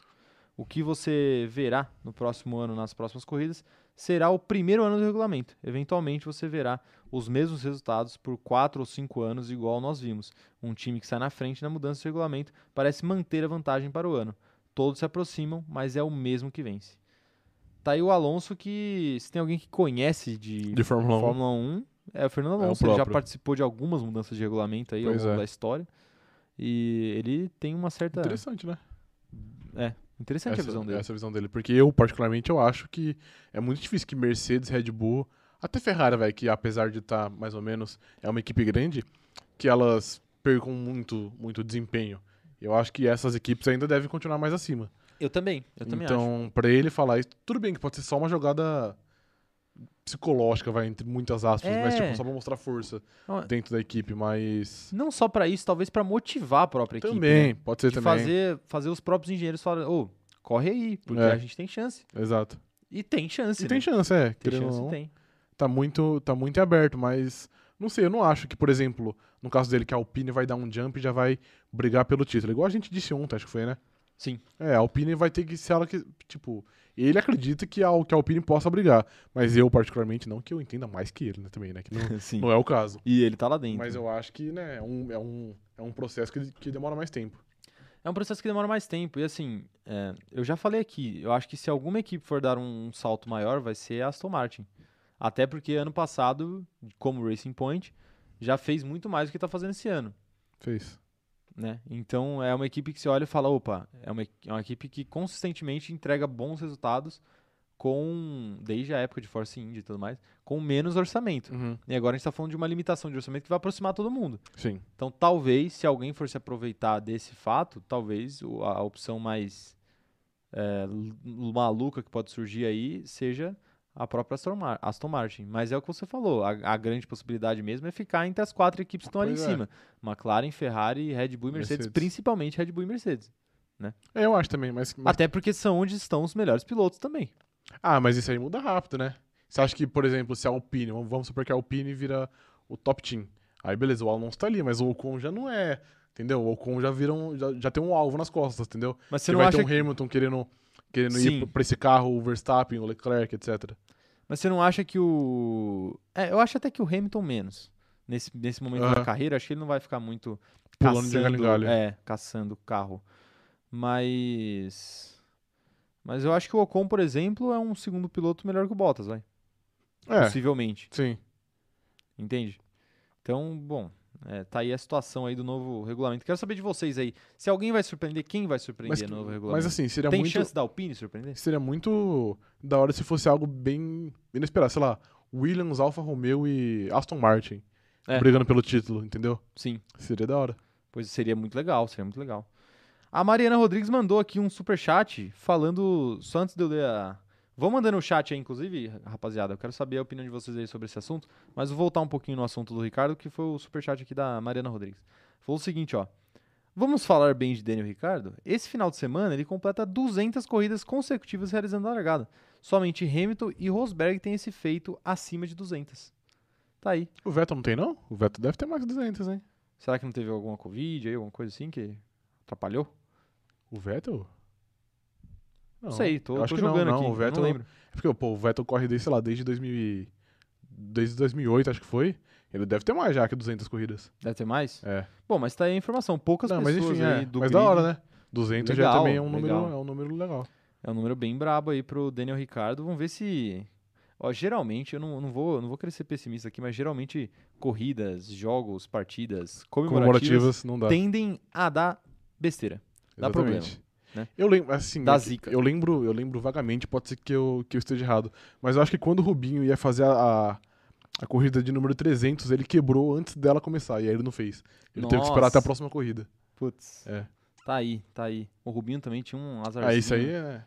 Speaker 1: O que você verá no próximo ano nas próximas corridas será o primeiro ano do regulamento. Eventualmente você verá os mesmos resultados por 4 ou 5 anos, igual nós vimos. Um time que sai na frente na mudança do regulamento parece manter a vantagem para o ano. Todos se aproximam, mas é o mesmo que vence. Tá aí o Alonso que, se tem alguém que conhece de,
Speaker 2: De Fórmula 1.
Speaker 1: Fórmula 1, é o Fernando
Speaker 2: o
Speaker 1: Alonso. ele já
Speaker 2: próprio.
Speaker 1: participou de algumas mudanças de regulamento aí ao
Speaker 2: Pois
Speaker 1: longo
Speaker 2: é.
Speaker 1: da história. E ele tem uma certa...
Speaker 2: Interessante, né?
Speaker 1: Interessante a visão dele.
Speaker 2: essa visão dele. Porque eu, particularmente, eu acho que é muito difícil que Mercedes, Red Bull, até Ferrari, velho, que apesar de estar mais ou menos, é uma equipe grande, que elas percam muito, muito desempenho. Eu acho que essas equipes ainda devem continuar mais acima.
Speaker 1: Eu também, eu também acho.
Speaker 2: então, pra ele falar isso, tudo bem que pode ser só uma jogada psicológica, vai, entre muitas aspas, mas
Speaker 1: É.
Speaker 2: tipo, só pra mostrar força
Speaker 1: Não, é.
Speaker 2: dentro da equipe, mas.
Speaker 1: Não só pra isso, talvez pra motivar a própria
Speaker 2: também,
Speaker 1: equipe. né?
Speaker 2: pode ser
Speaker 1: De
Speaker 2: também.
Speaker 1: fazer, fazer os próprios engenheiros falarem, ô, corre aí, porque
Speaker 2: É.
Speaker 1: a gente tem chance.
Speaker 2: Exato.
Speaker 1: E tem chance,
Speaker 2: E tem
Speaker 1: né?
Speaker 2: chance, é.
Speaker 1: Tem
Speaker 2: querendo ou
Speaker 1: chance,
Speaker 2: não.
Speaker 1: tem.
Speaker 2: tá muito, tá muito em aberto, mas não sei, eu não acho que, por exemplo, no caso dele, que a Alpine vai dar um jump e já vai brigar pelo título. Igual a gente disse ontem, acho que foi, né?
Speaker 1: Sim.
Speaker 2: É, a Alpine vai ter que, se ela que, tipo, ele acredita que a, que a Alpine possa brigar, mas eu particularmente não que eu entenda mais que ele, né, também, né, que não,
Speaker 1: Sim.
Speaker 2: não é o caso.
Speaker 1: E ele tá lá dentro.
Speaker 2: Mas eu acho que, né, é um, é um, é um processo que, que demora mais tempo.
Speaker 1: É um processo que demora mais tempo. E assim, é, eu já falei aqui, eu acho que se alguma equipe for dar um salto maior, vai ser a Aston Martin. Até porque ano passado, como Racing Point, já fez muito mais do que tá fazendo esse ano.
Speaker 2: Fez.
Speaker 1: né? Então é uma equipe que você olha e fala, opa, é uma, equi- é uma equipe que consistentemente entrega bons resultados com, desde a época de Force India e tudo mais, com menos orçamento. E agora a gente está falando de uma limitação de orçamento que vai aproximar todo mundo.
Speaker 2: Sim.
Speaker 1: Então talvez, se alguém for se aproveitar desse fato, talvez o- a opção mais é, l- l- maluca que pode surgir aí seja a própria Aston, Mar- Aston Martin. Mas é o que você falou, a, a grande possibilidade mesmo é ficar entre as quatro equipes que estão ali em
Speaker 2: Pois é.
Speaker 1: cima. McLaren, Ferrari, Red Bull e Mercedes,
Speaker 2: Mercedes.
Speaker 1: principalmente Red Bull e Mercedes.
Speaker 2: É, eu acho também, mas, mas
Speaker 1: Até porque são onde estão os melhores pilotos também.
Speaker 2: Ah, mas isso aí muda rápido, né? Você acha que, por exemplo, se a Alpine, vamos vamos supor que a Alpine vira o top team. Aí beleza, o Alonso tá ali, mas o Ocon já não é, entendeu? O Ocon já vira um, já, já tem um alvo nas costas, entendeu?
Speaker 1: Mas você
Speaker 2: Você
Speaker 1: não
Speaker 2: vai
Speaker 1: acha
Speaker 2: ter um Hamilton querendo, querendo
Speaker 1: Sim.
Speaker 2: ir pra- pra esse carro, o Verstappen, o Leclerc, etc.
Speaker 1: Mas você não acha que o. É, eu acho até que o Hamilton menos. Nesse, nesse momento da
Speaker 2: Aham.
Speaker 1: carreira, acho que ele não vai ficar muito
Speaker 2: Pulando de
Speaker 1: caçando,
Speaker 2: galho em galho.
Speaker 1: É, caçando carro. Mas. Mas eu acho que o Ocon, por exemplo, é um segundo piloto melhor que o Bottas, vai.
Speaker 2: É,
Speaker 1: Possivelmente.
Speaker 2: sim.
Speaker 1: Entende? Então, bom. é, tá aí a situação aí do novo regulamento. Quero saber de vocês aí. Se alguém vai surpreender, quem vai surpreender
Speaker 2: Mas,
Speaker 1: no novo
Speaker 2: mas
Speaker 1: regulamento?
Speaker 2: assim, seria
Speaker 1: Tem
Speaker 2: muito,
Speaker 1: chance da Alpine surpreender?
Speaker 2: seria muito da hora se fosse algo bem inesperado, sei lá, Williams, Alfa Romeo e Aston Martin
Speaker 1: É.
Speaker 2: brigando pelo título, entendeu?
Speaker 1: Sim.
Speaker 2: Seria da hora.
Speaker 1: Pois seria muito legal, seria muito legal. A Mariana Rodrigues mandou aqui um superchat falando. Só antes de eu ler a. Vão mandando o chat aí, inclusive, rapaziada. Eu quero saber a opinião de vocês aí sobre esse assunto. Mas vou voltar um pouquinho no assunto do Ricardo, que foi o superchat aqui da Mariana Rodrigues. Falou o seguinte, ó. Vamos falar bem de Daniel Ricardo? Esse final de semana ele completa 200 corridas consecutivas realizando a largada. Somente Hamilton e Rosberg têm esse feito acima de 200. Tá aí.
Speaker 2: O Vettel não tem, não? O Vettel deve ter mais de 200, hein?
Speaker 1: Será que não teve alguma Covid aí, alguma coisa assim que atrapalhou?
Speaker 2: O Vettel?
Speaker 1: Não sei, tô,
Speaker 2: eu acho
Speaker 1: tô
Speaker 2: que não,
Speaker 1: jogando
Speaker 2: não,
Speaker 1: aqui.
Speaker 2: o Vettel-
Speaker 1: não lembro.
Speaker 2: É Porque, pô, o Vettel corre desde, sei lá, desde 2000 e- desde 2008, acho que foi. Ele deve ter mais já que 200 corridas.
Speaker 1: Deve ter mais?
Speaker 2: É.
Speaker 1: Bom, mas tá aí a informação. Poucas
Speaker 2: Não, mas
Speaker 1: pessoas
Speaker 2: enfim,
Speaker 1: aí
Speaker 2: é.
Speaker 1: do
Speaker 2: Mas
Speaker 1: grid.
Speaker 2: da hora, né? 200 já
Speaker 1: Legal,
Speaker 2: também é um, número,
Speaker 1: legal.
Speaker 2: é um número legal.
Speaker 1: É um número bem brabo aí pro Daniel Ricardo. Vamos ver se. Ó, geralmente, eu não, não vou, não vou querer ser pessimista aqui, mas geralmente corridas, jogos, partidas comemorativas,
Speaker 2: Comemorativas, tá. não dá.
Speaker 1: tendem a dar besteira. dá problema,
Speaker 2: Exatamente.
Speaker 1: né?
Speaker 2: Eu lembro, assim,
Speaker 1: Dá
Speaker 2: é que
Speaker 1: zica.
Speaker 2: eu lembro, eu lembro vagamente, pode ser que eu, que eu esteja errado, mas eu acho que quando o Rubinho ia fazer a, a, a corrida de número 300, ele quebrou antes dela começar, e aí ele não fez. Ele teve que esperar
Speaker 1: Nossa.
Speaker 2: até a próxima corrida.
Speaker 1: Putz.
Speaker 2: É.
Speaker 1: Tá aí, tá aí. O Rubinho também tinha um azarzinho.
Speaker 2: Ah, isso aí é.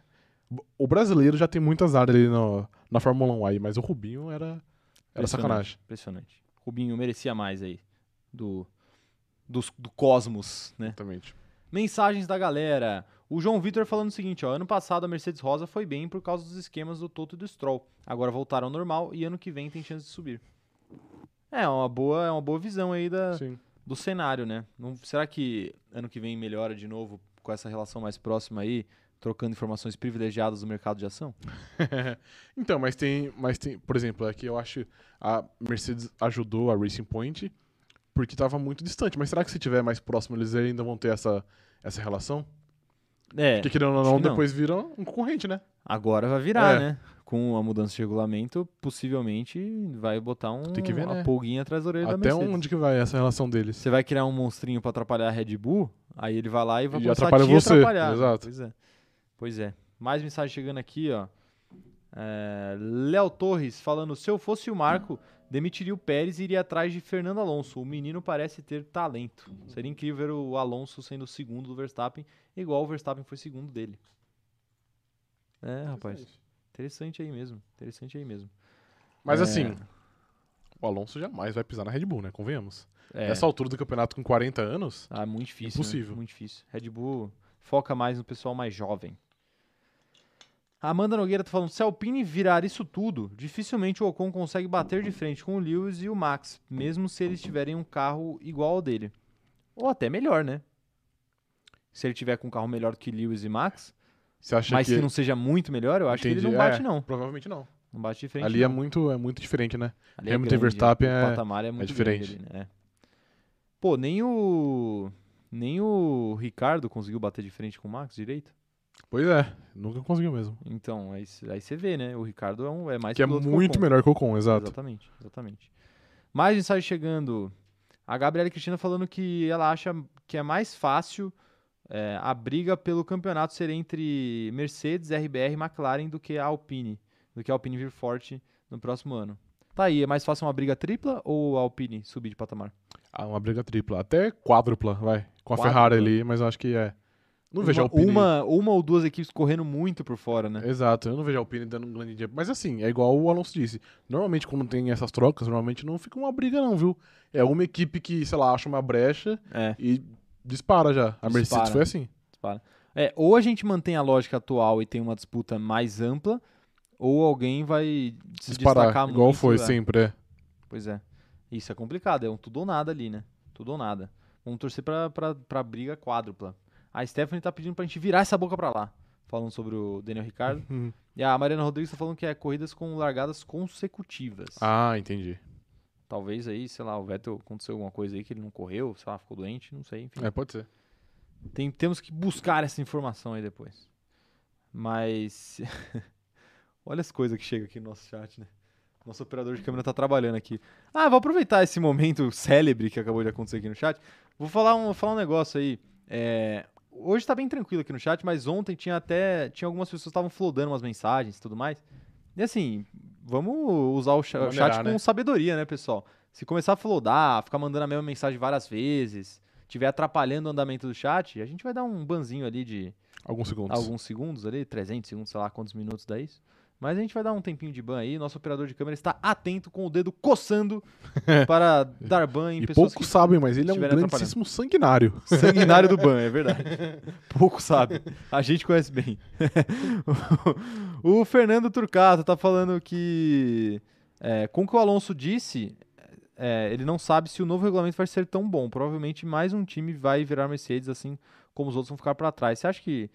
Speaker 2: O brasileiro já tem muitas áreas ali no, na Fórmula 1 aí, mas o Rubinho era, era
Speaker 1: Impressionante.
Speaker 2: sacanagem.
Speaker 1: Impressionante. Rubinho merecia mais aí do, dos- do cosmos, né?
Speaker 2: Exatamente.
Speaker 1: Mensagens da galera. O João Vitor falando o seguinte, ó, ano passado a Mercedes Rosa foi bem por causa dos esquemas do Toto e do Stroll. Agora voltaram ao normal e ano que vem tem chance de subir. É uma boa, é uma boa visão aí da,
Speaker 2: Sim.
Speaker 1: do cenário, né? Não- será que ano que vem melhora de novo com essa relação mais próxima aí trocando informações privilegiadas do mercado de ação?
Speaker 2: então, mas tem, mas tem, por exemplo, é que eu acho a Mercedes ajudou a Racing Point porque estava muito distante. Mas será que se tiver mais próximo eles ainda vão ter essa, essa relação?
Speaker 1: É,
Speaker 2: Porque querendo ou
Speaker 1: acho
Speaker 2: não,
Speaker 1: que não.
Speaker 2: depois viram um concorrente, né?
Speaker 1: agora vai virar,
Speaker 2: É.
Speaker 1: né? Com a mudança de regulamento, possivelmente vai botar um,
Speaker 2: Tem que ver,
Speaker 1: uma
Speaker 2: né?
Speaker 1: polguinha atrás da orelha da
Speaker 2: Até um
Speaker 1: Mercedes.
Speaker 2: onde que vai essa relação deles?
Speaker 1: Você vai criar um monstrinho pra atrapalhar a Red Bull, aí ele vai lá e vai
Speaker 2: E
Speaker 1: começar a
Speaker 2: atrapalha
Speaker 1: te
Speaker 2: você,
Speaker 1: atrapalhar.
Speaker 2: exato.
Speaker 1: Pois é. Pois é. Mais mensagem chegando aqui, ó. É, Léo Torres falando: se eu fosse o Marco, demitiria o Pérez e iria atrás de Fernando Alonso. O menino parece ter talento. Seria incrível ver o Alonso sendo o segundo do Verstappen, igual o Verstappen foi segundo dele. É, rapaz. Interessante aí mesmo. Interessante aí mesmo.
Speaker 2: Mas
Speaker 1: É.
Speaker 2: assim, o Alonso jamais vai pisar na Red Bull, né? Convenhamos.
Speaker 1: É,
Speaker 2: Nessa altura do campeonato com 40 anos,
Speaker 1: ah, muito difícil. né?
Speaker 2: Impossível.
Speaker 1: Muito difícil. Red Bull foca mais no pessoal mais jovem. A Amanda Nogueira tá falando, se a Alpine virar isso tudo, dificilmente o Ocon consegue bater de frente com o Lewis e o Max, mesmo se eles tiverem um carro igual ao dele. Ou até melhor, né? Se ele tiver com um carro melhor que Lewis e Max,
Speaker 2: você acha
Speaker 1: mas
Speaker 2: que...
Speaker 1: que não seja muito melhor, eu acho que ele
Speaker 2: Entendi,
Speaker 1: não bate,
Speaker 2: é.
Speaker 1: não.
Speaker 2: Provavelmente não.
Speaker 1: Não bate de frente,
Speaker 2: Ali é
Speaker 1: não.
Speaker 2: muito, é muito diferente, né?
Speaker 1: Ali é
Speaker 2: Hamilton e
Speaker 1: grande,
Speaker 2: Verstappen
Speaker 1: o
Speaker 2: é-
Speaker 1: patamar é, muito
Speaker 2: diferente.
Speaker 1: grande ali, né? É. Pô, nem o nem o Ricardo conseguiu bater de frente com o Max direito.
Speaker 2: Pois é, nunca conseguiu mesmo.
Speaker 1: Então, aí c- aí você vê, né? O Ricardo é, um, é mais
Speaker 2: que é
Speaker 1: piloto
Speaker 2: muito
Speaker 1: o Ocon.
Speaker 2: melhor que o Ocon, exato.
Speaker 1: Exatamente, exatamente. Mais mensagem chegando. A Gabriela Cristina falando que ela acha que é mais fácil é, a briga pelo campeonato ser entre Mercedes, RBR e McLaren do que a Alpine, do que a Alpine vir forte no próximo ano. Tá aí, é mais fácil uma briga tripla ou a Alpine subir de patamar?
Speaker 2: Ah, uma briga tripla, até quádrupla, vai. Com a
Speaker 1: Quádrupla?
Speaker 2: Ferrari ali, mas eu acho que é. Não vejo a
Speaker 1: uma,
Speaker 2: Alpine.
Speaker 1: uma, uma ou duas equipes correndo muito por fora, né?
Speaker 2: Exato, eu não vejo a Alpine dando um grande dia. Mas assim, é igual o Alonso disse. Normalmente, quando tem essas trocas, normalmente não fica uma briga, não, viu? É uma equipe que, sei lá, acha uma brecha
Speaker 1: É.
Speaker 2: e dispara já. A Mercedes
Speaker 1: Dispara.
Speaker 2: foi assim.
Speaker 1: É, ou a gente mantém a lógica atual e tem uma disputa mais ampla, ou alguém vai se
Speaker 2: Disparar,
Speaker 1: destacar
Speaker 2: igual
Speaker 1: muito.
Speaker 2: foi
Speaker 1: é.
Speaker 2: sempre. É.
Speaker 1: Pois é. Isso é complicado, é um tudo ou nada ali, né? Tudo ou nada. Vamos torcer pra, pra, pra briga quádrupla. A Stephanie tá pedindo pra gente virar essa boca pra lá, falando sobre o Daniel Ricardo.
Speaker 2: Uhum.
Speaker 1: e a Mariana Rodrigues tá falando que é corridas com largadas consecutivas.
Speaker 2: Ah, entendi.
Speaker 1: Talvez aí, sei lá, o Vettel aconteceu alguma coisa aí que ele não correu, sei lá, ficou doente, não sei, enfim.
Speaker 2: É, pode ser.
Speaker 1: Tem- temos que buscar essa informação aí depois. Mas. Olha as coisas que chegam aqui no nosso chat, né? Nosso operador de câmera tá trabalhando aqui. Ah, vou aproveitar esse momento célebre que acabou de acontecer aqui no chat. Vou falar um, falar um negócio aí. É, hoje tá bem tranquilo aqui no chat, mas ontem tinha até. Tinha algumas pessoas que estavam flodando umas mensagens e tudo mais. E assim, vamos usar o cha- o
Speaker 2: Maneirar,
Speaker 1: chat com
Speaker 2: né?
Speaker 1: sabedoria, né, pessoal? Se começar a flodar, ficar mandando a mesma mensagem várias vezes, tiver atrapalhando o andamento do chat, a gente vai dar um banzinho ali de
Speaker 2: Alguns segundos.
Speaker 1: alguns segundos ali, 300 segundos, sei lá quantos minutos dá isso. Mas a gente vai dar um tempinho de ban aí. Nosso operador de câmera está atento com o dedo coçando para dar ban em
Speaker 2: E
Speaker 1: pessoas
Speaker 2: poucos sabem, mas ele é um
Speaker 1: estiverem
Speaker 2: grandíssimo sanguinário.
Speaker 1: que... sanguinário do ban, é verdade. Pouco sabe. A gente conhece bem. o Fernando Turcato tá falando que é, com o que o Alonso disse, é, ele não sabe se o novo regulamento vai ser tão bom. Provavelmente mais um time vai virar Mercedes, assim como os outros vão ficar para trás. Você acha que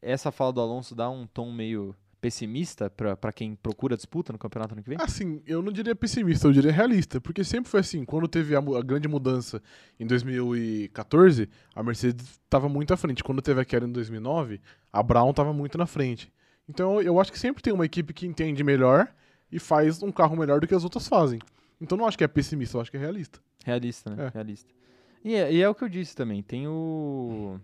Speaker 1: essa fala do Alonso dá um tom meio pessimista pra pra quem procura disputa no campeonato ano que vem?
Speaker 2: Assim, eu não diria pessimista, eu diria realista, porque sempre foi assim, quando teve a, mu- a grande mudança em 2014, a Mercedes estava muito à frente. Quando teve a queda em 2009, a Brown estava muito na frente. Então eu acho que sempre tem uma equipe que entende melhor e faz um carro melhor do que as outras fazem. Então eu não acho que é pessimista, eu acho que é realista.
Speaker 1: Realista, né?
Speaker 2: É.
Speaker 1: Realista. E é, e é o que eu disse também. Tem o.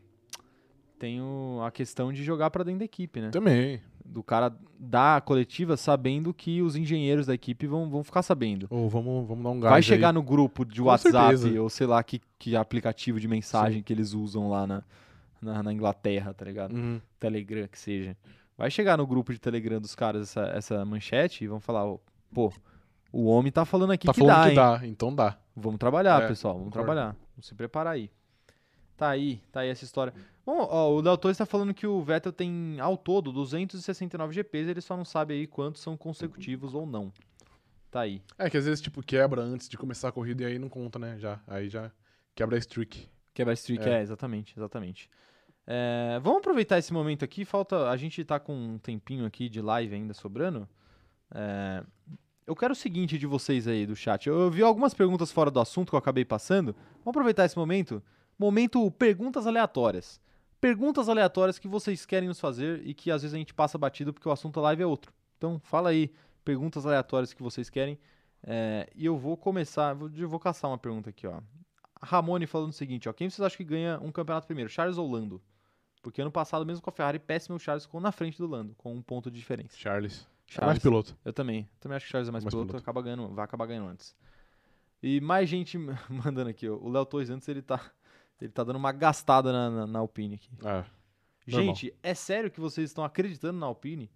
Speaker 1: Tem o, a questão de jogar pra dentro da equipe, né?
Speaker 2: Também.
Speaker 1: Do cara dar a coletiva sabendo que os engenheiros da equipe vão, vão ficar sabendo.
Speaker 2: Ou vamos, vamos dar um gás
Speaker 1: Vai
Speaker 2: aí.
Speaker 1: chegar no grupo de
Speaker 2: Com
Speaker 1: WhatsApp
Speaker 2: certeza.
Speaker 1: ou sei lá que, que aplicativo de mensagem que eles usam lá na, na, na Inglaterra, tá ligado?
Speaker 2: Uhum.
Speaker 1: Telegram que seja. Vai chegar no grupo de Telegram dos caras essa, essa manchete e vão falar, "Ô, pô, o homem tá falando aqui
Speaker 2: Tá
Speaker 1: que
Speaker 2: falando
Speaker 1: dá,
Speaker 2: que
Speaker 1: hein?
Speaker 2: dá, então dá.
Speaker 1: Vamos trabalhar,
Speaker 2: É,
Speaker 1: pessoal. Vamos
Speaker 2: concordo.
Speaker 1: trabalhar. Vamos se preparar aí. Tá aí, tá aí essa história. Bom, ó, o Léo Torres tá falando que o Vettel tem ao todo 269 GPs, ele só não sabe aí quantos são consecutivos ou não. Tá aí.
Speaker 2: É que às vezes, tipo, quebra antes de começar a corrida e aí não conta, né? Já. Aí já quebra a streak.
Speaker 1: Quebra streak, é,
Speaker 2: É.
Speaker 1: exatamente, exatamente. É, vamos aproveitar esse momento aqui. Falta. A gente tá com um tempinho aqui de live ainda sobrando. É, eu quero o seguinte de vocês aí do chat. Eu, eu vi algumas perguntas fora do assunto que eu acabei passando. Vamos aproveitar esse momento. Momento perguntas aleatórias. Perguntas aleatórias que vocês querem nos fazer e que às vezes a gente passa batido porque o assunto da live é outro. Então fala aí, perguntas aleatórias que vocês querem. É, e eu vou começar, vou, eu vou caçar uma pergunta aqui, ó. Ramone falando o seguinte, ó. Quem vocês acham que ganha um campeonato primeiro? Charles ou Lando? Porque ano passado, mesmo com a Ferrari péssima, o Charles ficou na frente do Lando, com um ponto de diferença.
Speaker 2: Charles. Charles. Mais
Speaker 1: Charles,
Speaker 2: piloto.
Speaker 1: eu também. Também acho que Charles é mais,
Speaker 2: Mais
Speaker 1: piloto,
Speaker 2: piloto.
Speaker 1: Acaba ganhando, vai acabar ganhando antes. E mais gente mandando aqui, ó. O Léo Torres antes, ele tá, ele tá dando uma gastada na, na, na Alpine aqui.
Speaker 2: É. Normal.
Speaker 1: Gente, é sério que vocês estão acreditando na Alpine?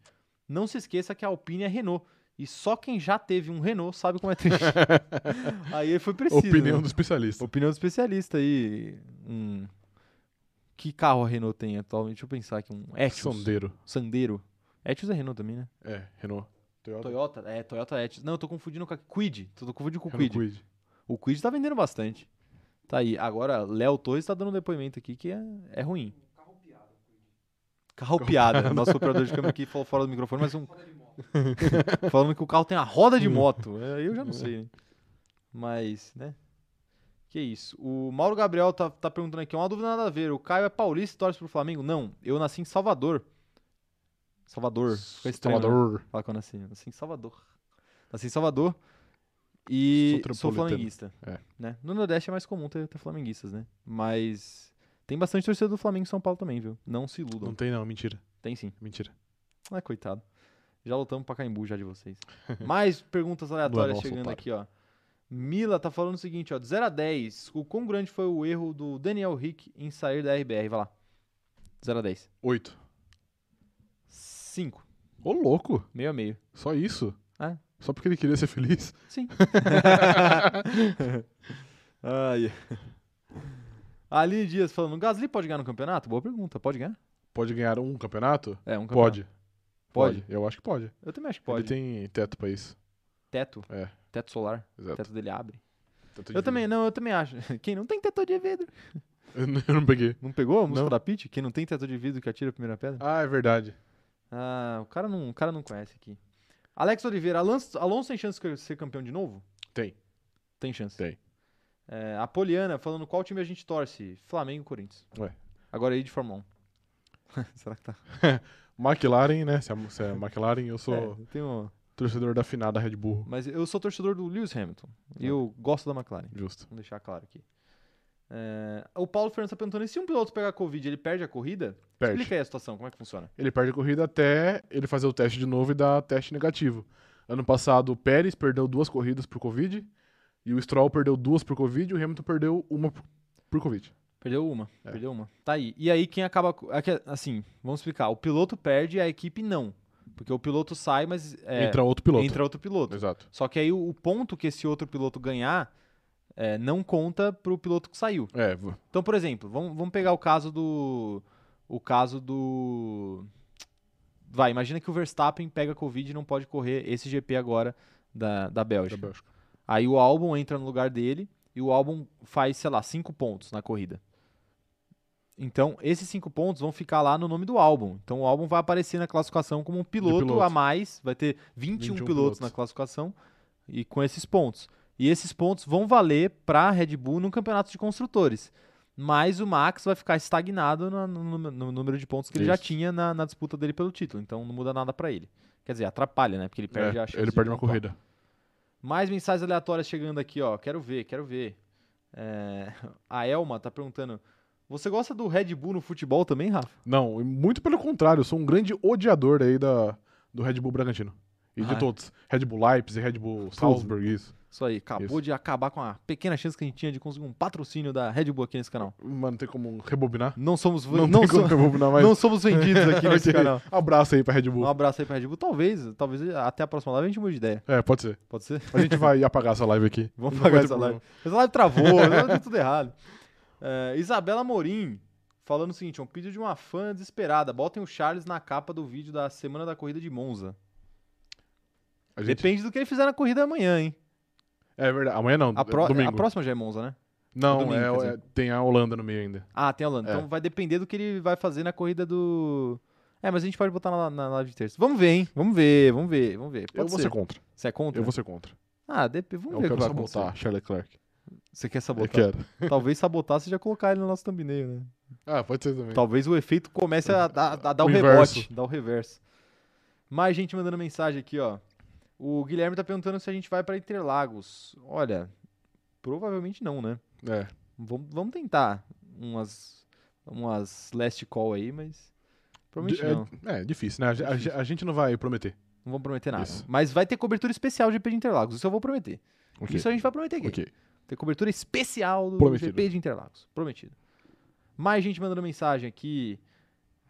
Speaker 1: Não se esqueça que a Alpine é Renault. E só quem já teve um Renault sabe como é triste. aí ele foi preciso.
Speaker 2: Opinião
Speaker 1: né?
Speaker 2: do especialista.
Speaker 1: Opinião do especialista aí. Um... Que carro a Renault tem atualmente? Deixa eu pensar aqui. Um
Speaker 2: É
Speaker 1: Etios.
Speaker 2: Sondeiro.
Speaker 1: Sandero. Etios é Renault também, né?
Speaker 2: É, Renault. Toyota.
Speaker 1: Toyota? É, Toyota Etios. Não, eu tô confundindo com a Quid. Tô tô confundindo com o
Speaker 2: Renault
Speaker 1: Quid.
Speaker 2: Quid.
Speaker 1: O Quid tá vendendo bastante. Tá aí. Agora, Léo Torres tá dando um depoimento aqui que é, é ruim. Carro piada. Nosso operador de câmera aqui falou fora do microfone, mas um. Falando que o carro tem a roda de moto. É, Aí eu já não sei, né? Mas, né? Que isso. O Mauro Gabriel tá, tá perguntando aqui, uma dúvida nada a ver. O Caio é paulista e torce pro Flamengo? Não, eu nasci em Salvador. Salvador. Fica estranho, né?
Speaker 2: Salvador.
Speaker 1: Fala que eu nasci. Nasci em Salvador. Nasci em Salvador e
Speaker 2: Sou
Speaker 1: sou
Speaker 2: trampolitano.
Speaker 1: flamenguista.
Speaker 2: É.
Speaker 1: Né? No Nordeste é mais comum ter, ter flamenguistas, né? Mas tem bastante torcida do Flamengo em São Paulo também, viu? Não se iludam.
Speaker 2: Não tem não, mentira.
Speaker 1: Tem sim.
Speaker 2: Mentira.
Speaker 1: Ah, coitado. Já lutamos pra Caimbu já de vocês. Mais perguntas aleatórias
Speaker 2: nosso,
Speaker 1: chegando
Speaker 2: otário.
Speaker 1: aqui, ó. Mila tá falando o seguinte, ó. De 0 a 10, o quão grande foi o erro do Daniel Rick em sair da RBR? Vai lá. 0 a 10.
Speaker 2: Oito.
Speaker 1: 5.
Speaker 2: Ô, louco.
Speaker 1: Meio a meio.
Speaker 2: Só isso?
Speaker 1: É.
Speaker 2: Só porque ele queria ser feliz?
Speaker 1: Sim. Ai. A Aline Dias falando, Gasly pode ganhar no campeonato? Boa pergunta, pode ganhar?
Speaker 2: Pode ganhar um campeonato?
Speaker 1: É, um campeonato.
Speaker 2: Pode.
Speaker 1: Pode.
Speaker 2: Eu acho que pode.
Speaker 1: Eu também acho que
Speaker 2: Pode.
Speaker 1: pode.
Speaker 2: Ele tem teto pra isso.
Speaker 1: Teto,
Speaker 2: É,
Speaker 1: teto solar, o
Speaker 2: exato.
Speaker 1: teto dele abre.
Speaker 2: Teto de
Speaker 1: Eu também,
Speaker 2: vidro.
Speaker 1: não, eu também acho. Quem não tem teto de vidro...
Speaker 2: Eu não. Eu não peguei.
Speaker 1: Não pegou a música
Speaker 2: Não.
Speaker 1: da Pitty? Quem não tem teto de vidro que atira a primeira pedra?
Speaker 2: Ah, é verdade.
Speaker 1: Ah, o cara não, o cara não conhece aqui. Alex Oliveira, Alonso, Alonso tem chance de ser campeão de novo?
Speaker 2: Tem.
Speaker 1: Tem chance.
Speaker 2: Tem.
Speaker 1: É, a Poliana falando qual time a gente torce? Flamengo e Corinthians.
Speaker 2: Ué.
Speaker 1: Agora aí de Fórmula 1. Será que tá?
Speaker 2: McLaren, né? Se é, se é McLaren, eu sou
Speaker 1: É, tem um-
Speaker 2: torcedor da finada Red Bull.
Speaker 1: Mas eu sou torcedor do Lewis Hamilton. E
Speaker 2: É.
Speaker 1: eu gosto da McLaren.
Speaker 2: Justo.
Speaker 1: Vamos deixar claro aqui. É, o Paulo Fernandes tá perguntando: e se um piloto pegar Covid, ele perde a corrida?
Speaker 2: Perde.
Speaker 1: Explica aí a situação, como é que funciona?
Speaker 2: Ele perde a corrida até ele fazer o teste de novo e dar teste negativo. Ano passado, o Pérez perdeu duas corridas por Covid, e o Stroll perdeu duas por Covid, e o Hamilton perdeu uma por- por Covid.
Speaker 1: Perdeu uma,
Speaker 2: É.
Speaker 1: perdeu uma. Tá aí. E aí quem acaba. co- é que, Assim, vamos explicar. O piloto perde e a equipe não. Porque o piloto sai, mas é,
Speaker 2: Entra outro piloto.
Speaker 1: entra outro piloto.
Speaker 2: Exato.
Speaker 1: Só que aí o, o ponto que esse outro piloto ganhar é, não conta pro piloto que saiu.
Speaker 2: É, v-
Speaker 1: Então, por exemplo, vamos, vamos pegar o caso do. O caso do. Vai, imagina que o Verstappen pega Covid e não pode correr esse GP agora da, da Bélgica.
Speaker 2: da Bélgica.
Speaker 1: Aí o álbum entra no lugar dele e o álbum faz, sei lá, cinco pontos na corrida. Então, esses cinco pontos vão ficar lá no nome do álbum. Então, o álbum vai aparecer na classificação como um piloto,
Speaker 2: piloto.
Speaker 1: a mais. Vai ter 21,
Speaker 2: 21
Speaker 1: pilotos,
Speaker 2: pilotos.
Speaker 1: na classificação e com esses pontos. E esses pontos vão valer para a Red Bull no campeonato de construtores. Mas o Max vai ficar estagnado na- no, num- no número de pontos que ele já
Speaker 2: Isso.
Speaker 1: tinha na, na disputa dele pelo título. Então, não muda nada para ele. Quer dizer, atrapalha, né? Porque ele perde
Speaker 2: É,
Speaker 1: a chance
Speaker 2: ele
Speaker 1: de
Speaker 2: perde uma
Speaker 1: pontuar.
Speaker 2: corrida.
Speaker 1: Mais mensagens aleatórias chegando aqui, ó. Quero ver, quero ver. É, A Elma tá perguntando: Você gosta do Red Bull no futebol também, Rafa?
Speaker 2: Não, e muito pelo contrário, eu sou um grande odiador aí da, do Red Bull Bragantino. E
Speaker 1: Ah.
Speaker 2: de todos. Red Bull Leipzig, Red Bull Salzburg, isso.
Speaker 1: Isso aí, acabou
Speaker 2: Isso.
Speaker 1: de acabar com a pequena chance que a gente tinha de conseguir um patrocínio da Red Bull aqui nesse canal.
Speaker 2: Mano, tem como rebobinar?
Speaker 1: Não somos,
Speaker 2: Não,
Speaker 1: não
Speaker 2: tem
Speaker 1: so-
Speaker 2: como rebobinar mais.
Speaker 1: não somos vendidos aqui nesse
Speaker 2: Ok.
Speaker 1: canal.
Speaker 2: Abraço aí pra Red
Speaker 1: Um
Speaker 2: Bull.
Speaker 1: abraço aí pra Red Bull. Talvez, talvez até a próxima live a gente mude de ideia.
Speaker 2: É, pode ser.
Speaker 1: Pode ser?
Speaker 2: A gente vai apagar essa live aqui.
Speaker 1: Vamos
Speaker 2: Não
Speaker 1: pagar
Speaker 2: vai ter
Speaker 1: essa
Speaker 2: problema.
Speaker 1: live. Essa live travou, ela deu tudo errado. É, Isabela Morim falando o seguinte: um pedido de uma fã desesperada. Botem o Charles na capa do vídeo da semana da corrida de Monza.
Speaker 2: A gente...
Speaker 1: Depende do que ele fizer na corrida amanhã, hein?
Speaker 2: É verdade. Amanhã não.
Speaker 1: A, pró-
Speaker 2: domingo.
Speaker 1: a próxima já é Monza, né? Do
Speaker 2: Não,
Speaker 1: link, quer
Speaker 2: é,
Speaker 1: dizer.
Speaker 2: é- tem a Holanda no meio ainda.
Speaker 1: Ah, tem a Holanda.
Speaker 2: É.
Speaker 1: Então vai depender do que ele vai fazer na corrida do. É, mas a gente pode botar na, na live de terça. Vamos ver, hein? Vamos ver, vamos ver, vamos ver.
Speaker 2: eu
Speaker 1: Pode
Speaker 2: vou
Speaker 1: ser.
Speaker 2: ser contra.
Speaker 1: Você é contra?
Speaker 2: Eu vou ser contra.
Speaker 1: Ah, dep- vamos
Speaker 2: Eu
Speaker 1: ver o
Speaker 2: quero
Speaker 1: que vai acontecer.
Speaker 2: sabotar Charles Leclerc.
Speaker 1: Você quer
Speaker 2: Eu
Speaker 1: sabotar?
Speaker 2: quero.
Speaker 1: Talvez sabotar seja colocar ele no nosso thumbnail, né?
Speaker 2: Ah, pode ser também.
Speaker 1: Talvez o efeito comece a, dar- a dar o,
Speaker 2: O
Speaker 1: rebote,
Speaker 2: inverso.
Speaker 1: dar o reverso. Mais gente mandando mensagem aqui, ó. O Guilherme tá perguntando se a gente vai pra Interlagos. Olha, provavelmente não, né?
Speaker 2: É.
Speaker 1: Vamos, vamos tentar umas, umas last call aí, mas provavelmente
Speaker 2: Di- é-
Speaker 1: não.
Speaker 2: É, difícil, né? A, ge- a ge- a gente não vai prometer.
Speaker 1: Não vamos prometer nada.
Speaker 2: Isso.
Speaker 1: Mas vai ter cobertura especial do GP de Interlagos, isso eu vou prometer.
Speaker 2: Ok.
Speaker 1: Isso a gente vai prometer aqui.
Speaker 2: ok.
Speaker 1: Tem cobertura especial do
Speaker 2: Prometido.
Speaker 1: GP de Interlagos. Prometido. Mais gente mandando mensagem aqui.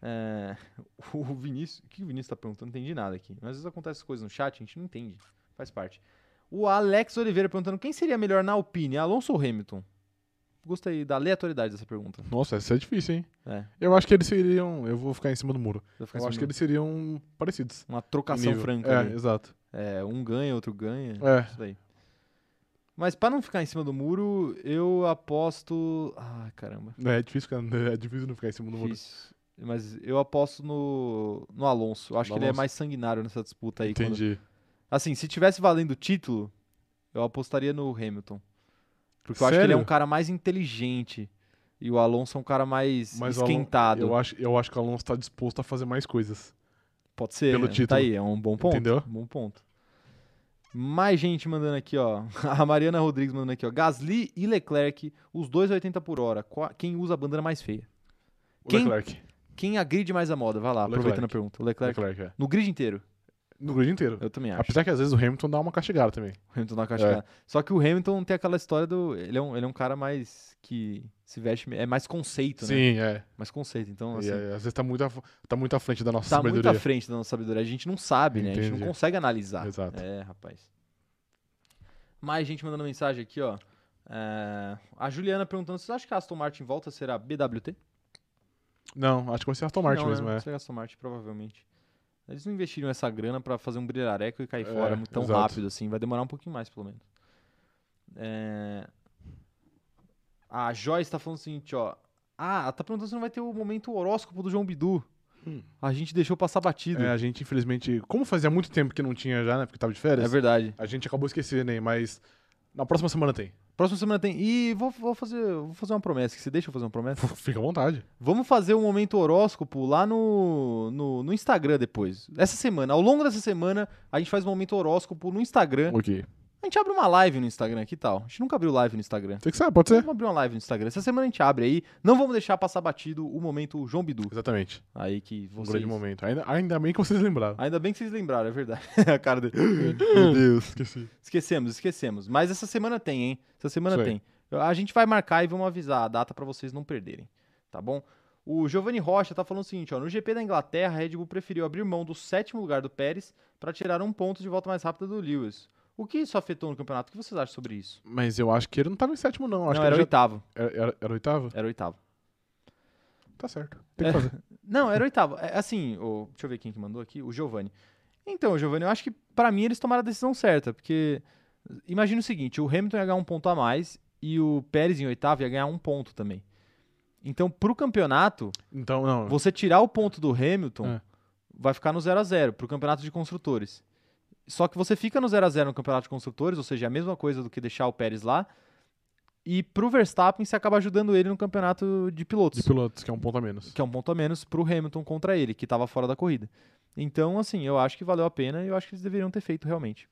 Speaker 1: É, o Vinícius. O que o Vinícius tá perguntando? Não entendi nada aqui. Mas às vezes acontecem essas coisas no chat, a gente não entende. Faz parte. O Alex Oliveira perguntando quem seria melhor na Alpine, Alonso ou Hamilton? Gostei da aleatoriedade dessa pergunta.
Speaker 2: Nossa, essa é difícil, hein?
Speaker 1: É.
Speaker 2: Eu acho que eles seriam. Eu vou ficar em cima do muro.
Speaker 1: Vai ficar
Speaker 2: Eu
Speaker 1: assim
Speaker 2: acho que
Speaker 1: no-
Speaker 2: eles seriam parecidos.
Speaker 1: Uma trocação
Speaker 2: Nível.
Speaker 1: franca.
Speaker 2: É,
Speaker 1: ali.
Speaker 2: exato.
Speaker 1: É, um ganha, outro ganha.
Speaker 2: É.
Speaker 1: Isso daí. Mas pra não ficar em cima do muro, eu aposto. Ah, caramba.
Speaker 2: É difícil, ficar- é difícil não ficar em cima do muro.
Speaker 1: Difícil. Mas eu aposto no, no Alonso. Eu acho
Speaker 2: No
Speaker 1: que ele é
Speaker 2: Alonso.
Speaker 1: mais sanguinário nessa disputa aí. quando-
Speaker 2: Entendi.
Speaker 1: Assim, se tivesse valendo o título, eu apostaria no Hamilton. Porque eu acho que ele é
Speaker 2: Sério?
Speaker 1: um cara mais inteligente. E o Alonso é um cara mais
Speaker 2: Mas o Alon-
Speaker 1: esquentado.
Speaker 2: Eu acho, eu acho que o Alonso tá disposto a fazer mais coisas.
Speaker 1: Pode ser.
Speaker 2: pelo
Speaker 1: né? Tá
Speaker 2: título.
Speaker 1: aí, é um bom ponto.
Speaker 2: Entendeu?
Speaker 1: Bom ponto. Mais gente mandando aqui, ó. A Mariana Rodrigues mandando aqui, ó. Gasly e Leclerc, os dois 80 por hora. Qua- Quem usa a bandeira mais feia?
Speaker 2: O
Speaker 1: Quem-
Speaker 2: Leclerc.
Speaker 1: Quem agride mais a moda? Vai lá,
Speaker 2: Leclerc.
Speaker 1: aproveitando a pergunta. O Leclerc.
Speaker 2: Leclerc, é.
Speaker 1: No grid inteiro,
Speaker 2: No grid inteiro.
Speaker 1: eu também acho.
Speaker 2: Apesar que às vezes o Hamilton dá uma castigada também. né?
Speaker 1: O Hamilton dá uma castigada. Só que o Hamilton tem aquela história do. Ele é um, ele é um cara mais. que se veste. me- É mais conceito, né?
Speaker 2: Sim, é.
Speaker 1: Mais conceito. Então,
Speaker 2: E,
Speaker 1: assim.
Speaker 2: é, às vezes tá muito, à, f- tá muito à frente da nossa
Speaker 1: Tá muito
Speaker 2: sabedoria.
Speaker 1: à frente da nossa sabedoria. A gente não sabe, né? A gente não
Speaker 2: Entendi.
Speaker 1: consegue analisar.
Speaker 2: Exato.
Speaker 1: É, rapaz. Mais gente mandando mensagem aqui, ó. É, a Juliana perguntando: vocês acham que a Aston Martin volta será BWT?
Speaker 2: Não, acho que vai ser Aston Martin
Speaker 1: não,
Speaker 2: mesmo,
Speaker 1: né?
Speaker 2: é.
Speaker 1: Será Aston Martin, provavelmente. Eles não investiram essa grana pra fazer um brilhareco e cair
Speaker 2: É,
Speaker 1: fora tão
Speaker 2: exato.
Speaker 1: rápido assim. Vai demorar um pouquinho mais, pelo menos. É, A Joyce tá falando o seguinte, ó. Ah, ela tá perguntando se não vai ter o momento horóscopo do João Bidu.
Speaker 2: Hum.
Speaker 1: A gente deixou passar batido.
Speaker 2: É, A gente, infelizmente, como fazia muito tempo que não tinha já, né? Porque tava de
Speaker 1: é
Speaker 2: férias,
Speaker 1: verdade.
Speaker 2: a gente acabou esquecendo aí, mas na próxima semana tem.
Speaker 1: Próxima semana tem. E vou, vou fazer, vou fazer uma promessa. Que você deixa eu fazer uma promessa?
Speaker 2: Fica à vontade.
Speaker 1: Vamos fazer um momento horóscopo lá no, no, no Instagram depois. Essa semana, ao longo dessa semana, a gente faz um momento horóscopo no Instagram.
Speaker 2: Ok.
Speaker 1: A gente abre uma live no Instagram, que tal? A gente nunca abriu live no Instagram.
Speaker 2: Você que sabe, pode ser?
Speaker 1: Vamos abrir uma live no Instagram. Essa semana a gente abre aí. Não vamos deixar passar batido o momento João Bidu.
Speaker 2: Exatamente.
Speaker 1: Aí que
Speaker 2: Um
Speaker 1: vocês.
Speaker 2: grande momento. Ainda, ainda bem que vocês lembraram.
Speaker 1: Ainda bem que vocês lembraram, é verdade. a cara dele.
Speaker 2: Meu Deus, esqueci.
Speaker 1: Esquecemos, esquecemos. Mas essa semana tem, hein? Essa semana
Speaker 2: Isso aí.
Speaker 1: tem. A gente vai marcar e vamos avisar a data pra vocês não perderem, tá bom? O Giovanni Rocha tá falando o seguinte, ó, no GP da Inglaterra, a Red Bull preferiu abrir mão do sétimo lugar do Pérez pra tirar um ponto de volta mais rápida do Lewis. O que isso afetou no campeonato? O que vocês acham sobre isso?
Speaker 2: Mas eu acho que ele não tava em sétimo, não. Acho
Speaker 1: não,
Speaker 2: que
Speaker 1: era
Speaker 2: ele já...
Speaker 1: oitavo.
Speaker 2: era, É, era, era oitavo?
Speaker 1: Era oitavo.
Speaker 2: Tá certo. Tem
Speaker 1: É.
Speaker 2: que fazer.
Speaker 1: Não, era oitavo. É, assim, o- deixa eu ver quem que mandou aqui, o Giovanni. Então, Giovanni, eu acho que pra mim eles tomaram a decisão certa, porque imagina o seguinte, o Hamilton ia ganhar um ponto a mais e o Pérez em oitavo ia ganhar um ponto também. Então, pro campeonato,
Speaker 2: Então, não.
Speaker 1: você tirar o ponto do Hamilton
Speaker 2: É.
Speaker 1: vai ficar no 0 a 0 pro campeonato de construtores. Só que você fica no 0 a 0 no campeonato de construtores, ou seja, é a mesma coisa do que deixar o Pérez lá. E pro Verstappen você acaba ajudando ele no campeonato de pilotos
Speaker 2: De pilotos, que é um ponto a menos.
Speaker 1: que é um ponto a menos pro Hamilton contra ele, que tava fora da corrida. Então, assim, eu acho que valeu a pena e eu acho que eles deveriam ter feito realmente.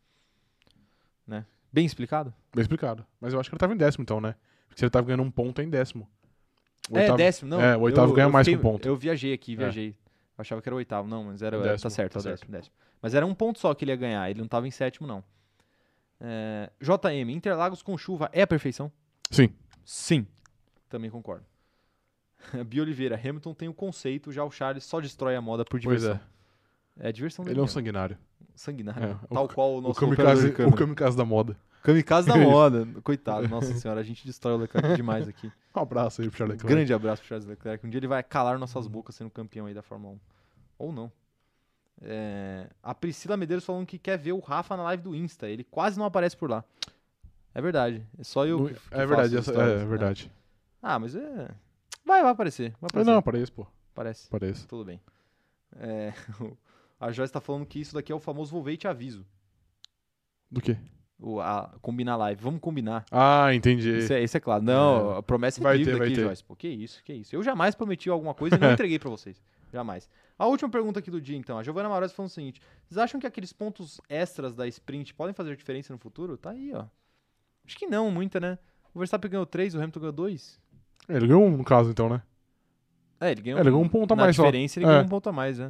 Speaker 1: Né? Bem explicado?
Speaker 2: Bem explicado. Mas eu acho que ele tava em décimo, então, né? Porque se ele tava ganhando um ponto, é em décimo. O
Speaker 1: é, décimo, não.
Speaker 2: é, o oitavo
Speaker 1: eu-
Speaker 2: ganha
Speaker 1: eu
Speaker 2: mais que
Speaker 1: fiquei-
Speaker 2: um ponto.
Speaker 1: Eu viajei aqui, viajei. Eu achava que era o oitavo, não, mas era, era- tá
Speaker 2: Décimo,
Speaker 1: certo,
Speaker 2: tá
Speaker 1: tá décimo, décimo. Mas era um ponto só que ele ia ganhar, ele não tava em sétimo, não. É, JM, Interlagos com chuva é a perfeição?
Speaker 2: Sim.
Speaker 1: Sim. Também concordo. Bia Oliveira, Hamilton tem o conceito, já o Charles só destrói a moda por
Speaker 2: Pois
Speaker 1: diversão.
Speaker 2: é.
Speaker 1: É, diversão
Speaker 2: Ele é um
Speaker 1: dele mesmo.
Speaker 2: sanguinário.
Speaker 1: sanguinário,
Speaker 2: É,
Speaker 1: né?
Speaker 2: o
Speaker 1: tal
Speaker 2: ca-
Speaker 1: qual o
Speaker 2: O
Speaker 1: nosso operador
Speaker 2: kamikaze,
Speaker 1: de
Speaker 2: o
Speaker 1: câmera.
Speaker 2: kamikaze da moda.
Speaker 1: Kamikaze da moda. Coitado, nossa senhora, a gente destrói o Leclerc demais aqui.
Speaker 2: Um abraço aí pro Charles Leclerc. Uhum.
Speaker 1: Grande abraço pro Charles Leclerc. Um dia ele vai calar nossas bocas sendo campeão aí da Fórmula 1. Ou não. É, a Priscila Medeiros falando que quer ver o Rafa na live do Insta. Ele quase não aparece por lá. É verdade. É só eu.
Speaker 2: Não-
Speaker 1: que- que
Speaker 2: é
Speaker 1: faço
Speaker 2: verdade,
Speaker 1: as
Speaker 2: essa-
Speaker 1: histórias,
Speaker 2: é,
Speaker 1: né?
Speaker 2: verdade.
Speaker 1: Ah, mas é. Vai, vai aparecer. Vai
Speaker 2: Mas
Speaker 1: aparecer.
Speaker 2: não, parece, pô.
Speaker 1: Parece.
Speaker 2: Parece.
Speaker 1: Tudo bem. É, a Joyce tá falando que isso daqui é o famoso vou ver e te aviso.
Speaker 2: Do quê?
Speaker 1: O, a, combinar live. Vamos combinar.
Speaker 2: Ah, entendi.
Speaker 1: Isso é, isso é claro. Não, a promessa é
Speaker 2: Vai
Speaker 1: dívida
Speaker 2: ter, vai
Speaker 1: aqui,
Speaker 2: ter.
Speaker 1: Joyce. Pô, que isso, que isso. Eu jamais prometi alguma coisa e não entreguei pra vocês. Jamais. A última pergunta aqui do dia, então. A Giovana Marozzi falando o seguinte. Vocês acham que aqueles pontos extras da sprint podem fazer diferença no futuro? Tá aí, ó. Acho que não, muita, né? O Verstappen ganhou 3, o Hamilton ganhou 2.
Speaker 2: É, Ele ganhou um, no caso, então, né?
Speaker 1: É, ele ganhou
Speaker 2: É, ele ganhou um ponto a
Speaker 1: na
Speaker 2: mais só.
Speaker 1: diferença, ele
Speaker 2: É.
Speaker 1: ganhou um ponto a mais, né?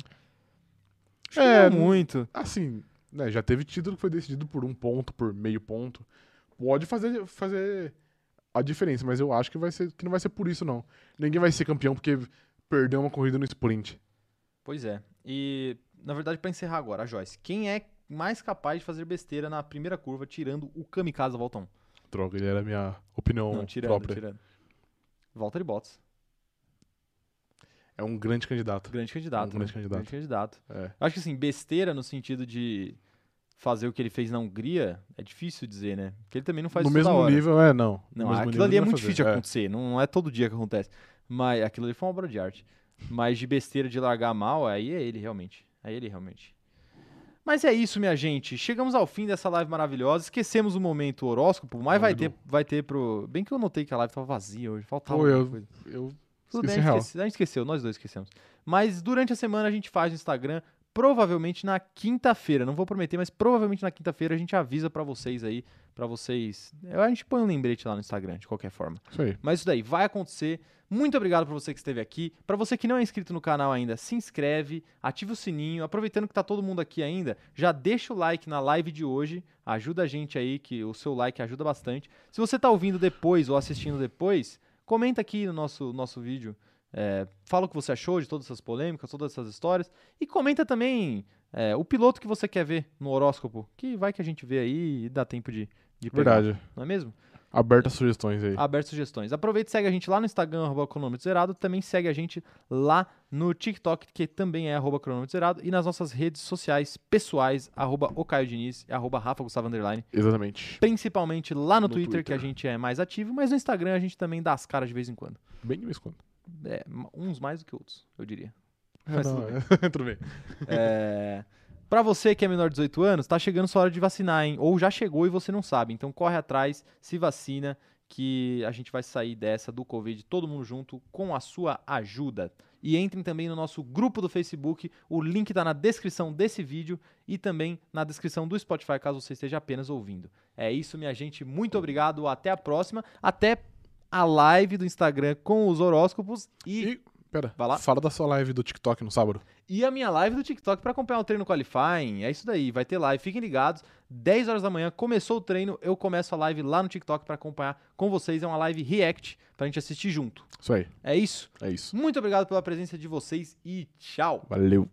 Speaker 1: Acho que
Speaker 2: É,
Speaker 1: não muito.
Speaker 2: Assim, né, já teve título que foi decidido por um ponto, por meio ponto. Pode fazer, fazer a diferença, mas eu acho que, vai ser, que não vai ser por isso, não. Ninguém vai ser campeão porque perdeu uma corrida no sprint.
Speaker 1: Pois é. E, na verdade, pra encerrar agora, a Joyce, quem é mais capaz de fazer besteira na primeira curva, tirando o kamikaze da volta 1?
Speaker 2: Droga, ele era a minha opinião
Speaker 1: Não, tirando,
Speaker 2: própria.
Speaker 1: tirando. Walter Bottas,
Speaker 2: É um grande candidato.
Speaker 1: grande candidato.
Speaker 2: Um grande
Speaker 1: né?
Speaker 2: candidato.
Speaker 1: Grande candidato.
Speaker 2: É.
Speaker 1: Acho que assim, besteira no sentido de fazer o que ele fez na Hungria, é difícil dizer, né? Porque ele também não faz
Speaker 2: no
Speaker 1: isso toda
Speaker 2: mesmo
Speaker 1: hora.
Speaker 2: nível, é, não. No
Speaker 1: Não,
Speaker 2: mesmo
Speaker 1: aquilo
Speaker 2: nível
Speaker 1: ali é
Speaker 2: não vai
Speaker 1: muito
Speaker 2: fazer.
Speaker 1: difícil de
Speaker 2: É.
Speaker 1: acontecer, não é todo dia que acontece. Mas aquilo ali foi uma obra de arte. Mas de besteira de largar mal, aí é ele realmente. É ele realmente. Mas é isso, minha gente. Chegamos ao fim dessa live maravilhosa. Esquecemos o momento horóscopo, mas vai ter,
Speaker 2: Claro.
Speaker 1: vai ter pro. Bem que eu notei que a live tava vazia hoje, faltava
Speaker 2: Pô,
Speaker 1: alguma
Speaker 2: eu-
Speaker 1: coisa.
Speaker 2: Eu
Speaker 1: Tudo bem, a
Speaker 2: Esqueci
Speaker 1: gente,
Speaker 2: real.
Speaker 1: esquece- a gente esqueceu, nós dois esquecemos. Mas durante a semana a gente faz no Instagram, provavelmente na quinta-feira. Não vou prometer, mas provavelmente na quinta-feira a gente avisa pra vocês aí, pra vocês. A gente põe um lembrete lá no Instagram, de qualquer forma.
Speaker 2: Isso aí.
Speaker 1: Mas isso daí vai acontecer. Muito obrigado pra você que esteve aqui. Pra você que não é inscrito no canal ainda, se inscreve, ativa o sininho. Aproveitando que tá todo mundo aqui ainda, já deixa o like na live de hoje. Ajuda a gente aí, que o seu like ajuda bastante. Se você tá ouvindo depois ou assistindo depois, comenta aqui no nosso, nosso vídeo. É, fala o que você achou de todas essas polêmicas, todas essas histórias. E comenta também é, o piloto que você quer ver no horóscopo. Que vai que a gente vê aí e dá tempo de, de pegar,
Speaker 2: Verdade.
Speaker 1: não é mesmo?
Speaker 2: Aberta sugestões aí.
Speaker 1: aberto sugestões. Aproveita e segue a gente lá no Instagram, arroba cronômetro zerado. Também segue a gente lá no TikTok, que também é arroba cronômetro zerado. E nas nossas redes sociais pessoais, arroba o Caio Diniz e arroba Rafa Gustavo Underline.
Speaker 2: Exatamente.
Speaker 1: Principalmente lá no,
Speaker 2: No
Speaker 1: Twitter,
Speaker 2: Twitter.
Speaker 1: que a gente é mais ativo, mas no Instagram a gente também dá as caras de vez em quando.
Speaker 2: Bem de vez em quando.
Speaker 1: É, uns mais do que outros, eu diria.
Speaker 2: É,
Speaker 1: Mas
Speaker 2: não,
Speaker 1: tudo
Speaker 2: é. tudo bem.
Speaker 1: É... Pra você que é menor de 18 anos, tá chegando sua hora de vacinar, hein? Ou já chegou e você não sabe. Então corre atrás, se vacina, que a gente vai sair dessa do Covid todo mundo junto com a sua ajuda. E entrem também no nosso grupo do Facebook, o link tá na descrição desse vídeo e também na descrição do Spotify, caso você esteja apenas ouvindo. É isso, minha gente. Muito obrigado. Até a próxima. Até a live do Instagram com os horóscopos e
Speaker 2: E, pera,
Speaker 1: Vai lá.
Speaker 2: fala da sua live do TikTok no sábado.
Speaker 1: e a minha live do TikTok pra acompanhar o treino qualifying. É isso daí, vai ter live, fiquem ligados. 10 horas da manhã começou o treino, eu começo a live lá no TikTok pra acompanhar com vocês. É uma live react pra gente assistir junto.
Speaker 2: Isso aí.
Speaker 1: É isso.
Speaker 2: É isso.
Speaker 1: Muito obrigado pela presença de vocês e tchau.
Speaker 2: Valeu.